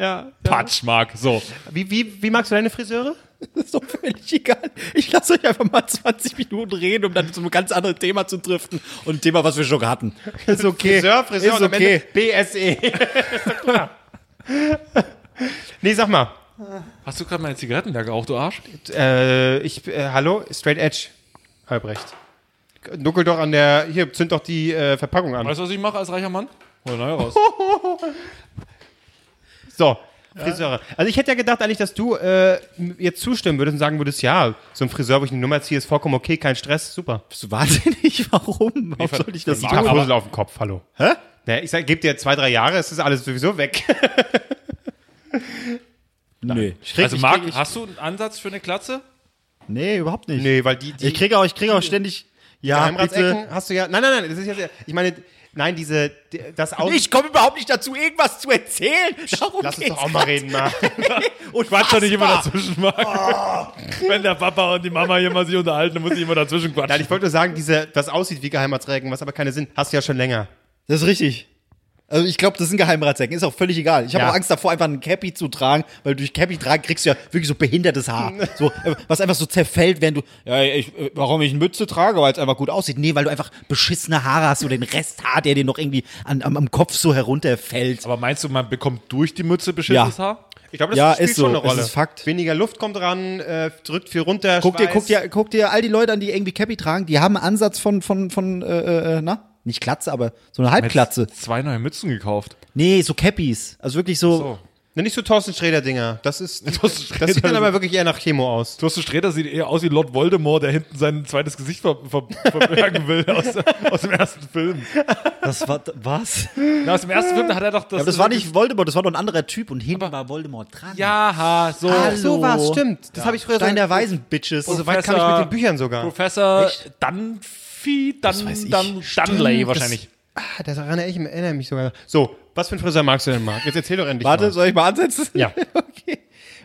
Speaker 2: Patsch, Marc. So.
Speaker 1: Wie, wie, wie magst du deine Friseure?
Speaker 3: Das ist doch völlig egal. Ich lasse euch einfach mal 20 Minuten reden, um dann zu einem ganz anderen Thema zu driften. Und ein Thema, was wir schon hatten.
Speaker 1: Ist okay. Friseur, Friseur,
Speaker 3: Ist
Speaker 1: und am
Speaker 3: okay.
Speaker 1: Ende E. BSE. ist doch klar. nee, sag mal.
Speaker 2: Hast du gerade meine Zigaretten da geraucht, du Arsch?
Speaker 1: Äh, ich, äh, hallo, Straight Edge, Halbrecht. Nuckel doch an der, hier, zünd doch die äh, Verpackung an.
Speaker 2: Weißt du, was ich mache als reicher Mann? Hol neu raus.
Speaker 1: So, Friseure. Also ich hätte ja gedacht eigentlich, dass du äh, m- jetzt zustimmen würdest und sagen würdest, ja, so ein Friseur, wo ich eine Nummer ziehe, ist vollkommen okay, kein Stress, super.
Speaker 3: Bist du wahnsinnig? Warum? Warum soll ich das tun?
Speaker 1: Karfussel auf dem Kopf, hallo. Hä? Na, ich sag, gib dir zwei, drei Jahre, es ist alles sowieso weg.
Speaker 3: Nee. Ich krieg,
Speaker 2: Also
Speaker 3: ich
Speaker 2: Marc,
Speaker 3: krieg, ich,
Speaker 2: hast du einen Ansatz für eine Klatze?
Speaker 3: nee, überhaupt nicht.
Speaker 1: nee, weil die, die
Speaker 3: Ich kriege auch, ich kriege auch ständig. Ja, bitte.
Speaker 1: Geheimratsecken hast du ja. Nein, nein, nein, das ist jetzt. Ich meine, nein, diese. die- Das Auto.
Speaker 3: Ich komme überhaupt nicht dazu, irgendwas zu erzählen. Darum
Speaker 1: Lass uns
Speaker 3: geht's
Speaker 1: doch auch mal reden, mal.
Speaker 3: Und
Speaker 2: Quatsch doch nicht immer
Speaker 3: fassbar.
Speaker 2: dazwischen, Marc. Wenn der Papa und die Mama hier mal sich unterhalten, dann muss ich immer dazwischen quatschen.
Speaker 1: Nein, ich wollte nur sagen, diese, das aussieht wie Geheimratsecken, was aber keine Sinn. Hast du ja schon länger.
Speaker 3: Das ist richtig. Also ich glaube, das sind Geheimratsecken. Ist auch völlig egal. Ich habe
Speaker 1: Ja.
Speaker 3: auch Angst davor, einfach einen Cappy zu tragen, weil durch Cappy tragen kriegst du ja wirklich so behindertes Haar. So, äh, was einfach so zerfällt, wenn du. Ja, ich, äh, warum ich eine Mütze trage, weil es einfach gut aussieht. Nee, weil du einfach beschissene Haare hast oder den Rest Haar, der dir noch irgendwie an, am, am Kopf so herunterfällt.
Speaker 2: Aber meinst du, man bekommt durch die Mütze beschissenes
Speaker 3: Ja.
Speaker 2: Haar?
Speaker 1: Ich glaube, das
Speaker 3: Ja,
Speaker 1: spielt
Speaker 3: ist so.
Speaker 1: schon eine
Speaker 3: Es
Speaker 1: Rolle.
Speaker 3: ist Fakt.
Speaker 1: Weniger Luft kommt ran, äh, drückt viel runter.
Speaker 3: Guck dir,
Speaker 1: Schweiß.
Speaker 3: guck dir, guck dir all die Leute an, die irgendwie Cappy tragen, die haben einen Ansatz von, von, von, äh, äh, na? Nicht Klatze, aber so eine Halbklatze.
Speaker 2: Zwei neue Mützen gekauft.
Speaker 3: Nee, so Cappies. Also wirklich so.
Speaker 2: So.
Speaker 1: Ne, nicht so Thorsten Schrader-Dinger. Das ist.
Speaker 2: Thorsten
Speaker 1: Das sieht dann
Speaker 2: Sträter-
Speaker 1: aber wirklich eher nach Chemo aus.
Speaker 2: Thorsten Sträter sieht eher aus wie Lord Voldemort, der hinten sein zweites Gesicht ver ver verbergen will aus, aus dem ersten Film.
Speaker 3: Das war, was?
Speaker 2: Na, aus dem ersten Film da hat er doch das.
Speaker 3: Ja, aber das war nicht Voldemort, das war doch ein anderer Typ und hinten war Voldemort dran.
Speaker 2: Ja, ha, so.
Speaker 3: Hallo.
Speaker 1: So war's, stimmt. Das habe ich früher
Speaker 3: Stein
Speaker 1: so.
Speaker 3: der Weisen, Bitches.
Speaker 1: So weit kam ich mit den Büchern sogar.
Speaker 2: Professor Dunphy,
Speaker 3: weiß ich.
Speaker 2: Dun, Dun, Dunley
Speaker 1: Stimmt,
Speaker 2: wahrscheinlich.
Speaker 1: Ah, daran erinnere ich, erinnere ich mich sogar. So, was für ein Friseur magst du denn, Marc? Jetzt erzähl doch endlich
Speaker 3: Warte,
Speaker 1: mal.
Speaker 3: soll ich mal ansetzen?
Speaker 1: Ja.
Speaker 3: okay.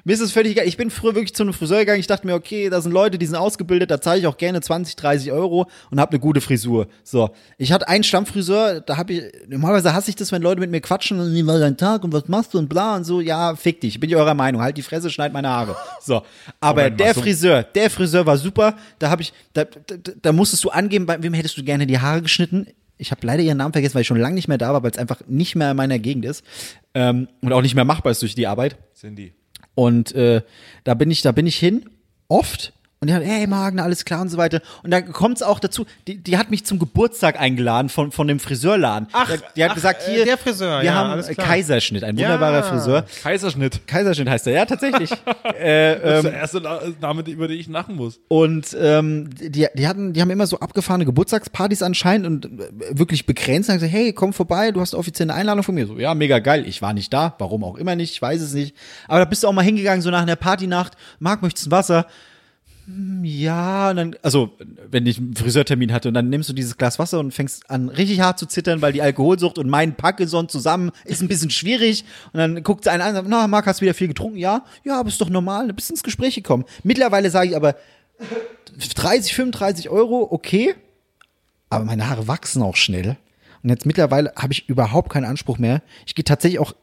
Speaker 3: Mir ist es völlig egal. Ich bin früher wirklich zu einem Friseur gegangen. Ich dachte mir, okay, da sind Leute, die sind ausgebildet, da zahle ich auch gerne 20, 30 Euro und habe eine gute Frisur. So. Ich hatte einen Stammfriseur, da habe ich, normalerweise hasse ich das, wenn Leute mit mir quatschen und wie war dein Tag und was machst du und bla und so. Ja, fick dich. Ich bin ja eurer Meinung. Halt die Fresse, schneid meine Haare. So. Aber der Friseur, der Friseur war super. Da habe ich, da, da, da- da musstest du angeben, bei wem hättest du gerne die Haare geschnitten. Ich habe leider ihren Namen vergessen, weil ich schon lange nicht mehr da war, weil es einfach nicht mehr in meiner Gegend ist ähm, und auch nicht mehr machbar ist durch die Arbeit.
Speaker 2: Cindy.
Speaker 3: Und äh, da bin ich, da bin ich hin, oft. Und die hat, hey Magen, alles klar und so weiter. Und dann kommt es auch dazu, die, die hat mich zum Geburtstag eingeladen von, von dem Friseurladen.
Speaker 1: Ach,
Speaker 3: die, die hat
Speaker 1: ach,
Speaker 3: gesagt,
Speaker 1: äh,
Speaker 3: hier,
Speaker 1: der Friseur,
Speaker 3: wir
Speaker 1: ja,
Speaker 3: haben
Speaker 1: alles
Speaker 3: äh,
Speaker 1: klar.
Speaker 3: Kaiserschnitt, ein wunderbarer Friseur. Ähm,
Speaker 2: Kaiserschnitt.
Speaker 3: Kaiserschnitt heißt er, ja, tatsächlich.
Speaker 2: Das ist der erste Na- Name, die- über den ich lachen muss.
Speaker 3: Und ähm, die, die, hatten, die haben immer so abgefahrene Geburtstagspartys anscheinend und äh, wirklich begrenzt. Dann gesagt, hey, komm vorbei, du hast eine offizielle Einladung von mir. So, ja, mega geil. Ich war nicht da, warum auch immer nicht, ich weiß es nicht. Aber da bist du auch mal hingegangen, so nach einer Partynacht. Marc, möchtest du ein Wasser? hm, ja, und dann, also wenn ich einen Friseurtermin hatte und dann nimmst du dieses Glas Wasser und fängst an richtig hart zu zittern, weil die Alkoholsucht und mein Parkinson zusammen ist ein bisschen schwierig und dann guckt sie einen an und sagt, na, Marc, hast du wieder viel getrunken? Ja, ja, aber ist doch normal, du bist ins Gespräch gekommen. Mittlerweile sage ich aber 30, 35 Euro, okay, aber meine Haare wachsen auch schnell. Und jetzt mittlerweile habe ich überhaupt keinen Anspruch mehr. Ich gehe tatsächlich auch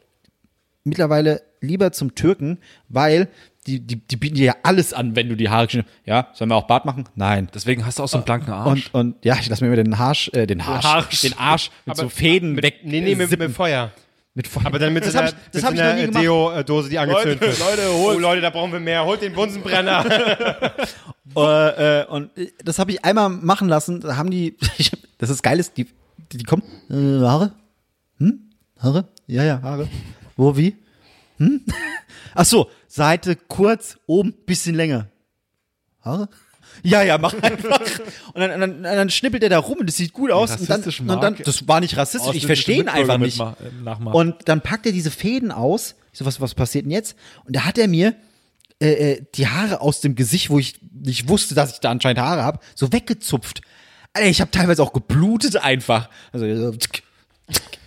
Speaker 3: mittlerweile lieber zum Türken, weil die, die, die bieten dir ja alles an, wenn du die Haare geschnitten Ja, sollen wir auch Bart machen? Nein.
Speaker 2: Deswegen hast du auch so einen blanken Arsch.
Speaker 3: Und, und ja, ich lasse mir immer den Harsch, äh, den Harsch,
Speaker 2: Harsch.
Speaker 3: den Arsch mit so Fäden weg.
Speaker 1: Nee, nee, mit,
Speaker 3: sippen.
Speaker 1: mit Feuer.
Speaker 3: Mit Feuer.
Speaker 1: Aber dann mit
Speaker 3: das
Speaker 1: so
Speaker 3: habe ich,
Speaker 1: einer,
Speaker 3: das
Speaker 1: mit
Speaker 3: hab
Speaker 1: so
Speaker 3: ich noch nie
Speaker 1: einer
Speaker 3: gemacht.
Speaker 1: Deo-Dose, die angezündet wird.
Speaker 2: Leute,
Speaker 1: oh Leute, da brauchen wir mehr. Holt den Bunsenbrenner.
Speaker 3: Äh, äh, und äh, das habe ich einmal machen lassen. Da haben die, ich hab, das ist geiles, die, die, die kommen, äh, Haare? Hm? Haare? Ja, ja, Haare. Wo, wie? Hm? Ach so, Seite kurz, oben, bisschen länger. Haare? Ja, ja, mach einfach. Und dann, dann, dann- dann schnippelt er da rum und das sieht gut aus. Und dann,
Speaker 2: rassistischen
Speaker 3: und dann,
Speaker 2: Mark-
Speaker 3: das war nicht rassistisch, ich verstehe ihn einfach nicht.
Speaker 2: Und
Speaker 3: Und dann packt er diese Fäden aus. Ich so, was, was passiert denn jetzt? Und da hat er mir äh, äh, die Haare aus dem Gesicht, wo ich nicht wusste, dass ich da anscheinend Haare habe, so weggezupft. Alter, ich habe teilweise auch geblutet einfach. Also, so, tsk, tsk, tsk.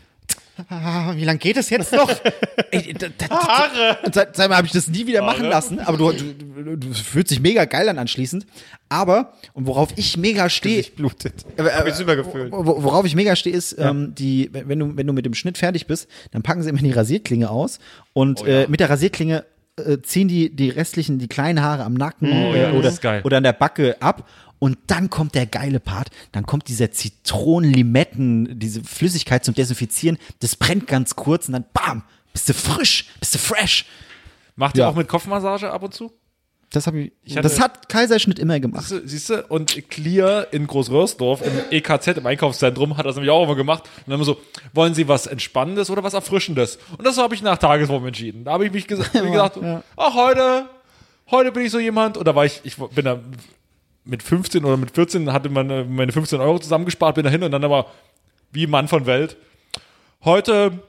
Speaker 3: Ah, wie lange geht das jetzt noch? Ey, da, da, da, Haare! Und seit, seitdem habe ich das nie wieder machen lassen. Aber du, du, du, du fühlst dich mega geil an anschließend. Aber, und worauf ich mega stehe,
Speaker 1: Blutet.
Speaker 3: aber, äh,
Speaker 1: Hab ich
Speaker 3: aber,
Speaker 1: übergefüllt.
Speaker 3: wo- wo- Worauf ich mega stehe, ist, ähm, die, wenn wenn du, wenn du mit dem Schnitt fertig bist, dann packen sie immer die Rasierklinge aus und äh, mit der Rasierklinge äh, ziehen die, die restlichen, die kleinen Haare am Nacken oder,
Speaker 2: das
Speaker 3: oder,
Speaker 2: ist geil.
Speaker 3: oder an der Backe ab. Und dann kommt der geile Part, dann kommt dieser Zitronenlimetten, diese Flüssigkeit zum Desinfizieren, das brennt ganz kurz und dann bam, bist du frisch, bist du fresh.
Speaker 2: macht ihr
Speaker 3: Ja.
Speaker 2: auch mit Kopfmassage ab und zu?
Speaker 3: Das, hab ich,
Speaker 2: hatte-
Speaker 3: das hat Kaiserschnitt immer gemacht.
Speaker 2: Siehst du? Und Clear in Großröhrsdorf im EKZ im Einkaufszentrum hat das nämlich auch immer gemacht. Und dann immer so, wollen Sie was Entspannendes oder was Erfrischendes? Und das habe ich nach Tagesform entschieden. Da habe ich mich gesagt, wie gesagt, ach heute, heute bin ich so jemand. Und da war ich, ich bin da mit 15 oder mit 14 hatte man äh, meine 15 Euro zusammengespart, bin dahin und dann aber wie Mann von Welt. Heute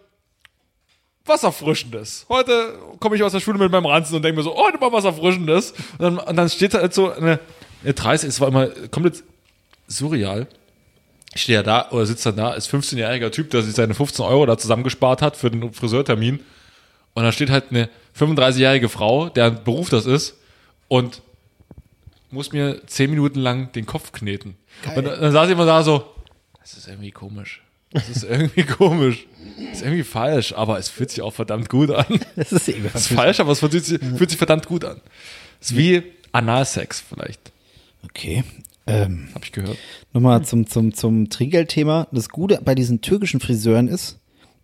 Speaker 2: was Erfrischendes. Heute komme ich aus der Schule mit meinem Ranzen und denke mir so, heute mal was Erfrischendes. Und dann, und dann steht da halt so eine, eine 30, es war immer komplett surreal. Ich stehe ja da oder sitze dann da, ist 15-jähriger Typ, der sich seine 15 Euro da zusammengespart hat für den Friseurtermin. Und da steht halt eine 35-jährige Frau, deren Beruf das ist, und muss mir 10 Minuten lang den Kopf kneten. Und dann, dann saß ich immer da so, das ist irgendwie komisch. Das ist irgendwie komisch. Das ist irgendwie falsch, aber es fühlt sich auch verdammt gut an.
Speaker 3: Das ist eh egal.
Speaker 2: Das ist falsch, aber es fühlt sich, fühlt sich verdammt gut an. Das ist wie Analsex vielleicht,
Speaker 3: Okay. Ähm.
Speaker 2: habe ich gehört.
Speaker 3: Nochmal zum, zum, zum Trinkgeldthema. Das Gute bei diesen türkischen Friseuren ist,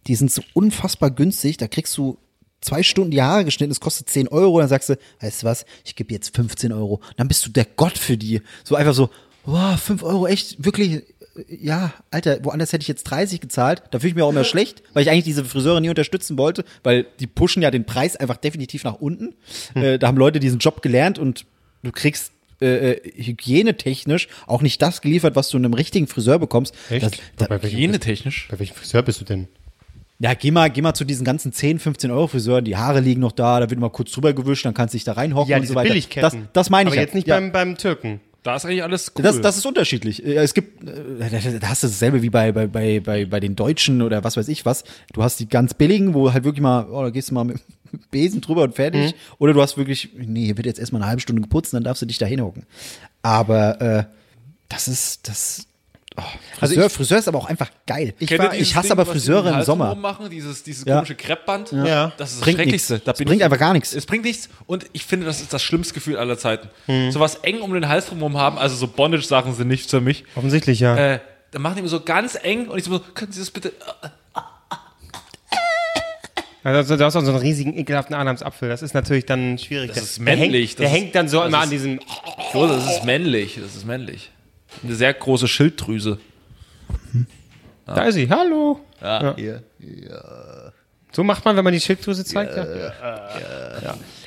Speaker 3: die sind so unfassbar günstig. Da kriegst du zwei Stunden die Haare geschnitten, das kostet 10 Euro. Dann sagst du, weißt du was, ich gebe jetzt 15 Euro. Dann bist du der Gott für die. So einfach so, wow, 5 Euro, echt, wirklich. äh, Ja, Alter, woanders hätte ich jetzt 30 gezahlt. Da fühle ich mich auch immer schlecht, weil ich eigentlich diese Friseure nie unterstützen wollte, weil die pushen ja den Preis einfach definitiv nach unten. Äh, da haben Leute diesen Job gelernt und du kriegst äh, äh, hygienetechnisch auch nicht das geliefert, was du in einem richtigen Friseur bekommst.
Speaker 1: Echt?
Speaker 3: Das, da,
Speaker 1: Bei welchem-
Speaker 2: Hygienetechnisch.
Speaker 1: Bei welchem Friseur bist du denn?
Speaker 3: ja, geh mal, geh mal zu diesen ganzen 10, 15 Euro Friseuren, die Haare liegen noch da, da wird mal kurz drüber gewischt, dann kannst du dich da reinhocken
Speaker 1: Ja,
Speaker 3: und so
Speaker 1: diese
Speaker 3: weiter.
Speaker 1: Billigketten.
Speaker 3: Das, das meine ich
Speaker 1: Aber
Speaker 3: ja.
Speaker 1: jetzt nicht
Speaker 3: ja.
Speaker 1: beim, beim Türken.
Speaker 2: Da ist eigentlich alles cool.
Speaker 3: Das, das ist unterschiedlich. Äh, Es gibt, äh, da- da hast du dasselbe wie bei, bei, bei, bei, bei den Deutschen oder was weiß ich was. Du hast die ganz billigen, wo halt wirklich mal, oh, da gehst du mal mit dem Besen drüber und fertig. Oder du hast wirklich, nee, hier wird jetzt erstmal eine halbe Stunde geputzt und dann darfst du dich da hinhocken. Aber äh, das ist, das. Oh,
Speaker 1: Also
Speaker 3: Friseur,
Speaker 1: ich-
Speaker 3: Friseur ist aber auch einfach geil. Ich,
Speaker 2: Kennt ihr dieses
Speaker 3: ich hasse
Speaker 2: Ding,
Speaker 3: aber
Speaker 2: was die um
Speaker 3: Friseure
Speaker 2: den
Speaker 3: im
Speaker 2: Hals
Speaker 3: Sommer.
Speaker 2: herum Machen, dieses, dieses
Speaker 3: Ja.
Speaker 2: komische Kreppband.
Speaker 1: Ja.
Speaker 2: Das ist das
Speaker 3: Bringt
Speaker 2: Schrecklichste.
Speaker 3: nichts. Bringt einfach gar nichts.
Speaker 2: Es bringt nichts. Und ich finde, das ist das schlimmste Gefühl aller Zeiten.
Speaker 3: Hm.
Speaker 2: Sowas eng um den Hals drumherum haben, also so Bondage-Sachen sind nichts für mich.
Speaker 1: Offensichtlich, ja.
Speaker 2: Äh, dann machen die immer so ganz eng und ich so, können Sie das bitte.
Speaker 1: Also, du hast auch so einen riesigen, ekelhaften Adamsapfel. Das ist natürlich dann schwierig. Das
Speaker 2: ist männlich.
Speaker 1: Der hängt, der
Speaker 2: Das
Speaker 1: hängt dann so
Speaker 2: das
Speaker 1: immer
Speaker 2: ist-
Speaker 1: an diesem.
Speaker 2: So, Oh, das ist männlich. Das ist männlich. Eine sehr große Schilddrüse.
Speaker 1: Da ist sie. Hallo. Ja. So macht man, wenn man die Schilddrüse zeigt. Ja. Ja.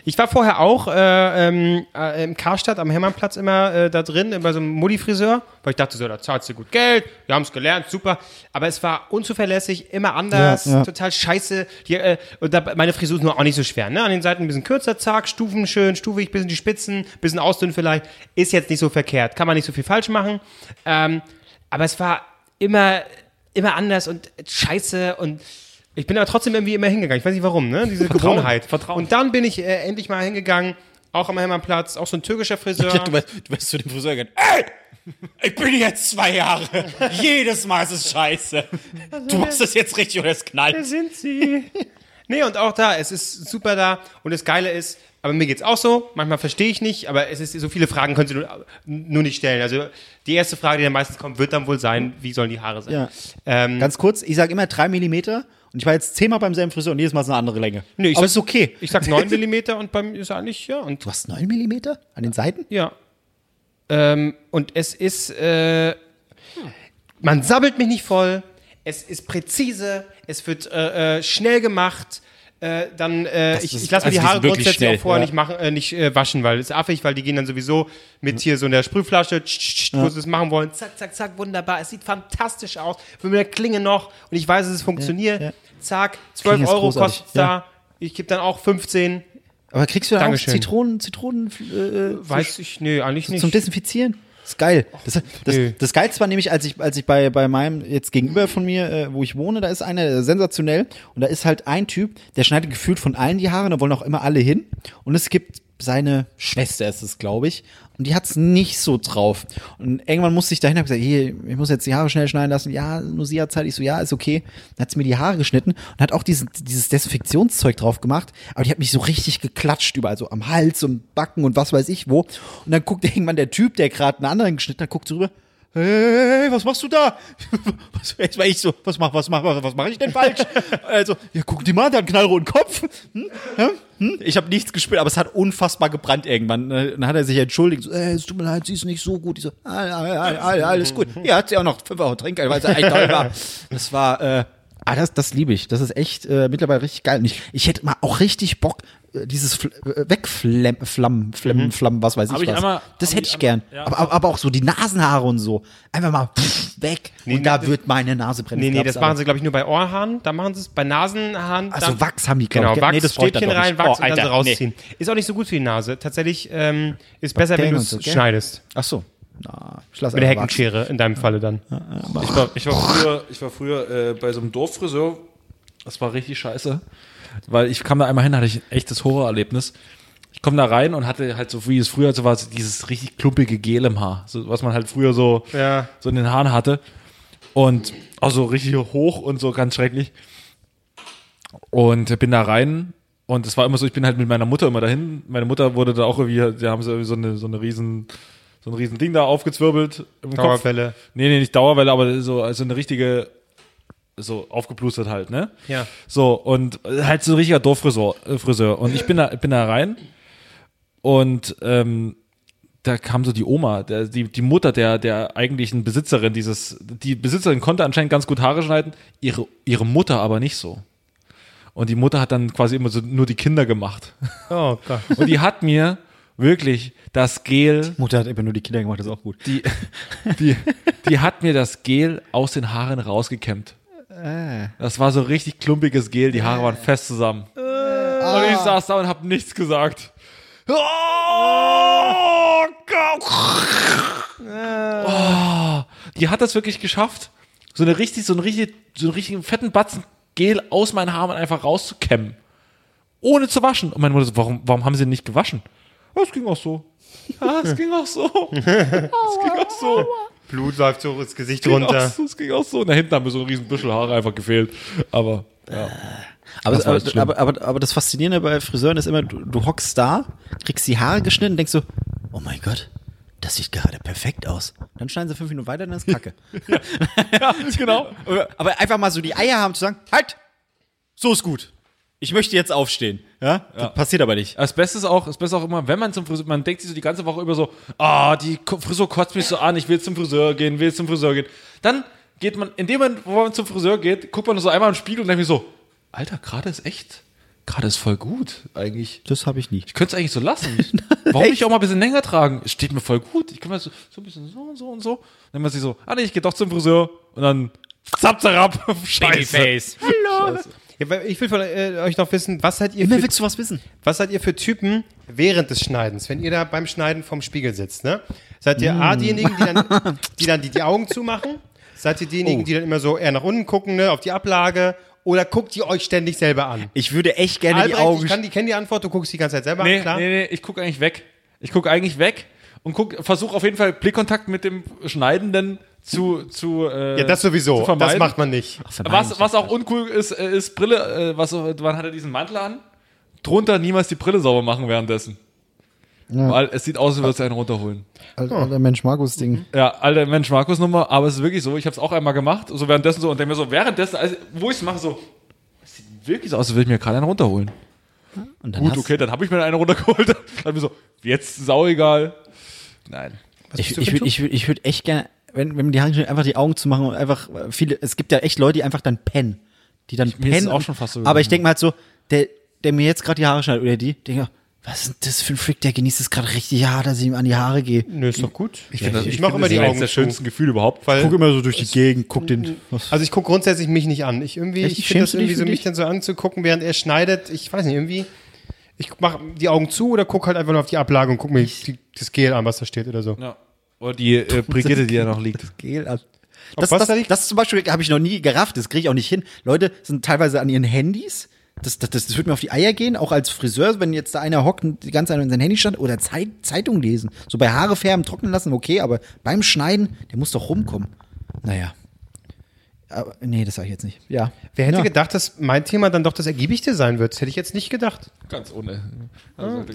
Speaker 1: Ich war vorher auch äh, ähm, äh, im Karstadt am Hermannplatz immer äh, da drin, bei so einem Mutti-Friseur, weil ich dachte so, da zahlst du gut Geld, wir haben es gelernt, super. Aber es war unzuverlässig, immer anders,
Speaker 3: Ja, ja.
Speaker 1: total scheiße. Die, äh, und da, meine Frisur ist nur auch nicht so schwer. Ne? An den Seiten ein bisschen kürzer, zack, Stufen schön, stufig, bisschen die Spitzen, bisschen ausdünnen vielleicht. Ist jetzt nicht so verkehrt, kann man nicht so viel falsch machen. Ähm, aber es war immer, immer anders und scheiße und ich bin aber trotzdem irgendwie immer hingegangen. Ich weiß nicht warum, ne? Diese Gewohnheit.
Speaker 2: Vertrauen.
Speaker 1: Und dann bin ich äh, endlich mal hingegangen, auch am Hermannplatz, auch so ein türkischer Friseur.
Speaker 7: Du weißt, du weißt zu dem Friseur gegangen. äh, Ey! Ich bin jetzt zwei Jahre. Jedes Mal ist es scheiße. Du machst das jetzt richtig oder es knallt.
Speaker 1: sind sie? nee, und auch da, es ist super da und das Geile ist, aber mir geht's auch so, manchmal verstehe ich nicht, aber es ist so viele Fragen können sie nur, nur nicht stellen. Also die erste Frage, die dann meistens kommt, wird dann wohl sein, wie sollen die Haare sein?
Speaker 3: Ja.
Speaker 1: Ähm,
Speaker 3: Ganz kurz, ich sage immer drei Millimeter und ich war jetzt zehnmal beim selben Friseur und jedes Mal ist eine andere Länge.
Speaker 1: Nee, ich
Speaker 3: Aber
Speaker 1: sag-
Speaker 3: ist okay.
Speaker 1: ich sag 9 mm und bei mir ist eigentlich, ja, und
Speaker 3: Du hast neun Millimeter an den Seiten?
Speaker 1: Ja. Ähm, und es ist, äh, man sabbelt mich nicht voll, es ist präzise, es wird äh, äh, schnell gemacht. Äh, dann, äh, ich,
Speaker 7: ist-
Speaker 1: ich lasse
Speaker 7: also
Speaker 1: mir die
Speaker 7: die
Speaker 1: Haare
Speaker 7: sind wirklich
Speaker 1: grundsätzlich
Speaker 7: schnell,
Speaker 1: auch vorher
Speaker 7: ja.
Speaker 1: nicht, machen, äh, nicht äh, waschen, weil es ist affig, weil die gehen dann sowieso mit hier so in der Sprühflasche, tsch, tsch, tsch, wo sie es machen wollen. Zack, zack, zack, wunderbar. Es sieht fantastisch aus. Mit der Klinge noch und ich weiß, dass es funktioniert.
Speaker 3: ja.
Speaker 1: Zack, 12
Speaker 3: Klinge ist
Speaker 1: Euro
Speaker 3: großartig,
Speaker 1: kostet
Speaker 3: ja.
Speaker 1: da. Ich gebe dann auch 15.
Speaker 3: Aber kriegst du da auch
Speaker 1: Dankeschön.
Speaker 3: Zitronen, Zitronen äh,
Speaker 1: Weiß ich, nee, eigentlich nicht.
Speaker 3: zum Desinfizieren? Das ist geil. Das, das,
Speaker 1: nee.
Speaker 3: das Geilste war nämlich, als ich, als ich bei, bei meinem, jetzt gegenüber von mir, äh, wo ich wohne, da ist einer äh, sensationell und da ist halt ein Typ, der schneidet gefühlt von allen die Haare, da wollen auch immer alle hin. Und es gibt seine Schwester ist es, glaube ich. Und die hat es nicht so drauf. Und irgendwann musste ich dahin, hab gesagt, hier, ich muss jetzt die Haare schnell schneiden lassen. Ja, nur sie hat Zeit. Ich so, ja, ist okay. Dann hat sie mir die Haare geschnitten und hat auch diesen, dieses Desinfektionszeug drauf gemacht. Aber die hat mich so richtig geklatscht überall, so am Hals und Backen und was weiß ich wo. Und dann guckt irgendwann der Typ, der gerade einen anderen geschnitten hat, guckt so rüber. Hey, was machst du da? Was, jetzt war ich so, was mach, was mach, was mache ich denn falsch? also, ja, guck die mal, der hat einen knallroten Kopf. Hm? Hä? Hm? Ich habe nichts gespürt, aber es hat unfassbar gebrannt irgendwann. Äh, Dann hat er sich entschuldigt. So, ey, es tut mir leid, sie ist nicht so gut. Ich so, "Ah, ah, ah, ah, alles gut. Ja, hat sie auch noch fünf Euro Trinker, weil sie eigentlich toll war. Das war, äh, ah, das, das liebe ich. Das ist echt äh, mittlerweile richtig geil. Und Ich, ich hätte mal auch richtig Bock, äh, dieses Fl äh, Wegflammen, Flammen,
Speaker 1: Mhm.
Speaker 3: Flammen, Flammen, was weiß ich
Speaker 2: Hab ich
Speaker 3: was.
Speaker 2: einmal-
Speaker 3: das
Speaker 2: hab
Speaker 3: hätte
Speaker 2: ich
Speaker 3: ich
Speaker 2: einmal-
Speaker 3: gern. Aber, aber, aber auch so die Nasenhaare und so. Einfach mal pff, weg. und da
Speaker 1: nee,
Speaker 3: wird meine Nase brennen.
Speaker 1: Nee, nee, das machen
Speaker 3: Wahnsinn.
Speaker 1: sie, glaube ich, nur bei Ohrhaaren. Da machen sie es bei Nasenhaaren.
Speaker 3: Also
Speaker 1: dann-
Speaker 3: Wachs haben die,
Speaker 1: Genau,
Speaker 3: glaub ich.
Speaker 1: Wachs,
Speaker 3: Nee, das braucht
Speaker 1: Stäbchen
Speaker 3: er doch
Speaker 1: rein,
Speaker 3: nicht.
Speaker 1: Wachs
Speaker 3: Oh,
Speaker 1: und dann
Speaker 3: Alter,
Speaker 1: so rausziehen. Ist auch nicht so gut für die Nase. Tatsächlich ähm, ist besser, wenn
Speaker 3: Bakterien
Speaker 1: du
Speaker 3: und so,
Speaker 1: es
Speaker 3: gell?
Speaker 1: schneidest.
Speaker 3: Ach so. Na, ich lasse
Speaker 1: Mit der
Speaker 3: einfach wachsen.
Speaker 1: Heckenschere in deinem Falle dann.
Speaker 2: Ich war, ich war früher, ich war früher äh, bei so einem Dorffriseur. Das war richtig scheiße. Weil ich kam da einmal hin, hatte ich ein echtes Horrorerlebnis. Ich komme da rein und hatte halt so, wie es früher so war, so dieses richtig klumpige Gel im Haar. So, was man halt früher so,
Speaker 1: Ja.
Speaker 2: so in den Haaren hatte. Und auch so richtig hoch und so ganz schrecklich. Und bin da rein. Und es war immer so, ich bin halt mit meiner Mutter immer dahin. Meine Mutter wurde da auch irgendwie, da haben sie irgendwie so eine, so eine riesen, so ein riesen Ding da aufgezwirbelt im
Speaker 1: Dauerwelle.
Speaker 2: Kopf. Nee, nee, nicht Dauerwelle, aber so also eine richtige, so aufgeplustert halt, ne?
Speaker 1: Ja.
Speaker 2: So, und halt so ein richtiger Dorffriseur. äh, Friseur. Und ich bin da, bin da rein und ähm, da kam so die Oma, der, die, die Mutter der, der eigentlichen Besitzerin dieses, die Besitzerin konnte anscheinend ganz gut Haare schneiden, ihre, ihre Mutter aber nicht so. Und die Mutter hat dann quasi immer so nur die Kinder gemacht.
Speaker 1: Oh Gott.
Speaker 2: Und die hat mir wirklich das Gel
Speaker 3: Mutter hat immer nur die Kinder gemacht, das ist auch gut.
Speaker 2: die, die, die hat mir das Gel aus den Haaren rausgekämmt. Das war so richtig klumpiges Gel, die Haare waren fest zusammen.
Speaker 3: Ah.
Speaker 2: Und ich saß da und hab nichts gesagt. Oh, Gott. oh, die hat das wirklich geschafft, so eine richtig, so einen richtig, so einen richtigen fetten Batzen Gel aus meinen Haaren einfach rauszukämmen. Ohne zu waschen. Und meine Mutter so, warum, warum haben sie nicht gewaschen? Das ging auch so. Ja, es ging auch so. Es ging auch so.
Speaker 1: Blut läuft so ins Gesicht
Speaker 2: Ging auch
Speaker 1: runter.
Speaker 2: so. Es ging auch so. Und da hinten haben wir so einen riesen Büschel Haare einfach gefehlt. Aber ja.
Speaker 3: Aber
Speaker 2: Das
Speaker 3: das,
Speaker 2: war echt
Speaker 3: aber,
Speaker 2: schlimm.
Speaker 3: aber, aber, aber das Faszinierende bei Friseuren ist immer, du, du hockst da, kriegst die Haare geschnitten, denkst so, oh mein Gott, das sieht gerade perfekt aus. Dann schneiden sie fünf Minuten weiter, dann ist Kacke.
Speaker 2: genau.
Speaker 3: aber einfach mal so die Eier haben zu sagen, halt, so ist gut. Ich möchte jetzt aufstehen. Ja? Das passiert aber nicht.
Speaker 2: Das Beste ist auch, das Beste ist auch immer, wenn man zum Friseur, man denkt sich so die ganze Woche über so, ah, die Ko- Frisur kotzt mich so an, ich will zum Friseur gehen, will zum Friseur gehen. Dann geht man, in dem Moment, wo man zum Friseur geht, guckt man so einmal im Spiegel und denkt mir so, Alter, gerade ist echt, gerade ist voll gut eigentlich.
Speaker 3: Das habe ich nie.
Speaker 2: Ich könnte es eigentlich so lassen. Warum nicht auch mal ein bisschen länger tragen? Es Steht mir voll gut. Ich kann mal so, so ein bisschen so und so und so. Dann man sich so, ah nee, ich gehe doch zum Friseur und dann zapp, zapp, Scheiße.
Speaker 7: Babyface.
Speaker 1: Ja, weil ich will von äh, euch noch wissen, was seid, ihr
Speaker 3: Immer
Speaker 1: für,
Speaker 3: willst du was wissen?
Speaker 1: was seid ihr für Typen während des Schneidens, wenn ihr da beim Schneiden vom Spiegel sitzt, ne? Seid ihr
Speaker 3: Mm.
Speaker 1: A, diejenigen, die dann, die, dann die, die Augen zumachen? Seid ihr diejenigen,
Speaker 3: Oh.
Speaker 1: die dann immer so eher nach unten gucken, ne, auf die Ablage? Oder guckt ihr euch ständig selber an?
Speaker 3: Ich würde echt gerne
Speaker 1: Albrecht, ich kann, die kenne die Antwort, du guckst die ganze Zeit selber
Speaker 2: Nee,
Speaker 1: an, klar?
Speaker 2: nee, nee, ich gucke eigentlich weg. Ich gucke eigentlich weg und guck, versuche auf jeden Fall Blickkontakt mit dem Schneidenden zu, zu äh,
Speaker 1: Ja, das
Speaker 2: zu
Speaker 1: sowieso. Das
Speaker 2: vermeiden.
Speaker 1: macht man nicht.
Speaker 2: Was, was auch uncool ist, äh, ist Brille. Äh, was, wann hat er diesen Mantel an? Drunter niemals die Brille sauber machen währenddessen. Weil es sieht aus, als würde es einen runterholen.
Speaker 8: Alter, alter Mensch, Markus
Speaker 3: Mhm.
Speaker 8: Ding.
Speaker 2: Ja, alter Mensch, Markus Nummer, aber es ist wirklich so, ich habe es auch einmal gemacht, so währenddessen so und denke mir so, währenddessen, also, wo ich es mache, so, es sieht wirklich so aus, als würde ich mir gerade einen runterholen.
Speaker 3: Und dann
Speaker 2: Gut,
Speaker 3: hast-
Speaker 2: okay, dann habe ich mir einen runtergeholt. Dann mir so, jetzt sau egal. Nein.
Speaker 3: Ich, ich, würd- ich, würd- ich würde echt gerne, wenn, wenn die Hand einfach die Augen zu machen und einfach äh, viele, es gibt ja echt Leute, die einfach dann pennen. Die dann
Speaker 2: mir
Speaker 3: pennen.
Speaker 2: ist es auch
Speaker 3: und-
Speaker 2: schon fast so
Speaker 3: aber
Speaker 2: gegangen.
Speaker 3: ich denke mal halt so, der, der mir jetzt gerade die Haare schneidet oder die, denke was ist denn das für ein Freak, der genießt es gerade richtig hart, dass ich ihm an die Haare gehe.
Speaker 1: Nö, ist doch gut. Ich,
Speaker 2: finde das-
Speaker 1: ich mache immer
Speaker 2: das ist
Speaker 1: die
Speaker 2: eines
Speaker 1: Augen
Speaker 2: der
Speaker 1: zu.
Speaker 2: schönsten Gefühle überhaupt.
Speaker 1: Weil-
Speaker 3: immer so durch die Gegend, guck den.
Speaker 1: Also ich gucke grundsätzlich mich nicht an. Ich irgendwie,
Speaker 3: Echt?
Speaker 1: ich finde das
Speaker 3: Schämst du dich
Speaker 1: irgendwie so,
Speaker 3: für
Speaker 1: mich
Speaker 3: dich?
Speaker 1: dann so anzugucken, während er schneidet. Ich weiß nicht, irgendwie, ich mache die Augen zu oder gucke halt einfach nur auf die Ablage und gucke mir die, das Gel an, was da steht oder so.
Speaker 2: Ja. Oder die äh, Brigitte, die da noch liegt.
Speaker 3: Gel ab. Das,
Speaker 1: was
Speaker 3: das,
Speaker 1: da liegt?
Speaker 3: das zum Beispiel habe ich noch nie gerafft, das kriege ich auch nicht hin. Leute sind teilweise an ihren Handys. Das, das, das, das wird mir auf die Eier gehen, auch als Friseur, wenn jetzt da einer hockt und die ganze Zeit in sein Handy stand oder Zeit, Zeitung lesen. So bei Haare färben, trocknen lassen, okay, aber beim Schneiden, der muss doch rumkommen. Naja. Aber, nee, das sage ich jetzt nicht. Ja.
Speaker 1: Wer hätte
Speaker 3: ja.
Speaker 1: gedacht, dass mein Thema dann doch das ergiebigste sein wird? Das hätte ich jetzt nicht gedacht.
Speaker 2: Ganz ohne.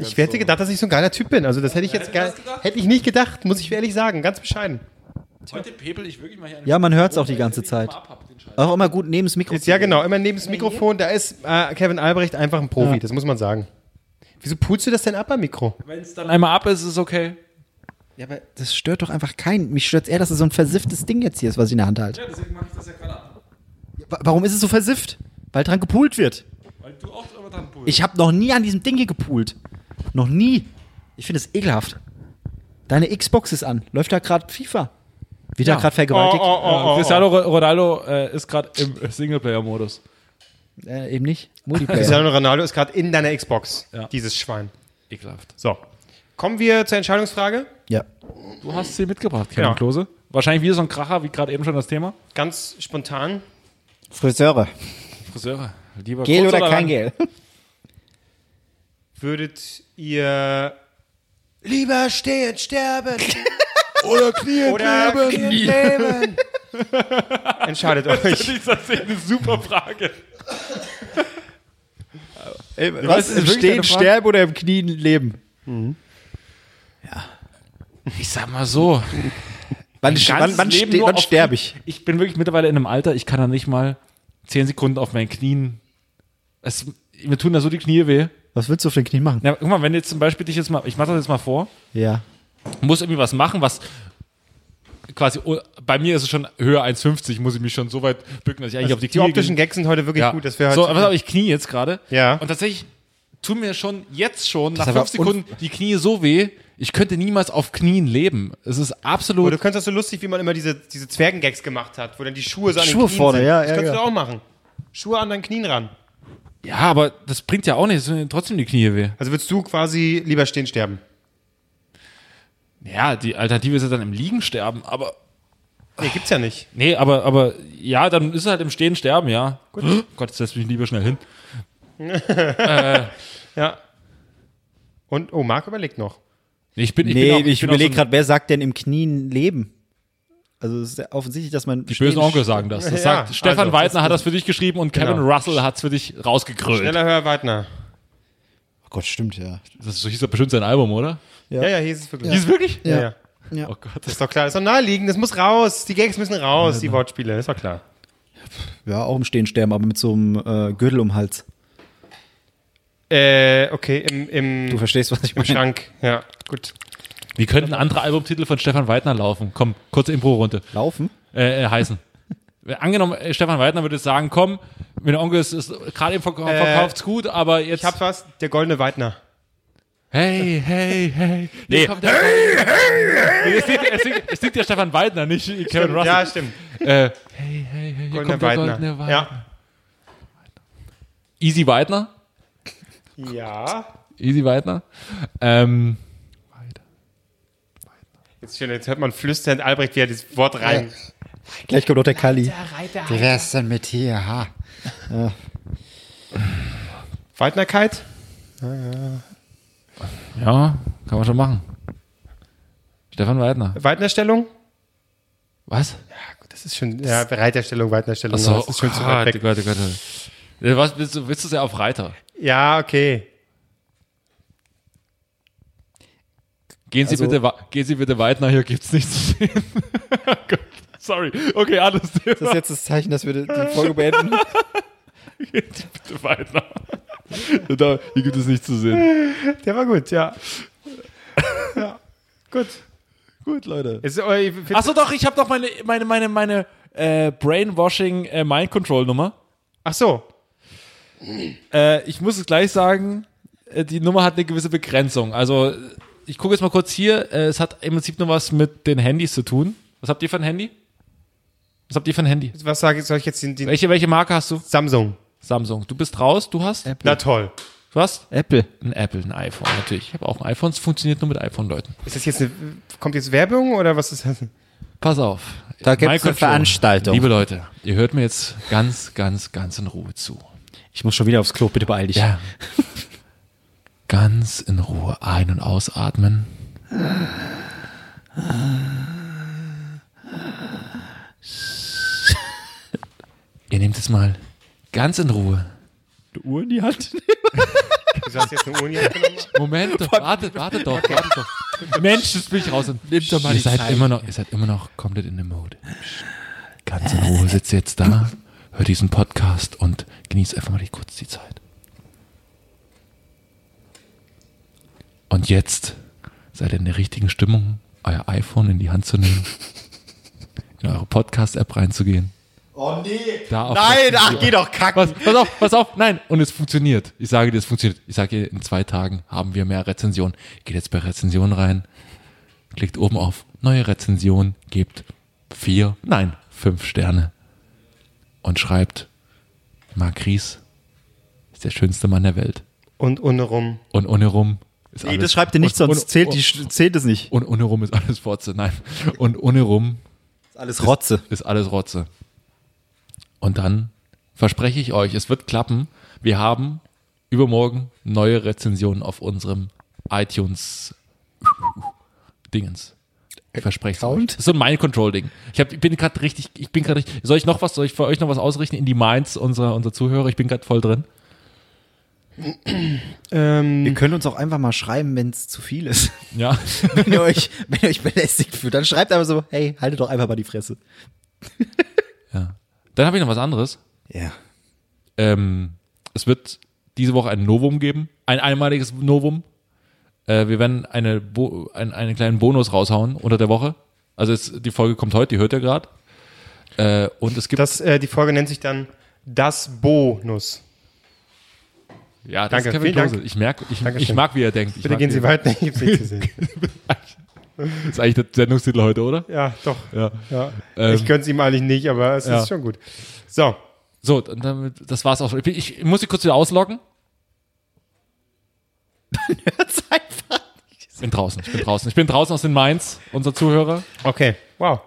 Speaker 1: Ich hätte gedacht, dass ich so ein geiler Typ bin. Also das hätte ich jetzt gar, hätte ich nicht gedacht, muss ich ehrlich sagen, ganz bescheiden.
Speaker 2: Heute pebel ich wirklich mal hier
Speaker 3: ja, man hört es auch die ganze Zeit. Auch immer gut neben das Mikrofon.
Speaker 1: Jetzt, ja genau, immer neben das Mikrofon, da ist äh, Kevin Albrecht einfach ein Profi, das muss man sagen. Wieso pulst du das denn ab am Mikro?
Speaker 2: Wenn es dann einmal ab ist, ist es okay.
Speaker 3: Ja, aber das stört doch einfach keinen. Mich stört eher, dass es so ein versifftes Ding jetzt hier ist, was ich in der Hand halte.
Speaker 2: Ja, deswegen mache ich das ja gerade ab.
Speaker 3: Wa- Warum ist es so versifft? Weil dran gepult wird.
Speaker 2: Weil du auch immer dran pulst.
Speaker 3: Ich habe noch nie an diesem Ding hier gepult. Noch nie. Ich finde es ekelhaft. Deine Xbox ist an. Läuft da gerade FIFA? Wird da gerade
Speaker 1: Oh,
Speaker 3: vergewaltigt?
Speaker 2: Ja, Cristiano Ronaldo äh, ist gerade im Singleplayer-Modus.
Speaker 3: Äh, eben nicht. Multiplayer.
Speaker 1: Cristiano Ronaldo ist gerade in deiner Xbox,
Speaker 2: Ja.
Speaker 1: dieses Schwein.
Speaker 2: Ekelhaft.
Speaker 1: So. Kommen wir zur Entscheidungsfrage.
Speaker 3: ja.
Speaker 2: Du hast sie mitgebracht, Kevin
Speaker 1: Ja.
Speaker 2: Klose. Wahrscheinlich wieder so ein Kracher, wie gerade eben schon das Thema.
Speaker 1: Ganz spontan.
Speaker 3: Friseure.
Speaker 2: Friseure, lieber
Speaker 3: Gel
Speaker 2: kurz
Speaker 3: oder kein
Speaker 2: lang?
Speaker 3: Gel?
Speaker 1: Würdet ihr lieber stehen, sterben oder knien, oder knien leben? Entscheidet euch.
Speaker 2: Das ist eine super Frage.
Speaker 3: was
Speaker 2: ist wirklich deine Frage? Mhm.
Speaker 3: oder im Knien leben?
Speaker 2: Ich sag mal so.
Speaker 3: Wann, wann, wann,
Speaker 2: Leben
Speaker 3: ste
Speaker 2: nur
Speaker 3: wann
Speaker 2: auf
Speaker 3: sterbe ich?
Speaker 2: Knie- Ich bin wirklich mittlerweile in einem Alter, ich kann da nicht mal 10 Sekunden auf meinen Knien. Es, mir tun da so die Knie weh.
Speaker 3: Was willst du auf den Knien machen?
Speaker 2: Na, guck mal, wenn jetzt zum Beispiel dich jetzt mal, ich mach das jetzt mal vor,
Speaker 3: Ja.
Speaker 2: muss irgendwie was machen, was quasi, oh, bei mir ist es schon höher 1,50, muss ich mich schon so weit bücken, dass ich eigentlich auf
Speaker 1: Also
Speaker 2: die
Speaker 1: Die
Speaker 2: Knie
Speaker 1: optischen
Speaker 2: gehen-
Speaker 1: Gags sind heute wirklich
Speaker 2: ja.
Speaker 1: gut, dass wir
Speaker 2: So,
Speaker 1: heute.
Speaker 6: ähm,
Speaker 2: was habe ich Knie jetzt gerade?
Speaker 1: Ja.
Speaker 2: Und tatsächlich tun mir schon jetzt schon nach
Speaker 3: aber
Speaker 2: fünf Sekunden die Knie so weh, ich könnte niemals auf Knien leben. Es ist
Speaker 1: Aber du
Speaker 2: absolut.
Speaker 1: könntest das so lustig, wie man immer diese, diese Zwergengags gemacht hat, wo dann die Schuhe so an den
Speaker 3: Schuhe
Speaker 1: Knien
Speaker 3: vorne,
Speaker 1: sind.
Speaker 3: ja,
Speaker 1: Das
Speaker 3: ja,
Speaker 1: könntest
Speaker 3: ja.
Speaker 1: du auch machen. Schuhe an deinen Knien ran.
Speaker 2: Ja, aber das bringt ja auch nichts, wenn trotzdem die Knie weh.
Speaker 1: Also würdest du quasi lieber stehen, sterben.
Speaker 2: Ja, die Alternative ist ja dann im Liegen sterben, aber.
Speaker 1: Nee, gibt's ja nicht.
Speaker 2: Nee, aber, aber ja, dann ist halt im Stehen sterben, ja. Gut. Gott, setz mich lieber schnell hin.
Speaker 1: Ja. Und, oh, Marc überlegt noch.
Speaker 2: Nee, ich bin, ich
Speaker 3: nee,
Speaker 2: bin auch,
Speaker 3: ich
Speaker 2: bin auch so
Speaker 3: überlege
Speaker 2: ein-
Speaker 3: gerade, wer sagt denn im Knien leben? Also es ist ja offensichtlich, dass man.
Speaker 2: Die bösen Onkel sagen das. das
Speaker 1: Ja,
Speaker 2: sagt, Stefan
Speaker 1: also,
Speaker 2: Weidner hat das für dich geschrieben und Kevin
Speaker 1: Genau.
Speaker 2: Russell hat es für dich rausgekrölt.
Speaker 1: Schneller, höher, weiter.
Speaker 3: Oh Gott, stimmt ja.
Speaker 2: Das, so hieß doch bestimmt sein Album, oder?
Speaker 1: Ja, ja, hier ist es wirklich.
Speaker 2: Hieß es wirklich?
Speaker 1: Ja, ja.
Speaker 2: Oh Gott.
Speaker 1: Ist doch klar, ist doch naheliegend, das muss raus. Die Gags müssen raus, die Wortspiele, ist doch klar.
Speaker 3: Ja, auch im Stehen sterben, aber mit so einem äh, Gürtel um den Hals.
Speaker 1: Äh, okay, im, im,
Speaker 3: Du verstehst, was ich
Speaker 1: im
Speaker 3: meine.
Speaker 1: Schrank. Ja, gut.
Speaker 2: Wie könnten andere Albumtitel von Stefan Weidner laufen? Komm, kurze Impro-Runde.
Speaker 3: Laufen?
Speaker 2: Äh, äh, heißen. Angenommen, äh, Stefan Weidner würde jetzt sagen, komm, Mein Onkel ist, ist gerade eben verkau verkauft's gut, aber jetzt.
Speaker 1: Ich hab was, der goldene Weidner.
Speaker 2: hey, hey, hey. Nee, kommt der Nee, es, singt, es, singt, es singt ja Stefan Weidner, nicht Kevin Russell.
Speaker 1: Ähm, Ja, stimmt.
Speaker 2: Äh, hey, hey, hey, hier kommt der goldene Weidner.
Speaker 1: Ja.
Speaker 2: Easy Weidner.
Speaker 1: ja.
Speaker 2: Easy Weidner. Ähm,
Speaker 1: Jetzt, schön, jetzt hört man flüsternd Albrecht, wie er das Wort rein.
Speaker 3: Gleich kommt noch der Kali.
Speaker 8: Wie wär's denn mit hier? Ha.
Speaker 1: Weidnerkeit?
Speaker 2: ja, kann man schon machen. Stefan Weidner.
Speaker 1: Weidnerstellung?
Speaker 2: Was?
Speaker 1: Ja, gut, das ist schon. Ja, Reiterstellung, Weidnerstellung.
Speaker 2: Achso,
Speaker 1: das
Speaker 2: oh
Speaker 1: ist schon zu weit
Speaker 2: Gott,
Speaker 1: weg.
Speaker 2: Gott, Gott. Äh, Was, willst du, willst du sehr auf Reiter?
Speaker 1: Ja, okay.
Speaker 2: Gehen Sie, bitte, wa- gehen Sie bitte Weidner, hier gibt's nichts zu sehen. Oh Gott, Sorry. Okay, alles
Speaker 3: Das ist jetzt das Zeichen, dass wir die Folge beenden.
Speaker 2: bitte Weidner. Da, hier gibt es nichts zu sehen.
Speaker 1: Der war gut, ja. ja. Gut.
Speaker 3: Gut, Leute.
Speaker 1: Jetzt, äh, ich find-
Speaker 2: Achso, doch, ich habe doch meine, meine, meine, meine äh, Brainwashing äh, Mind Control Nummer.
Speaker 1: Ach so.
Speaker 2: Äh, ich muss es gleich sagen, äh, die Nummer hat eine gewisse Begrenzung. Also, äh, ich gucke jetzt mal kurz hier. Äh, es hat im Prinzip nur was mit den Handys zu tun. Was habt ihr für ein Handy? Was habt ihr für ein Handy?
Speaker 1: Was sage ich, soll ich jetzt den, den
Speaker 2: Welche, welche Marke hast du?
Speaker 1: Samsung?
Speaker 2: Samsung. Du bist raus, du hast?
Speaker 1: Na toll.
Speaker 2: Du hast?
Speaker 3: Apple.
Speaker 2: Ein Apple, ein iPhone, natürlich. Ich habe auch ein iPhone, es funktioniert nur mit iPhone-Leuten.
Speaker 1: Ist das jetzt eine, kommt jetzt Werbung oder was ist das?
Speaker 2: Pass auf.
Speaker 3: Da gibt's eine
Speaker 2: Microchip.
Speaker 3: Veranstaltung.
Speaker 2: Liebe Leute, ihr hört mir jetzt ganz, ganz, ganz in Ruhe zu.
Speaker 3: Ich muss schon wieder aufs Klo, bitte beeil dich.
Speaker 2: Ja. Ganz in Ruhe ein- und ausatmen. Ihr nehmt es mal ganz in Ruhe.
Speaker 3: Uhr in die Hand.
Speaker 1: Du hast jetzt eine Uni genommen?
Speaker 2: Moment, doch, wartet, wartet doch, wartet doch. Mensch, das bin ich raus. Und Nehmt doch mal ihr seid immer noch, Ihr seid immer noch komplett in dem Mode. Ganz in Ruhe sitzt ihr jetzt da, hört diesen Podcast und genießt einfach mal die- kurz die Zeit. Und jetzt seid ihr in der richtigen Stimmung, euer iPhone in die Hand zu nehmen, in eure Podcast-App reinzugehen. Oh nee! Da auf
Speaker 3: Nein, ach, geh doch kacken.
Speaker 2: Pass, pass auf, pass auf, nein. Und es funktioniert. Ich sage dir, es funktioniert. Ich sage dir, in zwei Tagen haben wir mehr Rezensionen. Geht jetzt bei Rezensionen rein, klickt oben auf neue Rezension, gebt vier, nein, fünf Sterne und schreibt, Marc Ries ist der schönste Mann der Welt.
Speaker 1: Und ohne rum.
Speaker 2: Und ohne rum ist
Speaker 3: Nee,
Speaker 2: alles.
Speaker 3: das schreibt dir nicht,
Speaker 2: und-
Speaker 3: sonst
Speaker 2: und-
Speaker 3: zählt, die, zählt es nicht.
Speaker 2: Und ohne rum ist alles Fotze, nein. Und ohne rum
Speaker 3: Alles Rotze.
Speaker 2: ist alles Rotze. Und dann verspreche ich euch, es wird klappen. Wir haben übermorgen neue Rezensionen auf unserem iTunes Dingens. Ich verspreche es euch.
Speaker 8: Account?
Speaker 2: Das ist so ein Mind-Control-Ding. Ich, hab- ich bin gerade richtig, ich bin gerade richtig. Soll ich noch was, soll ich für euch noch was ausrichten in die Minds unserer, unserer Zuhörer? Ich bin gerade voll drin.
Speaker 1: Ähm,
Speaker 3: Ihr könnt uns auch einfach mal schreiben, wenn es zu viel ist.
Speaker 2: Ja.
Speaker 3: wenn, ihr euch, wenn ihr euch belästigt fühlt, dann schreibt einfach so, hey, haltet doch einfach mal die Fresse.
Speaker 2: Dann habe ich noch was anderes.
Speaker 3: Ja.
Speaker 2: Ähm, es wird diese Woche ein Novum geben, ein einmaliges Novum. Äh, wir werden eine Bo ein, einen kleinen Bonus raushauen unter der Woche. Also es, die Folge kommt heute, die hört ihr gerade. Äh, und es gibt
Speaker 1: das, äh, die Folge nennt sich dann Das Bonus.
Speaker 2: ja, das
Speaker 1: danke,
Speaker 2: ist Kevin
Speaker 1: vielen
Speaker 2: Klose.
Speaker 1: Dank.
Speaker 2: Ich merke, ich,
Speaker 1: Dankeschön.
Speaker 2: ich mag, wie er denkt. Ich
Speaker 1: Bitte
Speaker 2: mag,
Speaker 1: gehen
Speaker 2: wie
Speaker 1: Sie
Speaker 2: er-
Speaker 1: weiter, ich gibt's nicht zu sehen.
Speaker 2: Das ist eigentlich der Sendungstitel heute, oder?
Speaker 1: Ja, doch.
Speaker 2: Ja.
Speaker 1: Ja.
Speaker 2: Ähm.
Speaker 1: ich gönn's ihm eigentlich nicht, aber es
Speaker 2: Ja.
Speaker 1: ist schon gut. So,
Speaker 2: So, und damit, das war's auch schon. Ich, bin- ich muss sie kurz wieder ausloggen. Ich bin draußen, ich bin draußen. Ich bin draußen aus den Mainz, unser Zuhörer.
Speaker 1: okay. Wow.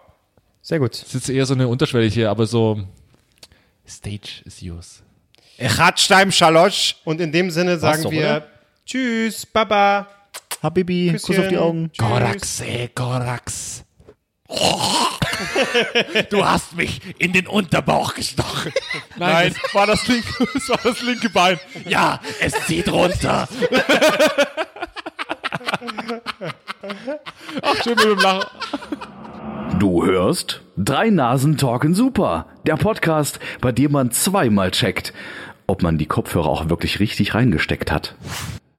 Speaker 1: Sehr gut.
Speaker 2: Das ist jetzt eher so eine unterschwellige, aber so Stage is yours.
Speaker 1: Äh,
Speaker 7: Radstein Schalosch.
Speaker 1: Und in dem Sinne sagen
Speaker 3: doch,
Speaker 1: wir
Speaker 3: oder?
Speaker 1: Tschüss, Baba.
Speaker 3: Habibi, Kuss auf die
Speaker 1: Küsschen.
Speaker 3: Augen.
Speaker 1: Tschüss.
Speaker 5: Koraxe, Korax. Du hast mich in den Unterbauch gestochen.
Speaker 2: Nein, war das linke, das war das linke Bein.
Speaker 5: Ja, es zieht runter.
Speaker 2: Schön mit dem Lachen.
Speaker 9: Du hörst Drei Nasen talken super. Der Podcast, bei dem man zweimal checkt, ob man die Kopfhörer auch wirklich richtig reingesteckt hat.